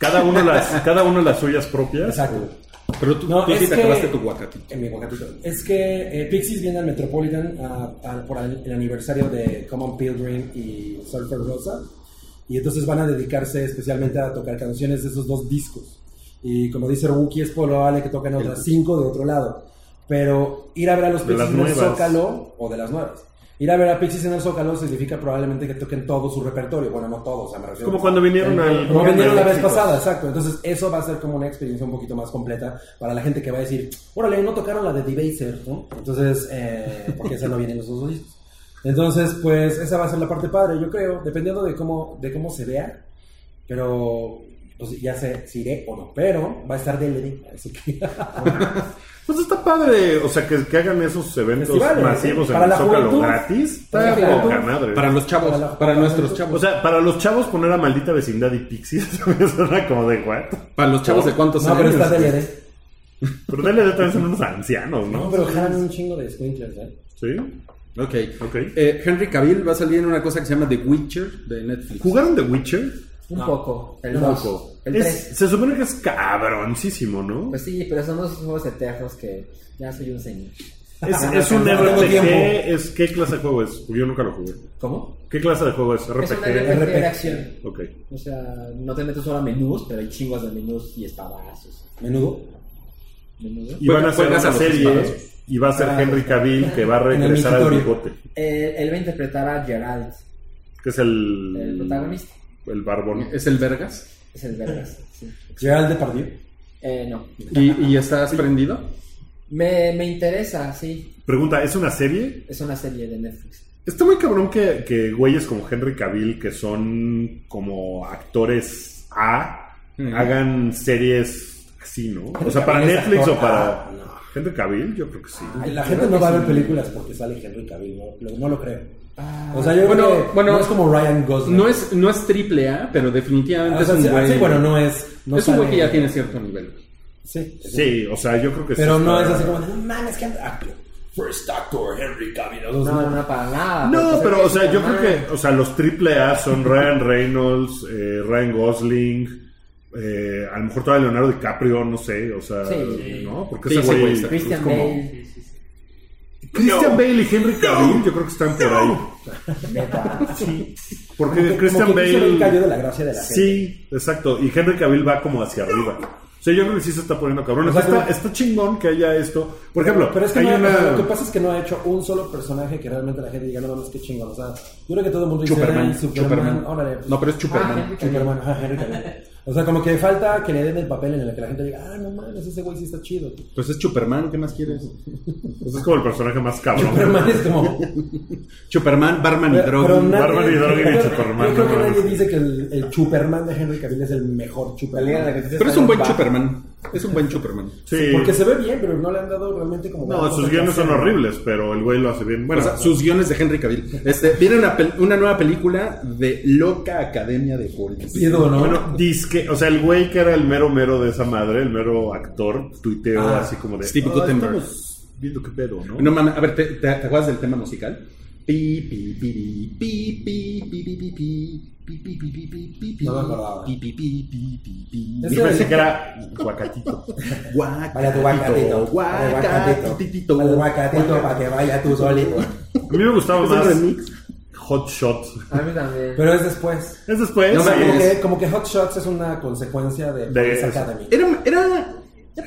Speaker 2: Cada uno las, cada uno las suyas propias.
Speaker 5: Exacto.
Speaker 4: Pero tú,
Speaker 5: No,
Speaker 4: tú sí
Speaker 5: es
Speaker 4: te
Speaker 5: que-
Speaker 4: acabaste tu guacatito.
Speaker 5: En mi bocatito. Es que eh, Pixies viene al Metropolitan ah, ah, por el, el aniversario de Common Pilgrim y Sulfur Rosa. Y entonces van a dedicarse especialmente a tocar canciones de esos dos discos. Y como dice Wookie, es probable que toquen otras cinco de otro lado. Pero ir a ver a los
Speaker 2: De las
Speaker 5: Pixies en el
Speaker 2: nuevas.
Speaker 5: Zócalo o de las nuevas. Ir a ver a Pixies en el Zócalo significa probablemente que toquen todo su repertorio. Bueno, no todo, o sea, me refiero
Speaker 2: Como cuando vinieron al.
Speaker 5: como vendieron la vez
Speaker 2: México.
Speaker 5: pasada, exacto. Entonces, eso va a ser como una experiencia un poquito más completa para la gente que va a decir, órale, no tocaron la de Debaser, ¿no? Entonces, eh, porque esa no viene en los dos discos. Entonces, pues, esa va a ser la parte padre, yo creo, dependiendo de cómo, de cómo se vea, pero pues ya sé si iré o no, pero va a estar Delery, así que...
Speaker 2: Pues está padre, o sea, que, que hagan esos eventos
Speaker 5: Festivales,
Speaker 2: masivos en
Speaker 5: para
Speaker 2: el
Speaker 5: la
Speaker 2: Zócalo
Speaker 5: juventud.
Speaker 2: gratis.
Speaker 5: Para
Speaker 2: Está
Speaker 5: la juventud.
Speaker 2: poca madre.
Speaker 4: Para los chavos,
Speaker 5: Para
Speaker 4: para,
Speaker 5: la-
Speaker 4: nuestros
Speaker 2: o
Speaker 4: chavos.
Speaker 2: sea, para los chavos poner a maldita vecindad y Pixies también suena como de what.
Speaker 4: Para los chavos de cuántos
Speaker 5: no, pero
Speaker 4: años.
Speaker 5: está Delery.
Speaker 2: Pero dale de vez en unos ancianos,
Speaker 5: No,
Speaker 2: ¿no?
Speaker 5: pero jalan un chingo de squinklers, ¿eh?
Speaker 2: Sí,
Speaker 4: Ok.
Speaker 2: ok.
Speaker 4: Eh, Henry Cavill va a salir en una cosa que se llama The Witcher de Netflix.
Speaker 2: ¿Jugaron The Witcher?
Speaker 3: Un
Speaker 5: No.
Speaker 3: poco. El
Speaker 5: Un
Speaker 3: dos.
Speaker 5: poco.
Speaker 3: El
Speaker 2: Es-
Speaker 3: 3.
Speaker 2: se supone que es cabroncísimo, ¿no?
Speaker 3: Pues sí, pero son esos juegos eternos que ya soy un señor.
Speaker 2: Es, es un
Speaker 5: No tengo
Speaker 2: RPG,
Speaker 5: tiempo.
Speaker 2: es, ¿qué clase de juego es? Yo nunca lo jugué.
Speaker 5: ¿Cómo?
Speaker 2: ¿Qué clase de juego es?
Speaker 3: Es un
Speaker 2: ¿RPG?
Speaker 3: RPG de
Speaker 5: RPG.
Speaker 3: acción.
Speaker 2: Ok.
Speaker 3: O sea, no te metes solo a menús, pero hay chingos de menús y espadazos.
Speaker 5: Menudo.
Speaker 3: Menudo.
Speaker 2: Y van a hacer
Speaker 4: Juegas a
Speaker 2: una
Speaker 4: los
Speaker 2: serie
Speaker 4: disparos.
Speaker 2: y va a ser Henry Cavill que va a
Speaker 5: Ah, En el
Speaker 2: regresar al
Speaker 5: migitorio.
Speaker 2: bigote,
Speaker 3: Eh, él va a interpretar a Geralt,
Speaker 2: que es el,
Speaker 3: el protagonista.
Speaker 2: el barbón.
Speaker 4: Es el Vergas.
Speaker 3: Es el vergas. Sí.
Speaker 5: Gerald Depardieu.
Speaker 3: Eh, no.
Speaker 4: ¿Y, y estás prendido?
Speaker 3: Me, me interesa, sí.
Speaker 2: Pregunta, ¿es una serie?
Speaker 3: Es una serie de Netflix.
Speaker 2: Está muy cabrón que, que güeyes como Henry Cavill, que son como actores A,
Speaker 4: Mm.
Speaker 2: hagan series así, ¿no? O sea, para
Speaker 5: Cavill es
Speaker 2: Netflix
Speaker 5: actor
Speaker 2: o para...
Speaker 5: A, no.
Speaker 2: Henry Cavill, yo creo que sí.
Speaker 5: Ay, la
Speaker 3: Yo
Speaker 5: gente
Speaker 3: creo
Speaker 5: no
Speaker 3: que
Speaker 5: va a
Speaker 3: sí.
Speaker 5: ver películas porque sale Henry Cavill, no lo, no lo creo. O sea, yo
Speaker 4: Bueno,
Speaker 5: creo que
Speaker 4: bueno,
Speaker 5: no es como Ryan Gosling. Ah,
Speaker 4: No es, no es triple A, pero definitivamente
Speaker 5: O sea,
Speaker 4: es
Speaker 5: sí,
Speaker 4: un güey.
Speaker 5: sí, bueno, no es. No
Speaker 4: es un güey
Speaker 5: sale-
Speaker 4: que ya tiene cierto nivel.
Speaker 5: Sí,
Speaker 2: Sí, o sea, yo creo que sí.
Speaker 5: pero no es
Speaker 2: está-
Speaker 5: así como, no mames, que actor. First actor Henry Cavill. O sea,
Speaker 3: No, no, no, para nada.
Speaker 5: Ah,
Speaker 2: No,
Speaker 5: pues,
Speaker 3: porque
Speaker 2: pero, o
Speaker 3: se
Speaker 2: sea, yo
Speaker 3: llama-
Speaker 2: creo que, o sea, los triple A son Ryan Reynolds, eh, Ryan Gosling, eh, a lo mejor todavía Leonardo DiCaprio, no sé, o sea,
Speaker 3: Sí.
Speaker 2: ¿no? Porque
Speaker 4: Sí,
Speaker 2: ese
Speaker 4: ese
Speaker 2: güey.
Speaker 4: güey está-
Speaker 3: Christian
Speaker 4: es como-
Speaker 3: Bale,
Speaker 2: Christian Bale y Henry Cavill, yo creo que están por ahí.
Speaker 3: neta.
Speaker 2: Porque
Speaker 5: como que
Speaker 2: Christian
Speaker 5: Christian Bale cayó
Speaker 2: Bale.
Speaker 5: de la gracia de la gente.
Speaker 2: Sí, exacto. Y Henry Cavill va como hacia arriba. O sea, yo creo que sí se está poniendo cabrón.
Speaker 5: O sea,
Speaker 2: está,
Speaker 5: que-
Speaker 2: está chingón que haya esto. Por ejemplo,
Speaker 5: pero es que
Speaker 2: hay
Speaker 5: no-
Speaker 2: una.
Speaker 5: o sea, lo que pasa es que no ha hecho un solo personaje que realmente la gente diga, no mames, qué chingón. O sea, yo creo que todo el mundo dice,
Speaker 4: Superman,
Speaker 5: "Ay, Superman,
Speaker 4: Superman.
Speaker 5: órale, pues,
Speaker 4: No, pero es
Speaker 3: Ah,
Speaker 4: Superman.
Speaker 3: Henry Cavill.
Speaker 5: Superman, ajá, Henry Cavill. O sea, como que falta que le den el papel en el que la gente diga, ah, no mames, ese güey sí está chido.
Speaker 4: Pues es Superman, ¿qué más quieres?
Speaker 2: pues es como el personaje más cabrón.
Speaker 5: Superman es como,
Speaker 4: Superman, Barman y
Speaker 5: Pero- pero
Speaker 4: Drogon.
Speaker 5: nadie-
Speaker 2: Bárbara y Drogon y
Speaker 5: yo-
Speaker 2: Superman,
Speaker 5: Yo creo que
Speaker 2: no
Speaker 5: nadie
Speaker 2: mames.
Speaker 5: dice que el, el Superman de Henry Cavill es el mejor
Speaker 3: La Liga de la
Speaker 5: Superman.
Speaker 3: Justicia
Speaker 4: Pero es
Speaker 3: está
Speaker 4: un buen
Speaker 3: en baja.
Speaker 4: Superman. Es un buen Superman.
Speaker 2: Sí.
Speaker 5: Porque se ve bien, pero no le han dado realmente como...
Speaker 2: No, sus guiones son horribles, pero el güey lo hace bien. Bueno,
Speaker 4: O sea, sus guiones de Henry Cavill. Este, viene una, pel- una nueva película de Loca Academia de Goles.
Speaker 5: Pido, ¿no?
Speaker 2: Bueno, disque, o sea, el güey que era el mero mero de esa madre, el mero actor, tuiteó
Speaker 5: Ah,
Speaker 2: así como de.
Speaker 4: Steve
Speaker 2: "Ah,
Speaker 4: Guttenberg".
Speaker 2: estamos viendo qué pedo, ¿no?
Speaker 4: No mames, a ver, ¿te, te, te acuerdas del tema musical? Pi, pi, pi, pi, pi, pi, pi, pi, pi, pi, pi, pi, pi, pi, pi, pi,
Speaker 5: No me acordaba.
Speaker 4: pi, pi, pi, pi, pi, pi.
Speaker 2: Yo pensé que era guacatito.
Speaker 5: Vaya tu guacatito,
Speaker 4: guacatito,
Speaker 5: Al guacatito para que vaya tú solito.
Speaker 2: A mí me gustaba
Speaker 4: Es un
Speaker 2: más
Speaker 4: remix.
Speaker 2: Hot Shot.
Speaker 3: A mí también.
Speaker 5: Pero es después.
Speaker 2: Es después.
Speaker 4: No
Speaker 5: O sea,
Speaker 2: sí,
Speaker 4: mames.
Speaker 5: como
Speaker 2: es-
Speaker 5: que, como que Hot Shots es una consecuencia de,
Speaker 2: De
Speaker 5: Police
Speaker 2: eso.
Speaker 5: Academy.
Speaker 4: Era, era, era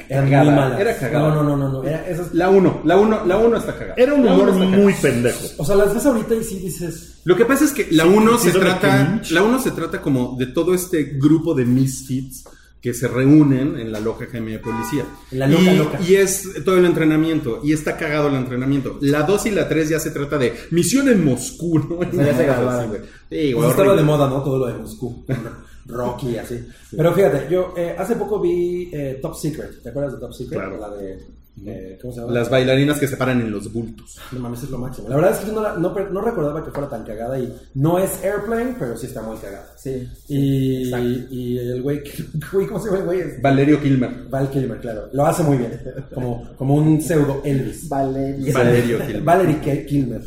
Speaker 5: Eran muy
Speaker 4: cagada,
Speaker 5: malas.
Speaker 4: era cagada.
Speaker 5: No, no, no, no. no. Era- esas-
Speaker 4: La 1, la 1, la 1 está cagada.
Speaker 2: Era un
Speaker 4: La uno
Speaker 2: humor
Speaker 4: está cagada.
Speaker 2: muy pendejo.
Speaker 5: o sea, las ves ahorita y sí dices...
Speaker 4: Lo que pasa es que la
Speaker 2: Sí,
Speaker 4: 1
Speaker 2: sí,
Speaker 4: se
Speaker 2: son de
Speaker 4: trata,
Speaker 2: cringe.
Speaker 4: la 1 se trata como de todo este grupo de misfits que se reúnen en la loca academia de policía.
Speaker 5: La loca,
Speaker 4: y,
Speaker 5: loca.
Speaker 4: y es todo el entrenamiento, y está cagado el entrenamiento. La 2 y la 3 ya se trata de misión en Moscú, ¿no?
Speaker 5: sea, ya se graduaron.
Speaker 4: güey. Sí,
Speaker 5: Pues
Speaker 4: güey,
Speaker 5: estaba de
Speaker 4: horrible.
Speaker 5: moda, ¿no? Todo lo de Moscú. Rocky, así. Pero fíjate, yo eh, hace poco vi eh, Top Secret. ¿Te acuerdas de Top Secret?
Speaker 2: Claro.
Speaker 5: La de... eh, ¿Cómo se llama?
Speaker 4: Las bailarinas que se paran en los bultos.
Speaker 5: No mames, es lo máximo. La verdad es que yo no, la- no, per- no recordaba que fuera tan cagada y no es Airplane, pero sí está muy cagada.
Speaker 3: Sí.
Speaker 5: Y, y el güey, que- güey, ¿cómo se llama el güey? Es
Speaker 4: Valerio Kilmer.
Speaker 5: Val Kilmer, claro. Lo hace muy bien. Como, como un pseudo Elvis.
Speaker 3: Valeria.
Speaker 4: Valerio Kilmer.
Speaker 5: Valerie K- Kilmer.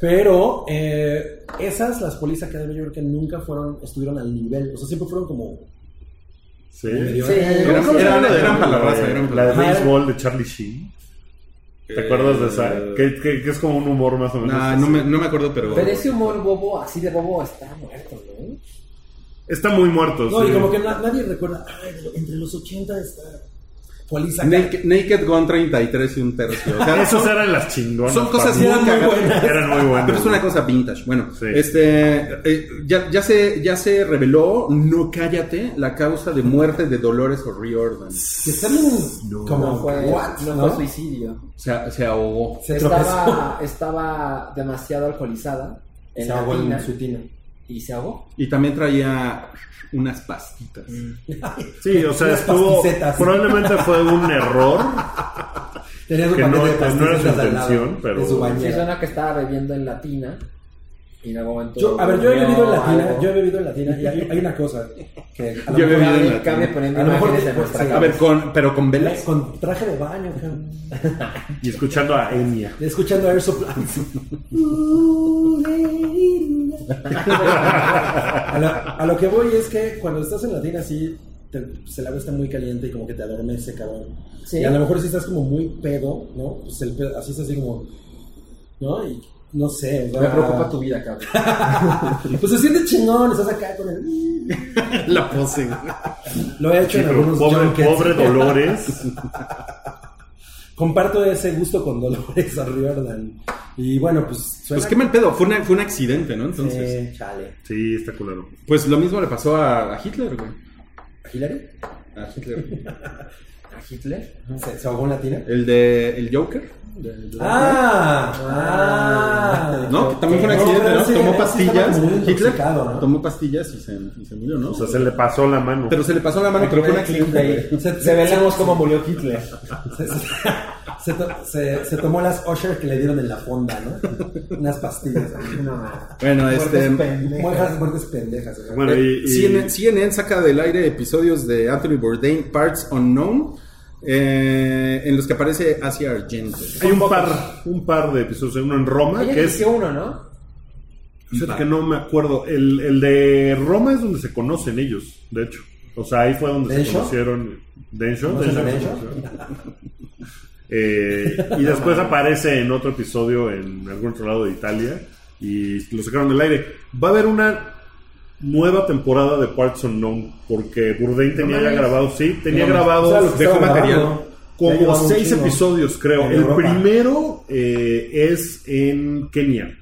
Speaker 5: Pero eh, esas, las Police Academy, yo creo que nunca fueron, estuvieron al nivel. O sea, siempre fueron como
Speaker 2: Sí.
Speaker 5: medio-
Speaker 3: Sí.
Speaker 5: Eh,
Speaker 4: Era-
Speaker 5: ¿cómo se llama?
Speaker 4: era- eran
Speaker 2: la,
Speaker 4: palabras, eran
Speaker 2: la de
Speaker 5: palabras.
Speaker 2: béisbol de Charlie Sheen. ¿Te acuerdas de esa? Que, que- que es como un humor más o menos.
Speaker 4: Eh, Nah,
Speaker 2: así.
Speaker 4: no, me, no me acuerdo, pero.
Speaker 3: Pero ese humor bobo, así de bobo, está muerto, ¿no?
Speaker 2: Está muy muerto.
Speaker 5: No,
Speaker 2: Pues sí.
Speaker 5: y como que na- nadie recuerda, "Ah, entre los 80 está Poliza.
Speaker 4: Naked, Naked Gun 33 y un tercio. O sea,
Speaker 2: Esas
Speaker 4: son-
Speaker 2: eran las chingonas.
Speaker 4: Son
Speaker 2: para
Speaker 4: cosas
Speaker 2: mí.
Speaker 4: eran muy
Speaker 5: cagadas.
Speaker 4: buenas.
Speaker 2: Eran muy buenas.
Speaker 4: Pero es una cosa vintage. Bueno,
Speaker 2: Sí.
Speaker 4: este eh, ya, ya se ya se reveló, no cállate, la causa de muerte de Dolores O'Riordan.
Speaker 5: Que está bien como,
Speaker 3: No fue,
Speaker 5: what,
Speaker 3: no
Speaker 5: ¿no?
Speaker 3: fue suicidio.
Speaker 4: Se, se ahogó.
Speaker 5: Se
Speaker 3: estaba, estaba demasiado alcoholizada en
Speaker 5: Se
Speaker 3: la
Speaker 5: ahogó en
Speaker 3: tina
Speaker 5: su tina.
Speaker 3: y se ahogó.
Speaker 4: Y también traía unas pastitas.
Speaker 5: Mm.
Speaker 2: Sí, o sea,
Speaker 5: Unas
Speaker 2: estuvo.
Speaker 5: pasticetas.
Speaker 2: Probablemente fue un error.
Speaker 5: Tenía su
Speaker 2: Que
Speaker 5: paquete
Speaker 2: no-
Speaker 5: de
Speaker 2: que no era
Speaker 5: pastillas
Speaker 2: su
Speaker 5: al lado
Speaker 2: intención, pero-
Speaker 5: de su
Speaker 3: Sí,
Speaker 5: bañera.
Speaker 3: suena que estaba bebiendo en la tina y en algún momento.
Speaker 5: Yo- a ver, yo he
Speaker 3: bebió
Speaker 5: bebido en latina,
Speaker 3: algo.
Speaker 5: yo he bebido en latina y hay, hay una cosa que a lo
Speaker 4: Yo he
Speaker 5: mejor-
Speaker 4: bebido en
Speaker 3: Cabe,
Speaker 4: latina.
Speaker 3: cabe poniendo
Speaker 5: A lo mejor
Speaker 3: imágenes de
Speaker 5: te-
Speaker 3: nuestra
Speaker 5: sí.
Speaker 4: A ver, con, pero con
Speaker 5: Vela-
Speaker 4: velas.
Speaker 5: con traje de baño, cabrón.
Speaker 2: Y escuchando a Enya.
Speaker 5: escuchando Air Supply. a, lo, a lo que voy es que cuando estás en latina así, te- se la ve está muy caliente y como que te adormece, cabrón.
Speaker 3: Sí.
Speaker 5: Y a lo mejor si estás como muy pedo, ¿no? Pues el pedo- así es así como, ¿no? Y no sé, o sea,
Speaker 3: Me preocupa tu vida, cabrón.
Speaker 5: Pues se siente chingón, estás acá con el...
Speaker 4: La pose.
Speaker 5: Lo he hecho
Speaker 2: Sí,
Speaker 5: en
Speaker 2: pero
Speaker 5: algunos
Speaker 2: pobre,
Speaker 5: junkets.
Speaker 2: pobre Dolores.
Speaker 5: Comparto ese gusto con Dolores O'Riordan. Y bueno, pues... suena-
Speaker 4: Pues qué mal pedo, fue, una- fue un accidente, ¿no? Entonces,
Speaker 5: Eh, chale.
Speaker 2: Sí, está culero.
Speaker 4: pues lo mismo le pasó a, a Hitler, güey.
Speaker 5: ¿Hillary?
Speaker 4: A Hitler.
Speaker 3: ¿A Hitler?
Speaker 5: ¿Se, se ahogó en latina?
Speaker 4: El de el Joker. del-
Speaker 5: ¡Ah! ¡Ah!
Speaker 4: ¿No? Que también fue un
Speaker 5: No,
Speaker 4: accidente,
Speaker 5: pero
Speaker 4: ¿no?
Speaker 5: sí,
Speaker 4: tomó
Speaker 5: él sí estaba
Speaker 4: pastillas.
Speaker 5: como muy
Speaker 4: Hitler
Speaker 5: intoxicado, ¿no?
Speaker 4: tomó pastillas y se, y se murió, ¿no?
Speaker 2: O sea, se le pasó la mano.
Speaker 4: pero se le pasó la mano, pero fue un accidente. güey.
Speaker 5: Se, se-
Speaker 3: Revelamos cómo murió Hitler.
Speaker 5: se- se- se to- se- se tomó las Usher que le dieron en la fonda, ¿no? Unas pastillas.
Speaker 4: Bueno, este.
Speaker 5: Muertas, muertes pendejas. ¿no?
Speaker 2: Bueno, y, y-
Speaker 4: CNN, CNN saca del aire episodios de Anthony Bourdain, Parts Unknown, eh, en los que aparece Asia Argento.
Speaker 2: hay un par, un par de episodios, uno en Roma,
Speaker 3: Ella
Speaker 2: que es
Speaker 3: inició uno, ¿no?
Speaker 2: Fíjate que no me acuerdo. El, el de Roma es donde se conocen ellos, de hecho. O sea, ahí fue donde
Speaker 5: ¿Densho?
Speaker 2: se conocieron. ¿Densho?
Speaker 5: ¿Conocen a
Speaker 2: ¿Densho? Eh, y después aparece en otro episodio en algún otro lado de Italia y lo sacaron del aire. Va a haber una nueva temporada de Parts Unknown porque Bourdain tenía ya
Speaker 3: mames.
Speaker 2: grabado, sí, tenía
Speaker 4: No mames.
Speaker 2: grabado
Speaker 5: O sea, los que
Speaker 4: Dejó
Speaker 5: estaban
Speaker 4: material.
Speaker 5: grabando, ya
Speaker 2: como
Speaker 5: llevaba un
Speaker 2: seis
Speaker 5: chingo.
Speaker 2: episodios, creo.
Speaker 5: En
Speaker 2: El
Speaker 5: Europa.
Speaker 2: primero eh, es en Kenia.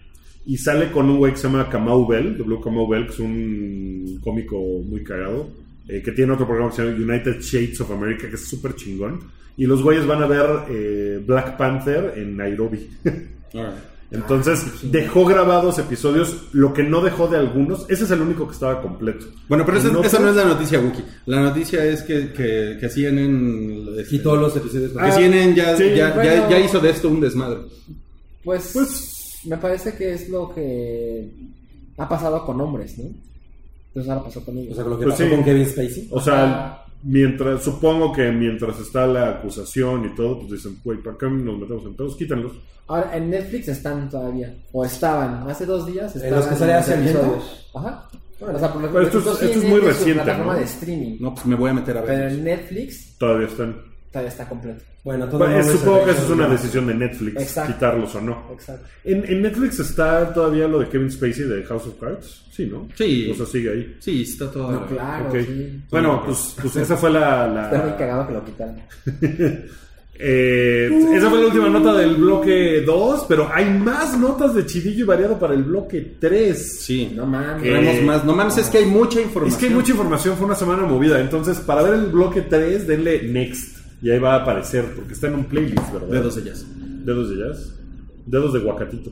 Speaker 2: Y sale con un güey que se llama Kamau Bell, W. Kamau Bell, que es un cómico muy cagado, eh, que tiene otro programa que se llama United Shades of America, que es súper chingón. Y los güeyes van a ver eh, Black Panther en Nairobi.
Speaker 5: Ah,
Speaker 2: Entonces, dejó grabados episodios, lo que no dejó de algunos. Ese es el único que estaba completo.
Speaker 4: Bueno, pero esa,
Speaker 2: ¿En
Speaker 4: esa
Speaker 2: otros?
Speaker 4: no es la noticia, Wookie. La noticia es que, que, que CNN. este,
Speaker 5: Quitó los episodios.
Speaker 4: que CNN ya,
Speaker 2: sí,
Speaker 4: ya- ya-
Speaker 3: bueno.
Speaker 4: ya hizo de esto un desmadre.
Speaker 3: Pues, me parece que es lo que ha pasado con hombres, ¿no? Entonces ahora pasó con
Speaker 5: O
Speaker 3: ellos.
Speaker 5: sea, lo que
Speaker 2: Pues
Speaker 5: pasó
Speaker 2: sí.
Speaker 5: con Kevin Spacey.
Speaker 2: O
Speaker 5: Ah.
Speaker 2: sea, mientras, supongo que mientras está la acusación y todo, pues dicen, güey, ¿para qué nos metemos en pedos? Quítanlos.
Speaker 3: Ahora, en Netflix están todavía. O estaban. Hace dos días
Speaker 5: los
Speaker 3: estaban.
Speaker 5: que sale hace
Speaker 3: los
Speaker 5: viento.
Speaker 3: Ajá. O sea, por lo que
Speaker 2: Pero esto es-
Speaker 3: recuerdo,
Speaker 2: esto es
Speaker 3: CNN
Speaker 2: muy
Speaker 3: su
Speaker 2: reciente,
Speaker 3: plataforma
Speaker 2: ¿no?
Speaker 3: de streaming.
Speaker 4: No, pues me voy a meter a
Speaker 3: Pero
Speaker 4: ver.
Speaker 3: en Netflix
Speaker 2: Todavía están.
Speaker 3: todavía está completo.
Speaker 5: Bueno, todo
Speaker 2: Pues,
Speaker 5: no es-
Speaker 2: supongo que eso es una decisión de Netflix,
Speaker 3: Exacto.
Speaker 2: quitarlos o no.
Speaker 3: Exacto.
Speaker 2: En, en Netflix está todavía lo de Kevin Spacey de House of Cards, sí, ¿no?
Speaker 4: Sí.
Speaker 2: O sea, sigue ahí.
Speaker 4: Sí, está todo.
Speaker 3: No, claro,
Speaker 2: Ok.
Speaker 3: sí.
Speaker 2: Bueno, pues, pues esa fue la... la-
Speaker 3: Está muy cagado que lo quitaron.
Speaker 2: Eh, esa fue la última nota del bloque 2, pero hay más notas de chidillo y variado para el bloque 3.
Speaker 4: Sí.
Speaker 3: No mames.
Speaker 2: Eh,
Speaker 4: Tenemos más. No mames, es que hay mucha
Speaker 2: Es
Speaker 4: información.
Speaker 2: que hay mucha información, fue una semana movida. Entonces, para ver el bloque 3, denle next. Y ahí va a aparecer, porque está en un playlist, ¿verdad?
Speaker 4: Dedos de jazz.
Speaker 2: Dedos de jazz. Dedos de guacatito.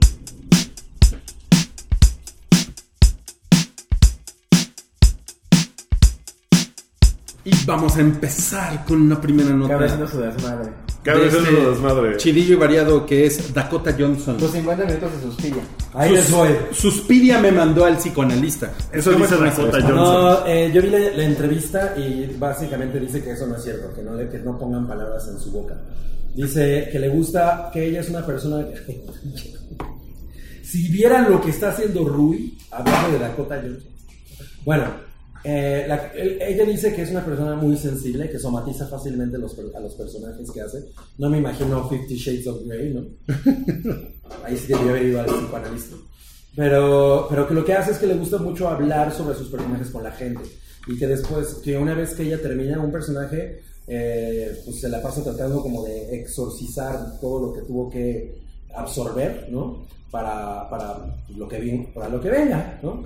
Speaker 4: Y vamos a empezar con la primera nota.
Speaker 3: Cabrón, haciendo su desmadre.
Speaker 2: Cada
Speaker 4: De
Speaker 2: vez es
Speaker 4: este
Speaker 2: lo desmadre.
Speaker 4: Chidillo y variado que es Dakota Johnson.
Speaker 3: Los 50 minutos de suspilla.
Speaker 5: Ahí les voy.
Speaker 4: Suspiria me mandó al psicoanalista.
Speaker 2: Eso
Speaker 4: No me
Speaker 2: dice
Speaker 4: acuerdo
Speaker 2: Dakota
Speaker 4: de eso.
Speaker 2: Johnson.
Speaker 5: No, eh, yo vi la, la entrevista y básicamente dice que eso no es cierto, que no, le, que no pongan palabras en su boca. Dice que le gusta, que ella es una persona... que- si vieran lo que está haciendo Rui hablando de Dakota Johnson. Bueno, Eh, la- él- ella dice que es una persona muy sensible, que somatiza fácilmente los per- a los personajes que hace. No me imagino Fifty Shades of Grey, ¿no? Ahí sí que yo he ido al psicoanalista. Pero, pero que lo que hace es que le gusta mucho hablar sobre sus personajes con la gente. Y que después, que una vez que ella termina un personaje, eh, pues se la pasa tratando como de exorcizar todo lo que tuvo que absorber, ¿no? Para, para, lo, que vin- para lo que venga, ¿no?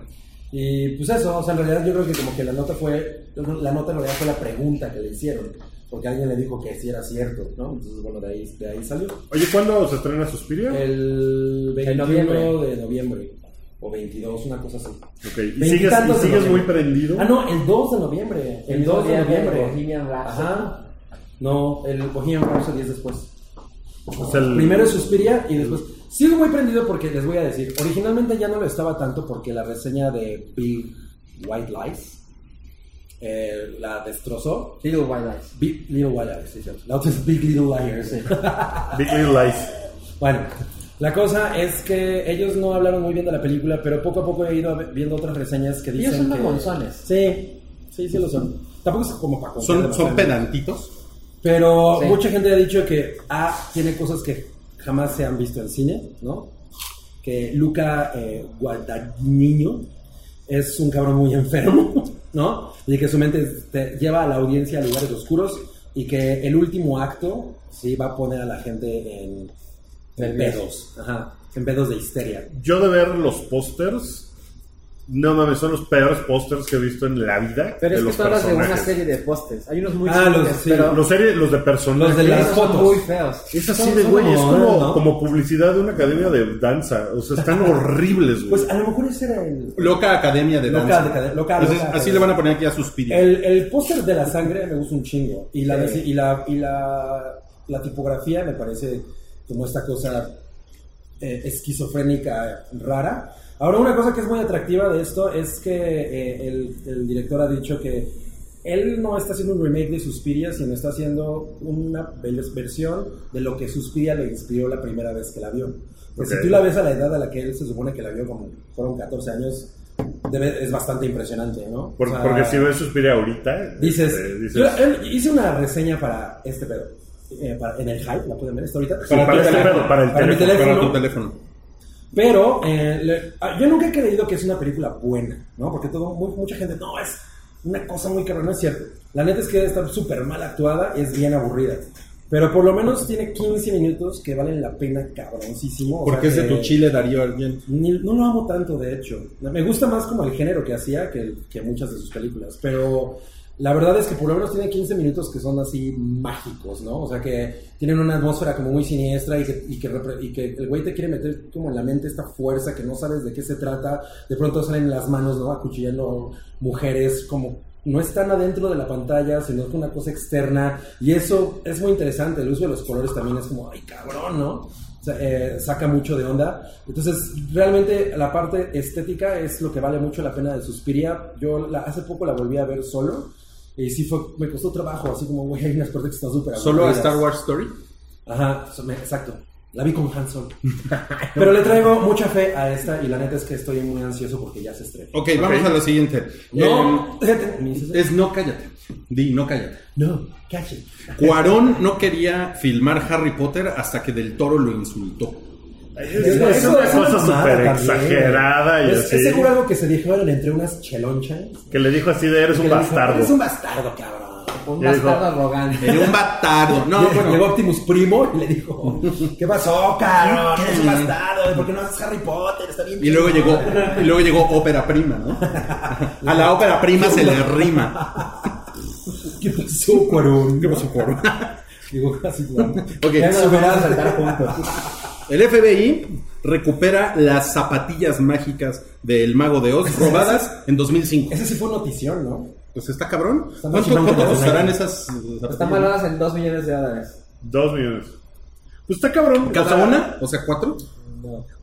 Speaker 5: Y pues eso, o sea, en realidad yo creo que como que la nota fue, la nota en realidad fue la pregunta que le hicieron, porque alguien le dijo que sí era cierto, ¿no? Entonces, bueno, de ahí, de ahí salió.
Speaker 2: Oye, ¿cuándo se estrena Suspiria?
Speaker 5: Eh, El 21
Speaker 3: En noviembre.
Speaker 5: de noviembre, o 22, una cosa así.
Speaker 2: ok, y sigues, y
Speaker 5: veintitantos de
Speaker 2: sigues muy
Speaker 5: noviembre.
Speaker 2: prendido.
Speaker 5: Ah, no, el 2 de noviembre. El 2 de noviembre.
Speaker 3: Bohemian Rhapsody.
Speaker 5: Ajá. No, el Bohemian Rhapsody es después.
Speaker 2: O sea, el-
Speaker 5: Primero es Suspiria y después. Sigo muy prendido porque les voy a decir, originalmente ya no lo estaba tanto porque la reseña de Big White Lies eh, la destrozó.
Speaker 3: Little White Lies.
Speaker 5: Big Little White Lies, sí, cierto. La otra es Big Little Liars. sí.
Speaker 2: Big Little Lies.
Speaker 5: Bueno, la cosa es que ellos no hablaron muy bien de la película, pero poco a poco he ido ve- viendo otras reseñas que dicen
Speaker 3: Ellos son
Speaker 5: que...
Speaker 3: mamonzones.
Speaker 5: Sí, sí, sí lo son. Tampoco es como para confiar
Speaker 4: Son,
Speaker 5: demasiado.
Speaker 4: son pedantitos.
Speaker 5: Pero
Speaker 3: Sí.
Speaker 5: mucha gente ha dicho que A tiene cosas que jamás se han visto en cine, ¿no? Que Luca eh, Guadagnino es un cabrón muy enfermo, ¿no? Y que su mente te lleva a la audiencia a lugares oscuros y que el último acto sí va a poner a la gente en, en pedos, ajá, en pedos de histeria.
Speaker 2: Yo de ver los pósters, no mames, son los peores pósters que he visto en la vida.
Speaker 7: Pero
Speaker 2: de
Speaker 7: es que
Speaker 2: los
Speaker 7: tú hablas de una
Speaker 2: personajes.
Speaker 7: serie de postes. Hay unos muy
Speaker 5: Ah, los-
Speaker 7: chingones,
Speaker 5: sí,
Speaker 7: pero
Speaker 2: Los, series, los de personajes.
Speaker 5: Los de las
Speaker 7: esos son
Speaker 5: fotos.
Speaker 7: muy feos.
Speaker 2: Es así
Speaker 5: Son-
Speaker 2: de
Speaker 5: son
Speaker 2: güey, es como,
Speaker 5: ¿no?
Speaker 2: como publicidad de una academia de danza. O sea, están horribles, güey.
Speaker 5: Pues a lo mejor ese era el...
Speaker 4: Loca Academia de
Speaker 5: Loca
Speaker 4: Danza.
Speaker 5: Academia- Loca-
Speaker 4: Entonces,
Speaker 5: Loca
Speaker 4: así
Speaker 5: Academia.
Speaker 4: le van a poner aquí a Suspiria.
Speaker 5: El, el póster de la sangre me gusta un chingo. Y la,
Speaker 7: Sí.
Speaker 5: y la, y la, la tipografía me parece como esta cosa eh, esquizofrénica rara. Ahora, una cosa que es muy atractiva de esto es que eh, el, el director ha dicho que él no está haciendo un remake de Suspiria, sino está haciendo una bel- versión de lo que Suspiria le inspiró la primera vez que la vio. Porque
Speaker 2: Ok.
Speaker 5: si tú la ves a la edad a la que él se supone que la vio, como fueron 14 años, debe- es bastante impresionante, ¿no?
Speaker 2: Por-
Speaker 5: O sea,
Speaker 2: porque si ves Suspiria ahorita,
Speaker 5: Dices,
Speaker 2: este, dices,
Speaker 5: yo- eh, él hice una reseña para este pedo. eh, para- en el hype, la pueden ver, está ahorita.
Speaker 2: sí, para,
Speaker 5: tu
Speaker 2: este
Speaker 5: teléfono,
Speaker 2: pedo, para el
Speaker 5: para mi
Speaker 2: teléfono.
Speaker 4: Para tu
Speaker 5: teléfono.
Speaker 4: teléfono.
Speaker 5: Pero eh, le- ah, yo nunca he creído que es una película buena, ¿no? Porque todo, mu- mucha gente, no, es una cosa muy cabrón, no es cierto. La neta es que debe estar súper mal actuada y es bien aburrida. Pero por lo menos tiene 15 minutos que valen la pena cabroncísimo. o
Speaker 4: Porque
Speaker 5: sea
Speaker 4: es de tu
Speaker 5: que-
Speaker 4: chile, Darío Argento.
Speaker 5: ni- no lo amo tanto, de hecho. Me gusta más como el género que hacía que, que muchas de sus películas. Pero la verdad es que por lo menos tiene 15 minutos que son así mágicos, ¿no? O sea, que tienen una atmósfera como muy siniestra y que, y que, repre- y que el güey te quiere meter como en la mente esta fuerza que no sabes de qué se trata. De pronto salen las manos, ¿no? Acuchillando mujeres como... No están adentro de la pantalla, sino que una cosa externa. Y eso es muy interesante. El uso de los colores también es como, ay, cabrón, ¿no? O sea, eh, saca mucho de onda. Entonces, realmente la parte estética es lo que vale mucho la pena de Suspiria. Yo la- hace poco la volví a ver solo y sí fue, me costó trabajo, así como, güey, hay unas partes que están súper
Speaker 4: Solo a
Speaker 5: aburridas.
Speaker 4: Star Wars Story.
Speaker 5: Ajá, so- me- exacto. La vi con Han Solo. Pero le traigo mucha fe a esta y la neta es que estoy muy ansioso porque ya se estrena.
Speaker 4: Ok, vamos a la siguiente.
Speaker 5: No,
Speaker 4: Eh,
Speaker 5: ¿Me dices eso?
Speaker 4: es no cállate. Di, no cállate.
Speaker 5: no, cachen.
Speaker 4: Cuarón no quería filmar Harry Potter hasta que Del Toro lo insultó.
Speaker 2: Es, es una cosa súper exagerada y
Speaker 5: es,
Speaker 2: así.
Speaker 5: es seguro algo que se dijeron entre unas chelonchas.
Speaker 2: Que le dijo así de eres un
Speaker 5: Que le dijo,
Speaker 2: bastardo.
Speaker 5: Eres un bastardo, cabrón.
Speaker 3: Un
Speaker 2: Ya dijo.
Speaker 3: bastardo arrogante.
Speaker 4: Era un batardo. No,
Speaker 5: Llegó- Llegó
Speaker 4: bueno.
Speaker 5: Optimus Primo y le dijo, ¿qué pasó, cabrón? Eres un bastardo, ¿por qué no haces Harry Potter? Está bien
Speaker 4: Y luego
Speaker 5: chido".
Speaker 4: llegó, y luego llegó ópera prima, ¿no? A la ópera prima se le rima.
Speaker 5: ¿Qué pasó, Cuarón?
Speaker 4: ¿Qué pasó, Cuarón?
Speaker 5: Digo, casi Cuarón.
Speaker 4: Ok.
Speaker 5: Ya nos verás saltar juntos.
Speaker 4: El FBI recupera las zapatillas mágicas del mago de Oz robadas en 2005.
Speaker 5: Ese sí fue notición, ¿no?
Speaker 4: Pues está cabrón.
Speaker 5: Está más
Speaker 4: ¿Cuánto,
Speaker 5: chingón que
Speaker 4: cuánto
Speaker 5: las de
Speaker 4: costarán
Speaker 5: Nike.
Speaker 4: esas eh,
Speaker 7: Están
Speaker 4: zapatillas?
Speaker 7: valoradas en 2 millones de dólares.
Speaker 2: Dos millones. Pues está cabrón.
Speaker 4: ¿Cada
Speaker 2: O sea,
Speaker 4: una? O sea, cuatro.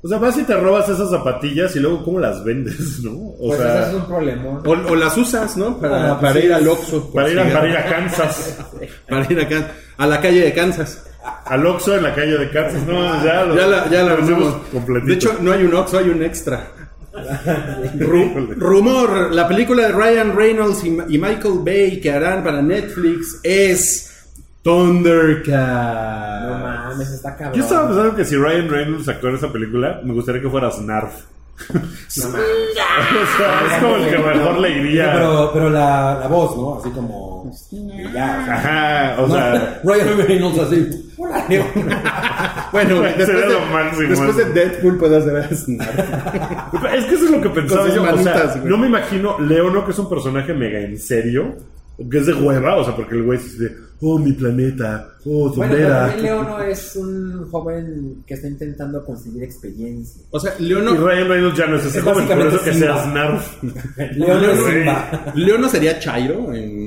Speaker 2: O sea, vas y te robas esas zapatillas y luego cómo las vendes, ¿no? O
Speaker 7: Pues ese es
Speaker 2: sea,
Speaker 7: un problema.
Speaker 4: O, o las usas, ¿no? Para,
Speaker 5: Ah, pues
Speaker 4: para
Speaker 5: sí.
Speaker 4: ir al Oxxo.
Speaker 2: para ir, a,
Speaker 4: Sí,
Speaker 2: para ir a Kansas.
Speaker 4: para ir a, Can- a la calle de Kansas.
Speaker 2: Al Oxxo en la calle de Kansas. No, ya lo
Speaker 4: Ya la, ya la
Speaker 2: lo hicimos
Speaker 4: armamos.
Speaker 2: completito.
Speaker 4: De hecho, no hay un Oxxo, hay un extra. Ru- rumor, la película de Ryan Reynolds y, y Michael Bay que harán para Netflix es Thundercat.
Speaker 3: No mames, está cabrón.
Speaker 2: Yo estaba pensando que si Ryan Reynolds actuara esa película, me gustaría que fuera Snarf. o sea, es como el que mejor le iría.
Speaker 5: Pero, pero la, la voz, ¿no? Así como. y ya.
Speaker 2: Ajá, o
Speaker 5: o sea,
Speaker 2: sea,
Speaker 5: no, Ryan Reynolds así. Hola, Leo.
Speaker 4: Bueno, después,
Speaker 2: Sería
Speaker 4: de,
Speaker 2: lo máximo.
Speaker 4: después de Deadpool puede hacer a Snarf.
Speaker 2: Es que eso es lo que pensaba
Speaker 4: sus
Speaker 2: yo. o sea,
Speaker 4: manitas, güey.
Speaker 2: no me imagino Leono, que es un personaje mega en serio, que es de hueva, o sea, porque el güey es de, oh, mi planeta, oh,
Speaker 3: Bueno, pero
Speaker 2: sombrera.
Speaker 3: también Leono es un joven que está intentando conseguir experiencia.
Speaker 4: O sea,
Speaker 2: y
Speaker 4: Leono,
Speaker 2: Ryan Reynolds ya no es ese
Speaker 5: Es
Speaker 2: joven, por
Speaker 5: básicamente
Speaker 2: eso que
Speaker 5: Simba.
Speaker 2: sea Snarf.
Speaker 5: León es
Speaker 2: Güey.
Speaker 5: Simba.
Speaker 4: Leono sería Chairo en,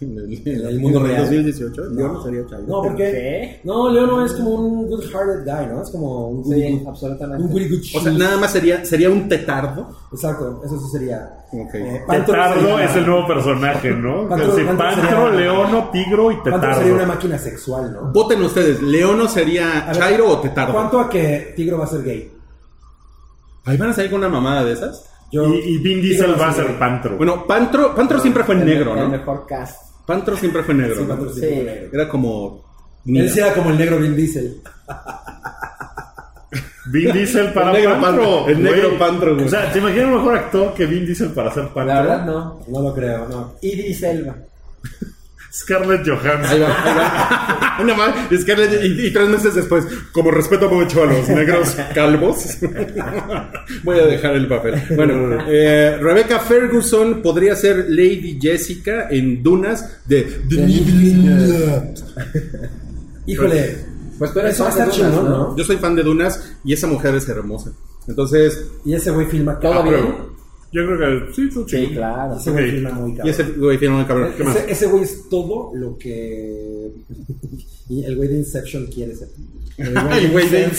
Speaker 4: en el, en el mundo
Speaker 5: En el
Speaker 4: real.
Speaker 5: real.
Speaker 4: 2018. Leono sería Chairo.
Speaker 5: No, porque. No, Leo no es como un good-hearted guy, ¿no? Es como un.
Speaker 3: Sí,
Speaker 5: un- Un
Speaker 3: absolutamente.
Speaker 5: really good shit.
Speaker 4: O sea, nada más sería, sería un tetardo.
Speaker 5: Exacto, eso sí sería.
Speaker 4: Okay.
Speaker 5: Eh, Pantro
Speaker 2: Tetardo
Speaker 5: sería-
Speaker 2: es el nuevo personaje, ¿no?
Speaker 5: Pantro-
Speaker 2: Sí,
Speaker 5: Pantro
Speaker 2: Pantro,
Speaker 5: sería-
Speaker 2: Leono, Tigro y
Speaker 5: Pantro sería una
Speaker 2: Tetardo.
Speaker 5: máquina sexual, ¿no?
Speaker 4: Voten ustedes, ¿Leono sería
Speaker 5: A ver,
Speaker 4: Chairo o Tetardo?
Speaker 5: ¿Cuánto a que Tigro va a ser gay?
Speaker 4: ¿Ahí van a salir con una mamada de esas?
Speaker 5: Yo-
Speaker 2: Y, y Vin
Speaker 5: Tigro
Speaker 2: Diesel va a
Speaker 5: ser
Speaker 2: ser
Speaker 5: gay.
Speaker 2: Pantro.
Speaker 4: Bueno, Pantro, Pantro siempre fue
Speaker 3: El-
Speaker 4: negro,
Speaker 3: El
Speaker 4: ¿no?
Speaker 3: mejor cast.
Speaker 4: Pantro siempre fue negro.
Speaker 5: Sí,
Speaker 4: ¿no?
Speaker 5: Pantro sí.
Speaker 3: Sí.
Speaker 5: negro.
Speaker 4: Era como.
Speaker 5: Él sí era como el negro Vin Diesel.
Speaker 2: Vin Diesel para
Speaker 4: El negro
Speaker 2: Pantro.
Speaker 4: Pantro, el negro
Speaker 2: güey.
Speaker 4: Pantro, güey.
Speaker 2: O sea, ¿te imaginas un mejor actor que Vin Diesel para ser Pantro?
Speaker 3: La verdad, no.
Speaker 5: No lo creo, no.
Speaker 3: Idris Elba.
Speaker 2: Scarlett
Speaker 4: Ahí
Speaker 2: Johansson.
Speaker 4: va, ahí va. Nada más, es que- y, y tres meses después, como respeto mucho a los negros calvos, voy a dejar el papel. Bueno, eh, Rebecca Ferguson podría ser Lady Jessica en Dunas de The
Speaker 5: Híjole,
Speaker 3: Pues tú eres
Speaker 5: Eso va a
Speaker 3: fan de
Speaker 5: estar
Speaker 3: Dunas,
Speaker 5: chingón,
Speaker 3: ¿no?
Speaker 5: ¿no?
Speaker 4: Yo soy fan de Dunas y esa mujer es hermosa. Entonces,
Speaker 5: y ese güey
Speaker 2: Ah,
Speaker 5: filma
Speaker 3: ¿Todo
Speaker 5: cabrón.
Speaker 3: bien?
Speaker 2: Yo creo que sí, tú
Speaker 3: Sí,
Speaker 2: chingón.
Speaker 3: claro.
Speaker 5: Ese güey
Speaker 2: Ok.
Speaker 5: filma muy
Speaker 4: y
Speaker 5: cabrón.
Speaker 4: ese güey tiene una cabrón. ¿Qué más?
Speaker 5: Ese, ese güey es todo lo que y el güey de Inception quiere ser.
Speaker 4: Ay, güey, de-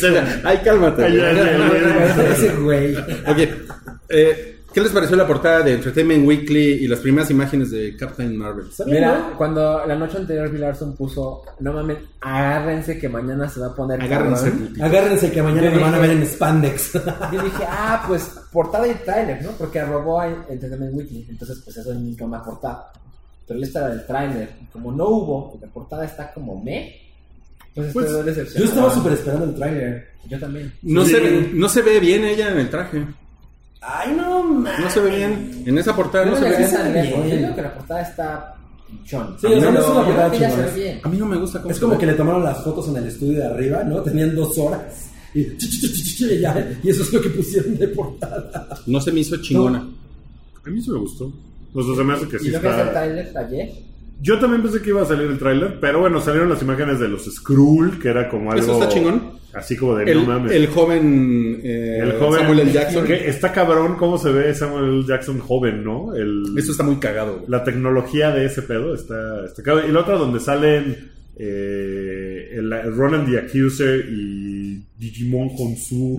Speaker 4: ay, cálmate.
Speaker 2: Ay, ya, ya, ya, ya.
Speaker 5: Ese güey.
Speaker 4: Oye, eh, ¿qué les pareció la portada de Entertainment Weekly y las primeras imágenes de Captain Marvel?
Speaker 3: Mira, cuando la noche anterior Bill Larson puso, no mames, agárrense que mañana se va a poner
Speaker 4: Agárrense.
Speaker 3: cabrón".
Speaker 5: Agárrense que mañana me van a ver en spandex.
Speaker 3: Yo dije, ah, pues portada y tráiler, ¿no? Porque robó a Entertainment Weekly, entonces pues eso es mi toma portada. Pero esta era del tráiler, y como no hubo, y la portada está como me, entonces
Speaker 2: Pues,
Speaker 3: estoy
Speaker 5: Yo
Speaker 3: decepcionado.
Speaker 5: estaba súper esperando el tráiler.
Speaker 3: Yo también.
Speaker 4: No,
Speaker 2: Sí.
Speaker 4: se ve, no se ve bien ella en el traje.
Speaker 5: Ay no man.
Speaker 4: No se ve bien. En esa portada no
Speaker 3: no
Speaker 4: se
Speaker 3: le
Speaker 4: ve
Speaker 3: alcanza
Speaker 4: bien.
Speaker 3: tan
Speaker 5: bien.
Speaker 3: lejos, yo digo que la portada está chon.
Speaker 5: Sí, o sea,
Speaker 3: Pero
Speaker 5: no es una
Speaker 3: yo
Speaker 5: portada
Speaker 3: creo que ya
Speaker 5: chingona.
Speaker 3: se ve bien.
Speaker 4: A mí no me gusta cómo
Speaker 5: Es
Speaker 4: se
Speaker 5: como
Speaker 4: ve.
Speaker 5: que le tomaron las fotos en el estudio de arriba, ¿no? Tenían dos horas. Y, chu, chu, chu, chu, chu, y ya, y eso es lo que pusieron de portada.
Speaker 4: No se me hizo chingona.
Speaker 2: A mí sí me gustó. Pues, O sea, se me hace que sí
Speaker 3: y yo que es el
Speaker 2: está.
Speaker 3: tráiler ayer,
Speaker 2: Yo también pensé que iba a salir el tráiler, pero bueno, salieron las imágenes de los Skrull, que era como algo.
Speaker 4: Eso está chingón.
Speaker 2: Así como de no
Speaker 4: El,
Speaker 2: mames.
Speaker 4: el joven, eh,
Speaker 2: El joven
Speaker 4: Samuel L. Jackson.
Speaker 2: que está cabrón cómo se ve Samuel L. Jackson joven, ¿no? El,
Speaker 4: Eso está muy cagado. güey.
Speaker 2: La tecnología de ese pedo está, está cabrón. Y la otra donde salen eh, el, el Ronan the Accuser y Digimon Honsu,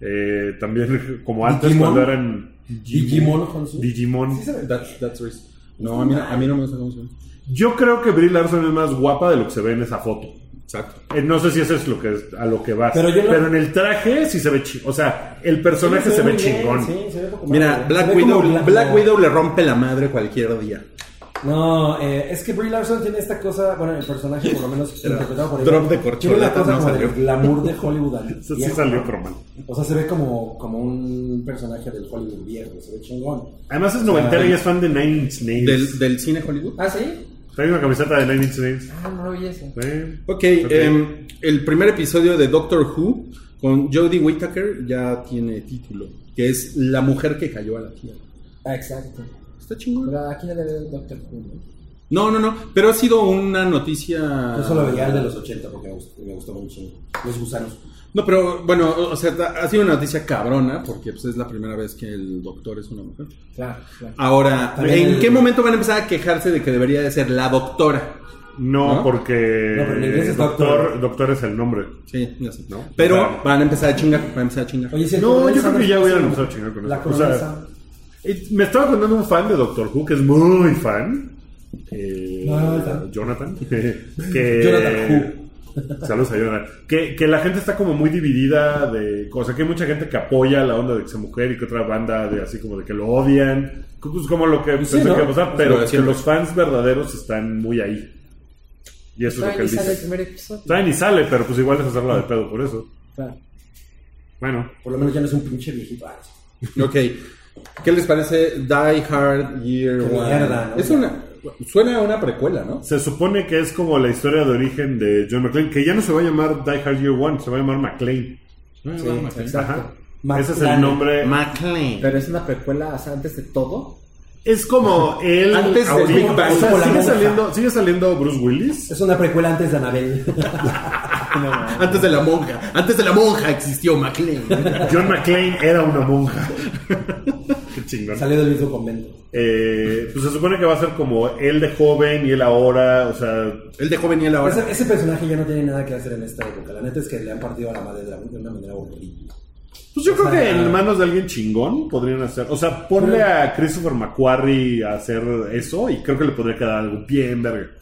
Speaker 2: eh, también como antes
Speaker 5: Digimon.
Speaker 2: cuando eran
Speaker 5: Digimon Honsu.
Speaker 2: Digimon.
Speaker 4: That- that's right. No, a mí, a mí no me gusta cómo se ve.
Speaker 2: Yo creo que Brie Larson es más guapa de lo que se ve en esa foto.
Speaker 4: Exacto.
Speaker 2: Eh, No sé si eso es lo que es- a lo que vas.
Speaker 5: Pero
Speaker 2: Pero,
Speaker 5: yo no-
Speaker 2: en el traje sí se ve chingón. O sea, el personaje se ve chingón.
Speaker 4: Mira, Black Widow, Black Widow le rompe la madre cualquier día.
Speaker 5: No, eh, es que Brie Larson tiene esta cosa, bueno, el personaje por lo menos interpretado por
Speaker 4: drop de
Speaker 5: Tiene una
Speaker 4: corcholatas,
Speaker 5: cosa
Speaker 4: no
Speaker 5: como del
Speaker 4: salió.
Speaker 5: glamour de Hollywood al
Speaker 2: Eso sí
Speaker 5: viejo,
Speaker 2: salió,
Speaker 5: ¿no?
Speaker 2: pero mal.
Speaker 5: O sea, se ve como, como un personaje del Hollywood viejo, se ve chingón.
Speaker 2: Además es noventera y es fan de Nine Inch Nails.
Speaker 4: Del, del cine Hollywood.
Speaker 3: ¿ah sí?
Speaker 2: Trae una camiseta de Nine Inch Nails.
Speaker 3: Ah, no lo vi ese.
Speaker 2: Eh,
Speaker 4: Ok, em, el primer episodio de Doctor Who con Jodie Whittaker ya tiene título, que es La mujer que cayó a la tierra.
Speaker 3: Ah, exacto.
Speaker 4: Está chingón.
Speaker 3: Pero aquí no le veo el Doctor Who, ¿no?
Speaker 4: No, no, no, pero ha sido una noticia...
Speaker 5: Yo solo veía el de los 80 porque me gustó, me gustó un chingo. Los gusanos.
Speaker 4: No, pero bueno, o sea, ha sido una noticia cabrona porque pues, es la primera vez que el doctor es una mujer.
Speaker 3: Claro, claro.
Speaker 2: Ah,
Speaker 4: Ahora,
Speaker 5: También
Speaker 4: ¿en
Speaker 5: el-
Speaker 4: qué momento van a empezar a quejarse de que debería de ser la doctora?
Speaker 2: No,
Speaker 4: ¿No?
Speaker 2: porque
Speaker 5: No, pero en inglés es
Speaker 2: doctor,
Speaker 5: doctor.
Speaker 2: doctor es el nombre.
Speaker 4: Sí, ya sé.
Speaker 2: No.
Speaker 4: Pero
Speaker 2: Claro.
Speaker 4: van a empezar a chingar, van a empezar a chingar.
Speaker 5: Oye, si el
Speaker 2: No,
Speaker 5: coronel
Speaker 2: yo creo
Speaker 5: Sanders-
Speaker 2: que ya hubieran empezado a chingar con
Speaker 5: La
Speaker 2: eso. O sea,
Speaker 5: coronel Sanders.
Speaker 2: Eh, Me estaba contando un fan de Doctor Who que es muy fan. eh,
Speaker 5: No, no, no.
Speaker 2: Jonathan. que,
Speaker 5: Jonathan
Speaker 2: Saludos a Jonah. Que, que la gente está como muy dividida de cosas. Que hay mucha gente que apoya la onda de que sea mujer y que otra banda de así como de que lo odian. Pues como lo que pensé
Speaker 5: ¿no?
Speaker 2: que iba a pasar, pero
Speaker 4: Lo de
Speaker 2: que
Speaker 4: siempre.
Speaker 2: los fans verdaderos están muy ahí. Y eso es lo que él
Speaker 3: Todavía sale el
Speaker 2: dice.
Speaker 3: primer episodio.
Speaker 2: Todavía ni sale, pero pues igual es hacerla de pedo por eso.
Speaker 3: Claro.
Speaker 2: Bueno,
Speaker 5: Por lo menos ya no es un pinche viejito. Ah, sí.
Speaker 4: Ok. ¿Qué les parece Die Hard Year
Speaker 5: Qué
Speaker 4: One?
Speaker 5: mierda, ¿no?
Speaker 4: Es una. Suena a una precuela, ¿no?
Speaker 2: se supone que es como la historia de origen de John McClane, que ya no se va a llamar Die Hard Year One, se va a llamar McClane. Ajá. Ese es el
Speaker 5: McClane.
Speaker 2: nombre.
Speaker 4: McLean.
Speaker 3: Pero es una precuela, o sea, antes de todo.
Speaker 2: Es como él.
Speaker 4: Antes del
Speaker 2: ahorita-
Speaker 4: Big Bang.
Speaker 2: o sea,
Speaker 5: Como la
Speaker 2: sigue
Speaker 5: monja.
Speaker 2: saliendo, sigue saliendo Bruce Willis.
Speaker 5: Es una precuela antes de Anabel.
Speaker 4: Antes de la monja. Antes de la monja existió McLean.
Speaker 2: John McClane era una monja. Qué chingón.
Speaker 5: Salió del mismo convento.
Speaker 2: Eh, pues se supone que va a ser como él de joven y él ahora. O sea,
Speaker 4: Él dejó venir la hora.
Speaker 5: Ese, ese personaje ya no tiene nada que hacer en esta época. La neta es que le han partido a la madre de, la- de una manera horrible.
Speaker 2: pues yo creo que en manos de alguien chingón podrían hacer. O sea, ponle a Christopher McQuarrie a hacer eso y creo que le podría quedar algo bien verga.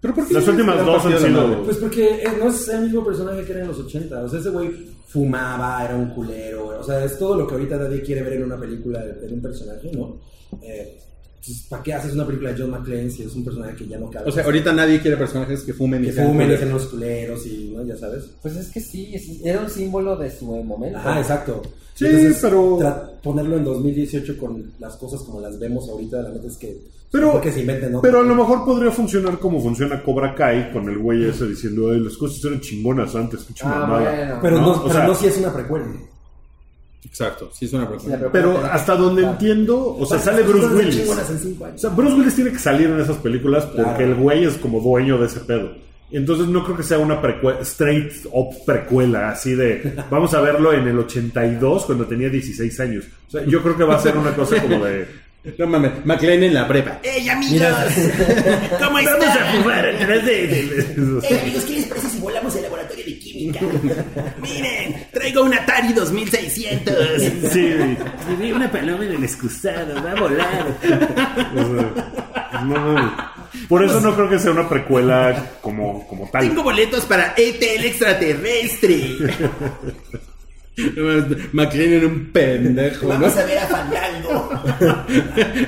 Speaker 4: ¿Pero por
Speaker 2: Las últimas dos han sido.
Speaker 5: Pues porque eh, no es el mismo personaje que era en los 80. O sea, ese güey fumaba, era un culero. O sea, es todo lo que ahorita nadie quiere ver en una película de, de un personaje, ¿no? Eh, entonces, ¿Para qué haces una película de John McClane si es un personaje que ya no cabe?
Speaker 4: O sea, ahorita nadie quiere personajes que fumen y
Speaker 5: que
Speaker 4: sean
Speaker 5: fumen y
Speaker 4: culeros.
Speaker 5: sean los culeros y, ¿no? Ya sabes.
Speaker 3: Pues es que sí, es- era un símbolo de su momento.
Speaker 5: Ajá, exacto.
Speaker 2: Sí,
Speaker 5: Entonces,
Speaker 2: pero-
Speaker 5: tra- Ponerlo en 2018 con las cosas como las vemos ahorita, la neta es que...
Speaker 2: Pero-
Speaker 5: porque se inventen otra.
Speaker 2: Pero a lo mejor podría funcionar como funciona Cobra Kai con el güey ese diciendo, "Ay, las cosas eran chingonas antes, pinche
Speaker 3: Ah,
Speaker 2: mamada".
Speaker 3: bueno.
Speaker 5: Pero
Speaker 2: ¿no?
Speaker 5: no,
Speaker 2: O
Speaker 5: pero
Speaker 2: sea-
Speaker 5: no si es una precuela.
Speaker 4: Exacto, sí es una
Speaker 3: Sí, la
Speaker 4: precuela.
Speaker 3: precuela
Speaker 2: Pero
Speaker 3: tiene-
Speaker 2: hasta donde entiendo, o sea, sale Bruce Willis.
Speaker 5: Chingonas en cinco
Speaker 2: O
Speaker 5: años.
Speaker 2: sea, Bruce Willis tiene que salir en esas películas porque el güey es como dueño de ese pedo. Entonces no creo que sea una precue- straight up precuela, así de vamos a verlo en el 82 cuando tenía 16 años. O sea, yo creo que va a ser una cosa como de
Speaker 4: No mames, McLean en la prepa.
Speaker 5: Mira,
Speaker 2: vamos a jugar en 3D.
Speaker 8: amigos, ¿qué les parece si volamos el laboratorio de química? Miren, traigo un Atari 2600.
Speaker 2: Sí, vi una paloma en el excusado, va a volar. no mames. Por eso no creo que sea una precuela como, como tal.
Speaker 8: Tengo boletos para ETL extraterrestre.
Speaker 4: No mames, McLean era un pendejo, ¿no?
Speaker 8: Vamos a ver a Fandango.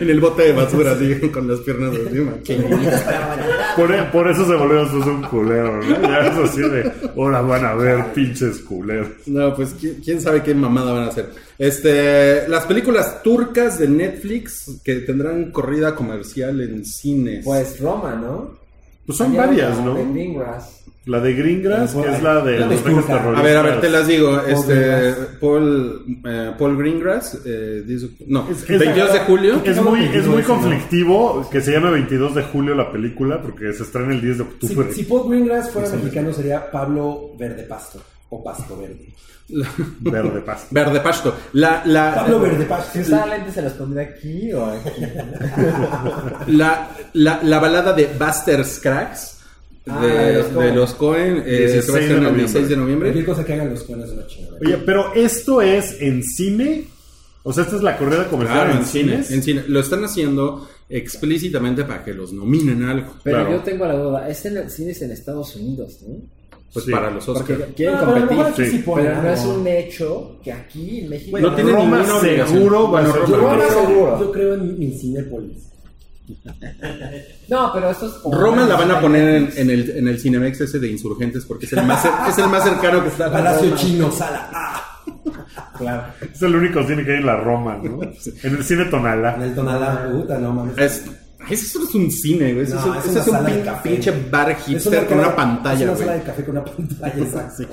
Speaker 4: en el bote de basura, así, con las piernas encima.
Speaker 8: Boletos para Fandango.
Speaker 2: Por, por eso se volvió sus un culero, ¿no? Ya es así de, ahora van a ver pinches culeros.
Speaker 4: No, pues ¿quién, quién sabe qué mamada van a hacer. Este, las películas turcas de Netflix que tendrán corrida comercial en cines.
Speaker 3: Pues Roma, ¿no?
Speaker 2: Pues son varias, ¿no?
Speaker 3: De Greengrass.
Speaker 2: La de Greengrass, que es la de
Speaker 5: La de
Speaker 2: los ataques
Speaker 5: Turca.
Speaker 2: terroristas.
Speaker 4: a ver, a ver, te las digo. este,
Speaker 5: Greengrass.
Speaker 4: Paul, eh, Paul Greengrass, eh, dice- no,
Speaker 2: Es- es-
Speaker 4: 22 de julio.
Speaker 2: Es muy, es muy conflictivo que se llame 22 de julio la película porque se estrena el 10 de
Speaker 5: si,
Speaker 2: octubre.
Speaker 5: si Paul Greengrass fuera mexicano sería Pablo Verde Pasto o Pasto Verde.
Speaker 2: Verde paz.
Speaker 4: Verde Pasto. La, la,
Speaker 5: Pablo Verde Pasto.
Speaker 3: Si usara lentes se los pondría aquí o eh, aquí.
Speaker 4: La, la, la balada de Buster's Cracks de,
Speaker 3: Ah, de los Coen.
Speaker 4: de los eh, Cohen
Speaker 2: 16 de
Speaker 4: el
Speaker 2: noviembre.
Speaker 4: 16 de noviembre.
Speaker 5: Cualquier cosa que hagan los cuernos es una chingadera.
Speaker 2: Oye, pero esto es en cine. O sea, esta es la corrida comercial
Speaker 4: Claro,
Speaker 2: en, cines.
Speaker 4: En cine. Lo están haciendo explícitamente para que los nominen a algo.
Speaker 3: Pero
Speaker 2: Claro.
Speaker 3: yo tengo la duda, es en el cine es en Estados Unidos, ¿no?
Speaker 4: Pues
Speaker 2: Sí.
Speaker 4: para los
Speaker 3: Porque
Speaker 4: Oscars.
Speaker 3: quieren
Speaker 5: No, pero a lo
Speaker 3: competir.
Speaker 5: mejor aquí
Speaker 2: sí.
Speaker 5: sí ponen
Speaker 3: Pero no
Speaker 5: algo.
Speaker 3: es un hecho que aquí en México.
Speaker 4: No tiene
Speaker 2: Roma
Speaker 4: ninguna obligación.
Speaker 2: seguro va a ser
Speaker 4: Bueno,
Speaker 5: Yo
Speaker 4: Roma.
Speaker 3: Roma.
Speaker 5: creo-
Speaker 3: seguro.
Speaker 5: Yo creo en mi Cinépolis.
Speaker 3: No, pero esto es.
Speaker 4: Roma la van a poner en, en el, en el Cinemex ese de Insurgentes porque es el más, cer- es el más cercano que está. a
Speaker 5: Palacio
Speaker 4: Roma.
Speaker 5: Chino, sala Ah, A.
Speaker 3: Claro.
Speaker 2: Es el único cine que hay en la Roma, ¿no? En el cine
Speaker 5: En
Speaker 2: Tonalá.
Speaker 5: el Tonalá, puta, no mames.
Speaker 4: Es, ay, eso es un cine, güey. Eso
Speaker 5: No,
Speaker 4: es un-
Speaker 5: es
Speaker 4: eso
Speaker 5: una
Speaker 4: es un
Speaker 5: sala de
Speaker 4: pin-
Speaker 5: café.
Speaker 4: pinche bar
Speaker 5: Es
Speaker 4: hipster con una
Speaker 5: cara- Es
Speaker 4: pantalla,
Speaker 5: una sala
Speaker 4: güey.
Speaker 5: de café con una pantalla, exacto.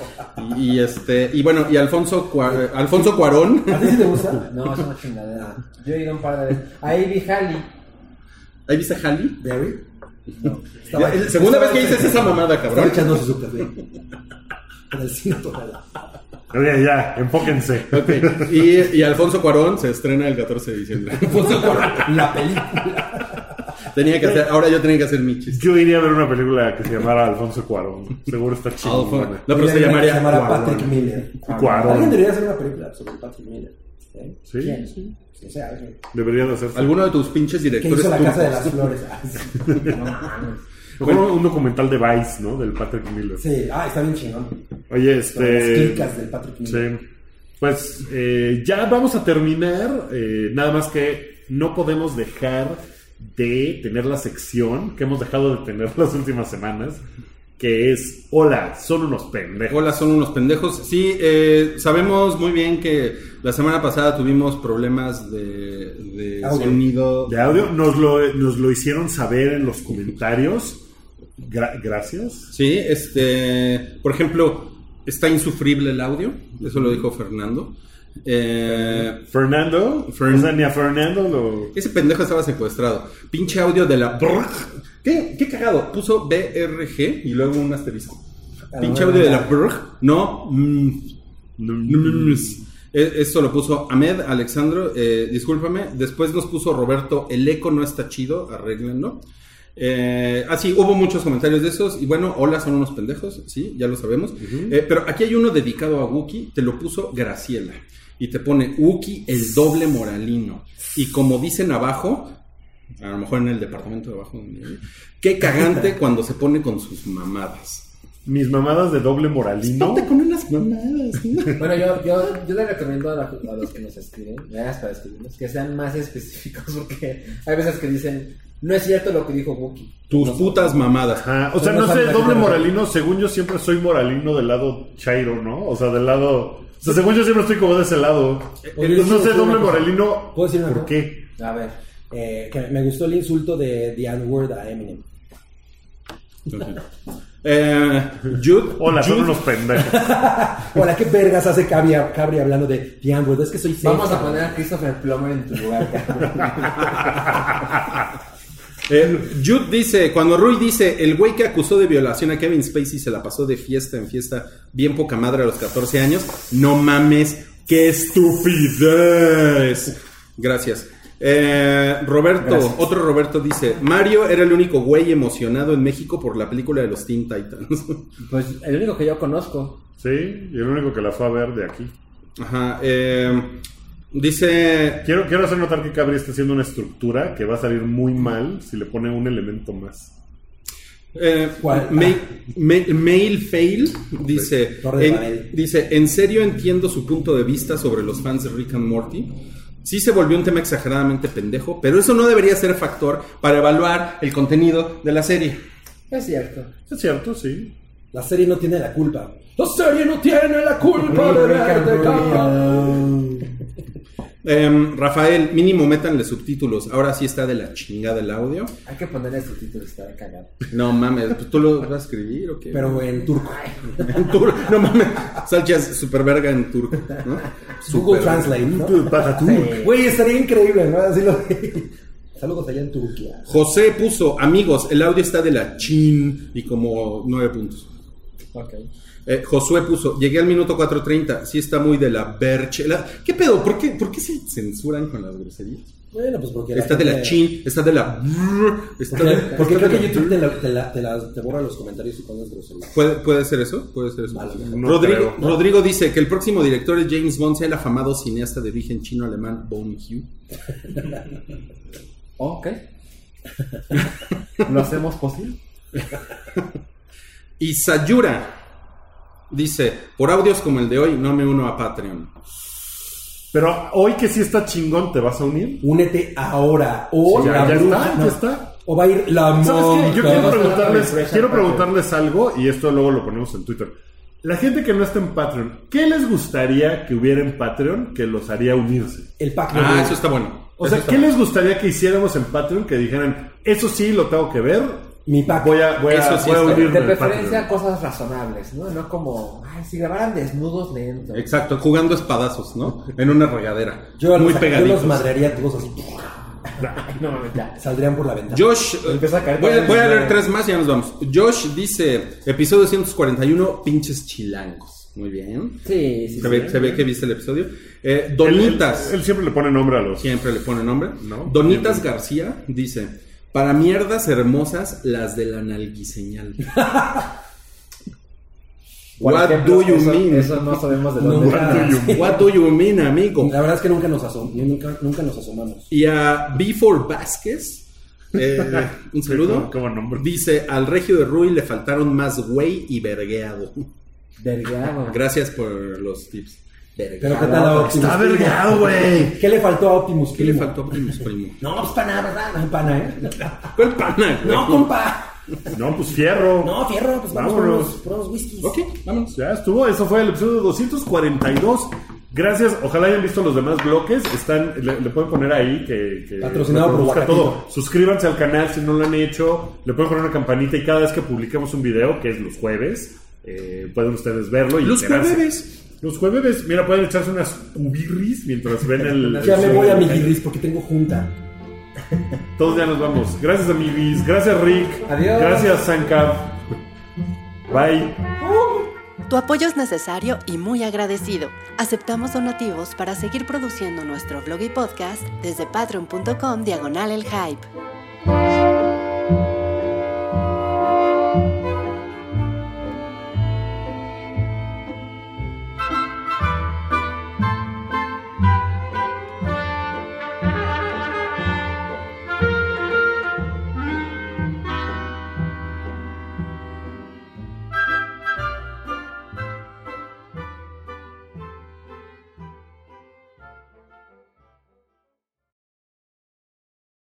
Speaker 4: Y, y este, y bueno, y Alfonso, Cua- Alfonso Cuarón.
Speaker 5: ¿A ti sí te gusta?
Speaker 3: No, es una chingadera. Yo he ido un par de veces. Ahí vi Halley.
Speaker 4: ¿Ahí viste Halley?
Speaker 5: ¿Barry?
Speaker 4: Ya, es la segunda vez que dices esa mamada,
Speaker 5: Estaba
Speaker 4: cabrón.
Speaker 5: echando sus sucas, güey. En el cine Tonalá.
Speaker 2: Oye, ya, enfóquense.
Speaker 4: Ok. Y, y Alfonso Cuarón se estrena el 14 de diciembre.
Speaker 5: Alfonso Cuarón, la película.
Speaker 4: Tenía que hacer, ahora yo tenía que hacer mi chiste.
Speaker 2: Yo iría a ver una película que se llamara Alfonso Cuarón. Seguro está chido.
Speaker 4: Alfonso. No, pero se
Speaker 5: Se
Speaker 4: llamaría.
Speaker 5: llamará
Speaker 2: Cuarón.
Speaker 5: Patrick Miller.
Speaker 2: Cuarón.
Speaker 5: Alguien debería hacer una película sobre Patrick Miller. ¿eh?
Speaker 2: Sí,
Speaker 5: O sea, alguien
Speaker 2: deberían hacer.
Speaker 4: Alguno de tus pinches
Speaker 5: que
Speaker 4: directores
Speaker 5: hizo la Casa de
Speaker 4: turcos.
Speaker 5: las Flores. Ah, sí. No mames.
Speaker 2: Mejor un documental de Vice, ¿no? Del Patrick Miller.
Speaker 5: Sí, ah, está bien chingón.
Speaker 2: Oye,
Speaker 5: Con Las
Speaker 2: este.
Speaker 5: clicas del Patrick Miller.
Speaker 2: Sí. Pues eh, ya vamos a terminar. eh, nada más que no podemos dejar de tener la sección que hemos dejado de tener las últimas semanas, que es Hola, son unos pendejos.
Speaker 4: Hola, son unos pendejos. Sí, eh, sabemos muy bien que la semana pasada tuvimos problemas de, de
Speaker 5: Audio.
Speaker 4: sonido.
Speaker 2: De audio, nos lo, nos lo hicieron saber en los comentarios. Gra- gracias.
Speaker 4: Sí, este, por ejemplo, está insufrible el audio, eso lo dijo Fernando. Eh,
Speaker 2: Fernando.
Speaker 4: Fern-
Speaker 2: O sea, ni a Fernando lo.
Speaker 4: ese pendejo estaba secuestrado. Pinche audio de la... brrg. ¿Qué, qué cagado? Puso BRG y luego un asterisco.
Speaker 5: Ah,
Speaker 4: Pinche
Speaker 5: no,
Speaker 4: audio de
Speaker 5: no.
Speaker 4: la... brrg. No. mm, Mm. Eh, Esto lo puso Ahmed Alexandro, eh, discúlpame. Después nos puso Roberto, el eco no está chido, arréglenlo. Eh, ah, sí, hubo muchos comentarios de esos. Y bueno, hola, son unos pendejos, sí, ya lo sabemos. Eh, pero aquí hay uno dedicado a Wookie, te lo puso Graciela. Y te pone Wookie, el doble moralino. Y como dicen abajo, a lo mejor en el departamento de abajo, donde vive, qué cagante cuando se pone con sus mamadas.
Speaker 2: Mis mamadas de doble moralino.
Speaker 4: Ponte con unas mamadas, ¿no?
Speaker 3: Bueno, yo, yo, yo le recomiendo a, la- a los que nos escriben, gracias para escribirnos, que sean más específicos porque hay veces que dicen, no es cierto lo que dijo Wookie.
Speaker 4: Tus putas mamadas.
Speaker 2: Ajá, O sea, no sé, doble moralino, según yo siempre soy moralino del lado chairo, ¿no? O sea, del lado... O sea, según yo siempre estoy como de ese lado. Entonces, no sé, doble moralino,
Speaker 5: ¿Puedo decir una
Speaker 2: ¿por
Speaker 5: cosa?
Speaker 2: qué?
Speaker 5: A ver, eh, que me gustó el insulto de The N-Word a Eminem.
Speaker 4: Eh, Jude,
Speaker 2: Hola, son
Speaker 4: Jude-
Speaker 2: unos pendejos.
Speaker 5: Hola, ¿qué vergas hace Cabri, Cabri hablando de The N-Word? Es que soy safe.
Speaker 3: Vamos a poner a Christopher Plummer en tu lugar. cabrón.
Speaker 4: eh, Jude dice, cuando Rui dice, el güey que acusó de violación a Kevin Spacey se la pasó de fiesta en fiesta, bien poca madre a los 14 años, no mames, qué estupidez. Gracias. Eh, Roberto, otro Roberto dice, Mario era el único güey emocionado en México por la película de los Teen Titans.
Speaker 3: Pues el único que yo conozco.
Speaker 2: Sí, y el único que la fue a ver de aquí.
Speaker 4: Ajá, eh, dice,
Speaker 2: Quiero, quiero hacer notar que Cabri está haciendo una estructura que va a salir muy mal si le pone un elemento más.
Speaker 4: Eh,
Speaker 5: ¿Cuál? Ah.
Speaker 4: Mail, Mail- Mail Fail dice,
Speaker 5: Torre de
Speaker 4: en,
Speaker 5: Babel.
Speaker 4: dice, en serio entiendo su punto de vista sobre los fans de Rick and Morty. Sí se volvió un tema exageradamente pendejo, pero eso no debería ser factor para evaluar el contenido de la serie.
Speaker 3: Es cierto.
Speaker 2: Es cierto, sí.
Speaker 5: La serie no tiene la culpa. La serie no tiene la culpa de verte, cabrón.
Speaker 4: Em, Rafael, mínimo métanle subtítulos. Ahora sí está de la chingada el audio.
Speaker 3: Hay que ponerle subtítulos, está cagado.
Speaker 4: No mames, pues, ¿tú lo vas a escribir o qué?
Speaker 5: Pero en turco.
Speaker 4: En turco, no mames, salchas super verga en turco, ¿no?
Speaker 5: Google
Speaker 4: Superverga.
Speaker 5: Translate, ¿no?
Speaker 2: Baja tú.
Speaker 5: Güey, estaría increíble, ¿no? Así lo Saludos allá en Turquía.
Speaker 4: José puso, amigos, el audio está de la chin y como nueve puntos.
Speaker 3: Ok.
Speaker 4: Eh, Josué puso, llegué al minuto 4.30, sí está muy de la berchela. ¿Qué pedo? ¿Por qué, ¿Por qué se censuran con las groserías?
Speaker 5: Bueno, pues porque...
Speaker 4: Está de la
Speaker 5: china
Speaker 4: chin, está de la... brr, está de-
Speaker 5: Porque, porque
Speaker 4: está
Speaker 5: creo que
Speaker 4: de la-
Speaker 5: YouTube te, la- te, la- te las- te borra los comentarios y pones groserías.
Speaker 4: ¿Puede, puede ser eso? Puede ser eso.
Speaker 5: Vale.
Speaker 2: No
Speaker 4: Rodrigo,
Speaker 2: creo.
Speaker 4: Rodrigo dice que el próximo director es James Bond, sea el afamado cineasta de origen chino-alemán Bone Hugh.
Speaker 3: Ok. ¿Lo hacemos posible?
Speaker 4: Y Sayura dice, por audios como el de hoy, no me uno a Patreon.
Speaker 2: Pero hoy que sí está chingón, ¿te vas a unir?
Speaker 5: Únete ahora. O
Speaker 2: Sí, ya-
Speaker 5: la
Speaker 2: ya
Speaker 5: bruja.
Speaker 2: está, ya
Speaker 5: no,
Speaker 2: está.
Speaker 5: O va a ir la
Speaker 2: ¿Sabes qué? Yo
Speaker 5: monja.
Speaker 2: quiero
Speaker 3: vamos a dar
Speaker 2: preguntarles,
Speaker 3: refresh
Speaker 2: quiero
Speaker 3: al Patreon.
Speaker 2: preguntarles algo y esto luego lo ponemos en Twitter. La gente que no está en Patreon, ¿qué les gustaría que hubiera en Patreon que los haría unirse?
Speaker 5: El pack de
Speaker 4: Ah,
Speaker 5: Luz.
Speaker 4: eso está bueno.
Speaker 2: O sea, ¿qué les gustaría que hiciéramos en Patreon que dijeran, eso sí lo tengo que ver?
Speaker 5: Mi pack.
Speaker 2: Voy a, voy a,
Speaker 4: Eso sí
Speaker 2: voy a
Speaker 4: está-
Speaker 2: unirme
Speaker 3: De
Speaker 2: al
Speaker 3: preferencia
Speaker 2: Patreon"?
Speaker 3: cosas razonables, ¿no? No como, ay, si grabaran desnudos lento.
Speaker 4: Exacto, jugando espadazos, ¿no? En una regadera.
Speaker 5: Yo
Speaker 4: Muy
Speaker 5: los, yo
Speaker 4: pegaditos.
Speaker 5: los madrearía a todos así. Saldrían por la ventana.
Speaker 4: Josh, eh,
Speaker 3: Empieza a caer
Speaker 4: voy, a,
Speaker 3: también
Speaker 4: voy a
Speaker 3: el
Speaker 4: leer
Speaker 3: dinero.
Speaker 4: tres más y ya nos vamos. Josh dice, episodio 141, pinches chilangos. Muy bien.
Speaker 3: Sí, sí,
Speaker 4: se,
Speaker 3: sí.
Speaker 4: ve, se ve que viste el episodio. Eh,
Speaker 2: Él- él-
Speaker 4: Donitas,
Speaker 2: Él, siempre le pone nombre a los...
Speaker 4: siempre le pone nombre.
Speaker 2: No,
Speaker 4: Donitas
Speaker 2: siempre.
Speaker 4: García dice, Para mierdas hermosas, las de la nalguiseñal.
Speaker 3: Por
Speaker 4: What
Speaker 3: ejemplo,
Speaker 4: do you
Speaker 3: eso-
Speaker 4: mean?
Speaker 3: Eso no sabemos de dónde
Speaker 5: Nunca.
Speaker 3: era.
Speaker 4: What do you mean, amigo?
Speaker 5: La verdad es que nunca nos, asom- nunca, nunca nos asomamos.
Speaker 4: Y a B4 Vázquez, eh, un saludo.
Speaker 2: ¿Cómo- cómo nombre?
Speaker 4: Dice, al regio de Rui le faltaron más güey y vergueado.
Speaker 3: Vergueado.
Speaker 4: Gracias por los tips.
Speaker 5: Pero
Speaker 4: Vergueado.
Speaker 5: ¿qué tal a Optimus?
Speaker 2: Está
Speaker 5: Primo?
Speaker 2: vergado, güey.
Speaker 5: ¿Qué le faltó a Optimus?
Speaker 4: ¿Qué le
Speaker 5: Primo?
Speaker 4: faltó, primos, primo?
Speaker 5: No, pues pana, ¿verdad? No, pana, ¿eh?
Speaker 4: ¿Cuál pana? güey?
Speaker 5: No, compa.
Speaker 2: No, pues fierro.
Speaker 5: No, fierro, pues vamos por
Speaker 2: Vámonos.
Speaker 5: unos, por unos whiskies.
Speaker 4: Ok, vámonos.
Speaker 2: Ya estuvo, eso fue el episodio 242. Gracias, ojalá hayan visto los demás bloques. Están, le, le pueden poner ahí que, que
Speaker 5: Patrocinado por
Speaker 2: reproduzca
Speaker 5: Guacatito.
Speaker 2: todo. Suscríbanse al canal si no lo han hecho. Le pueden poner una campanita y cada vez que publicamos un video, que es los jueves, eh, pueden ustedes verlo y
Speaker 4: Los
Speaker 2: enterarse.
Speaker 4: jueves.
Speaker 2: Los jueves, mira, pueden echarse unas cubirris mientras ven el.
Speaker 5: Ya
Speaker 2: el-
Speaker 5: me voy a mi guirris porque tengo junta.
Speaker 2: Todos ya nos vamos. Gracias, amiguis. Gracias, Rick.
Speaker 5: Adiós.
Speaker 2: Gracias, Sanka. Bye.
Speaker 1: Tu apoyo es necesario y muy agradecido. Aceptamos donativos para seguir produciendo nuestro blog y podcast desde patreon.com diagonal el hype.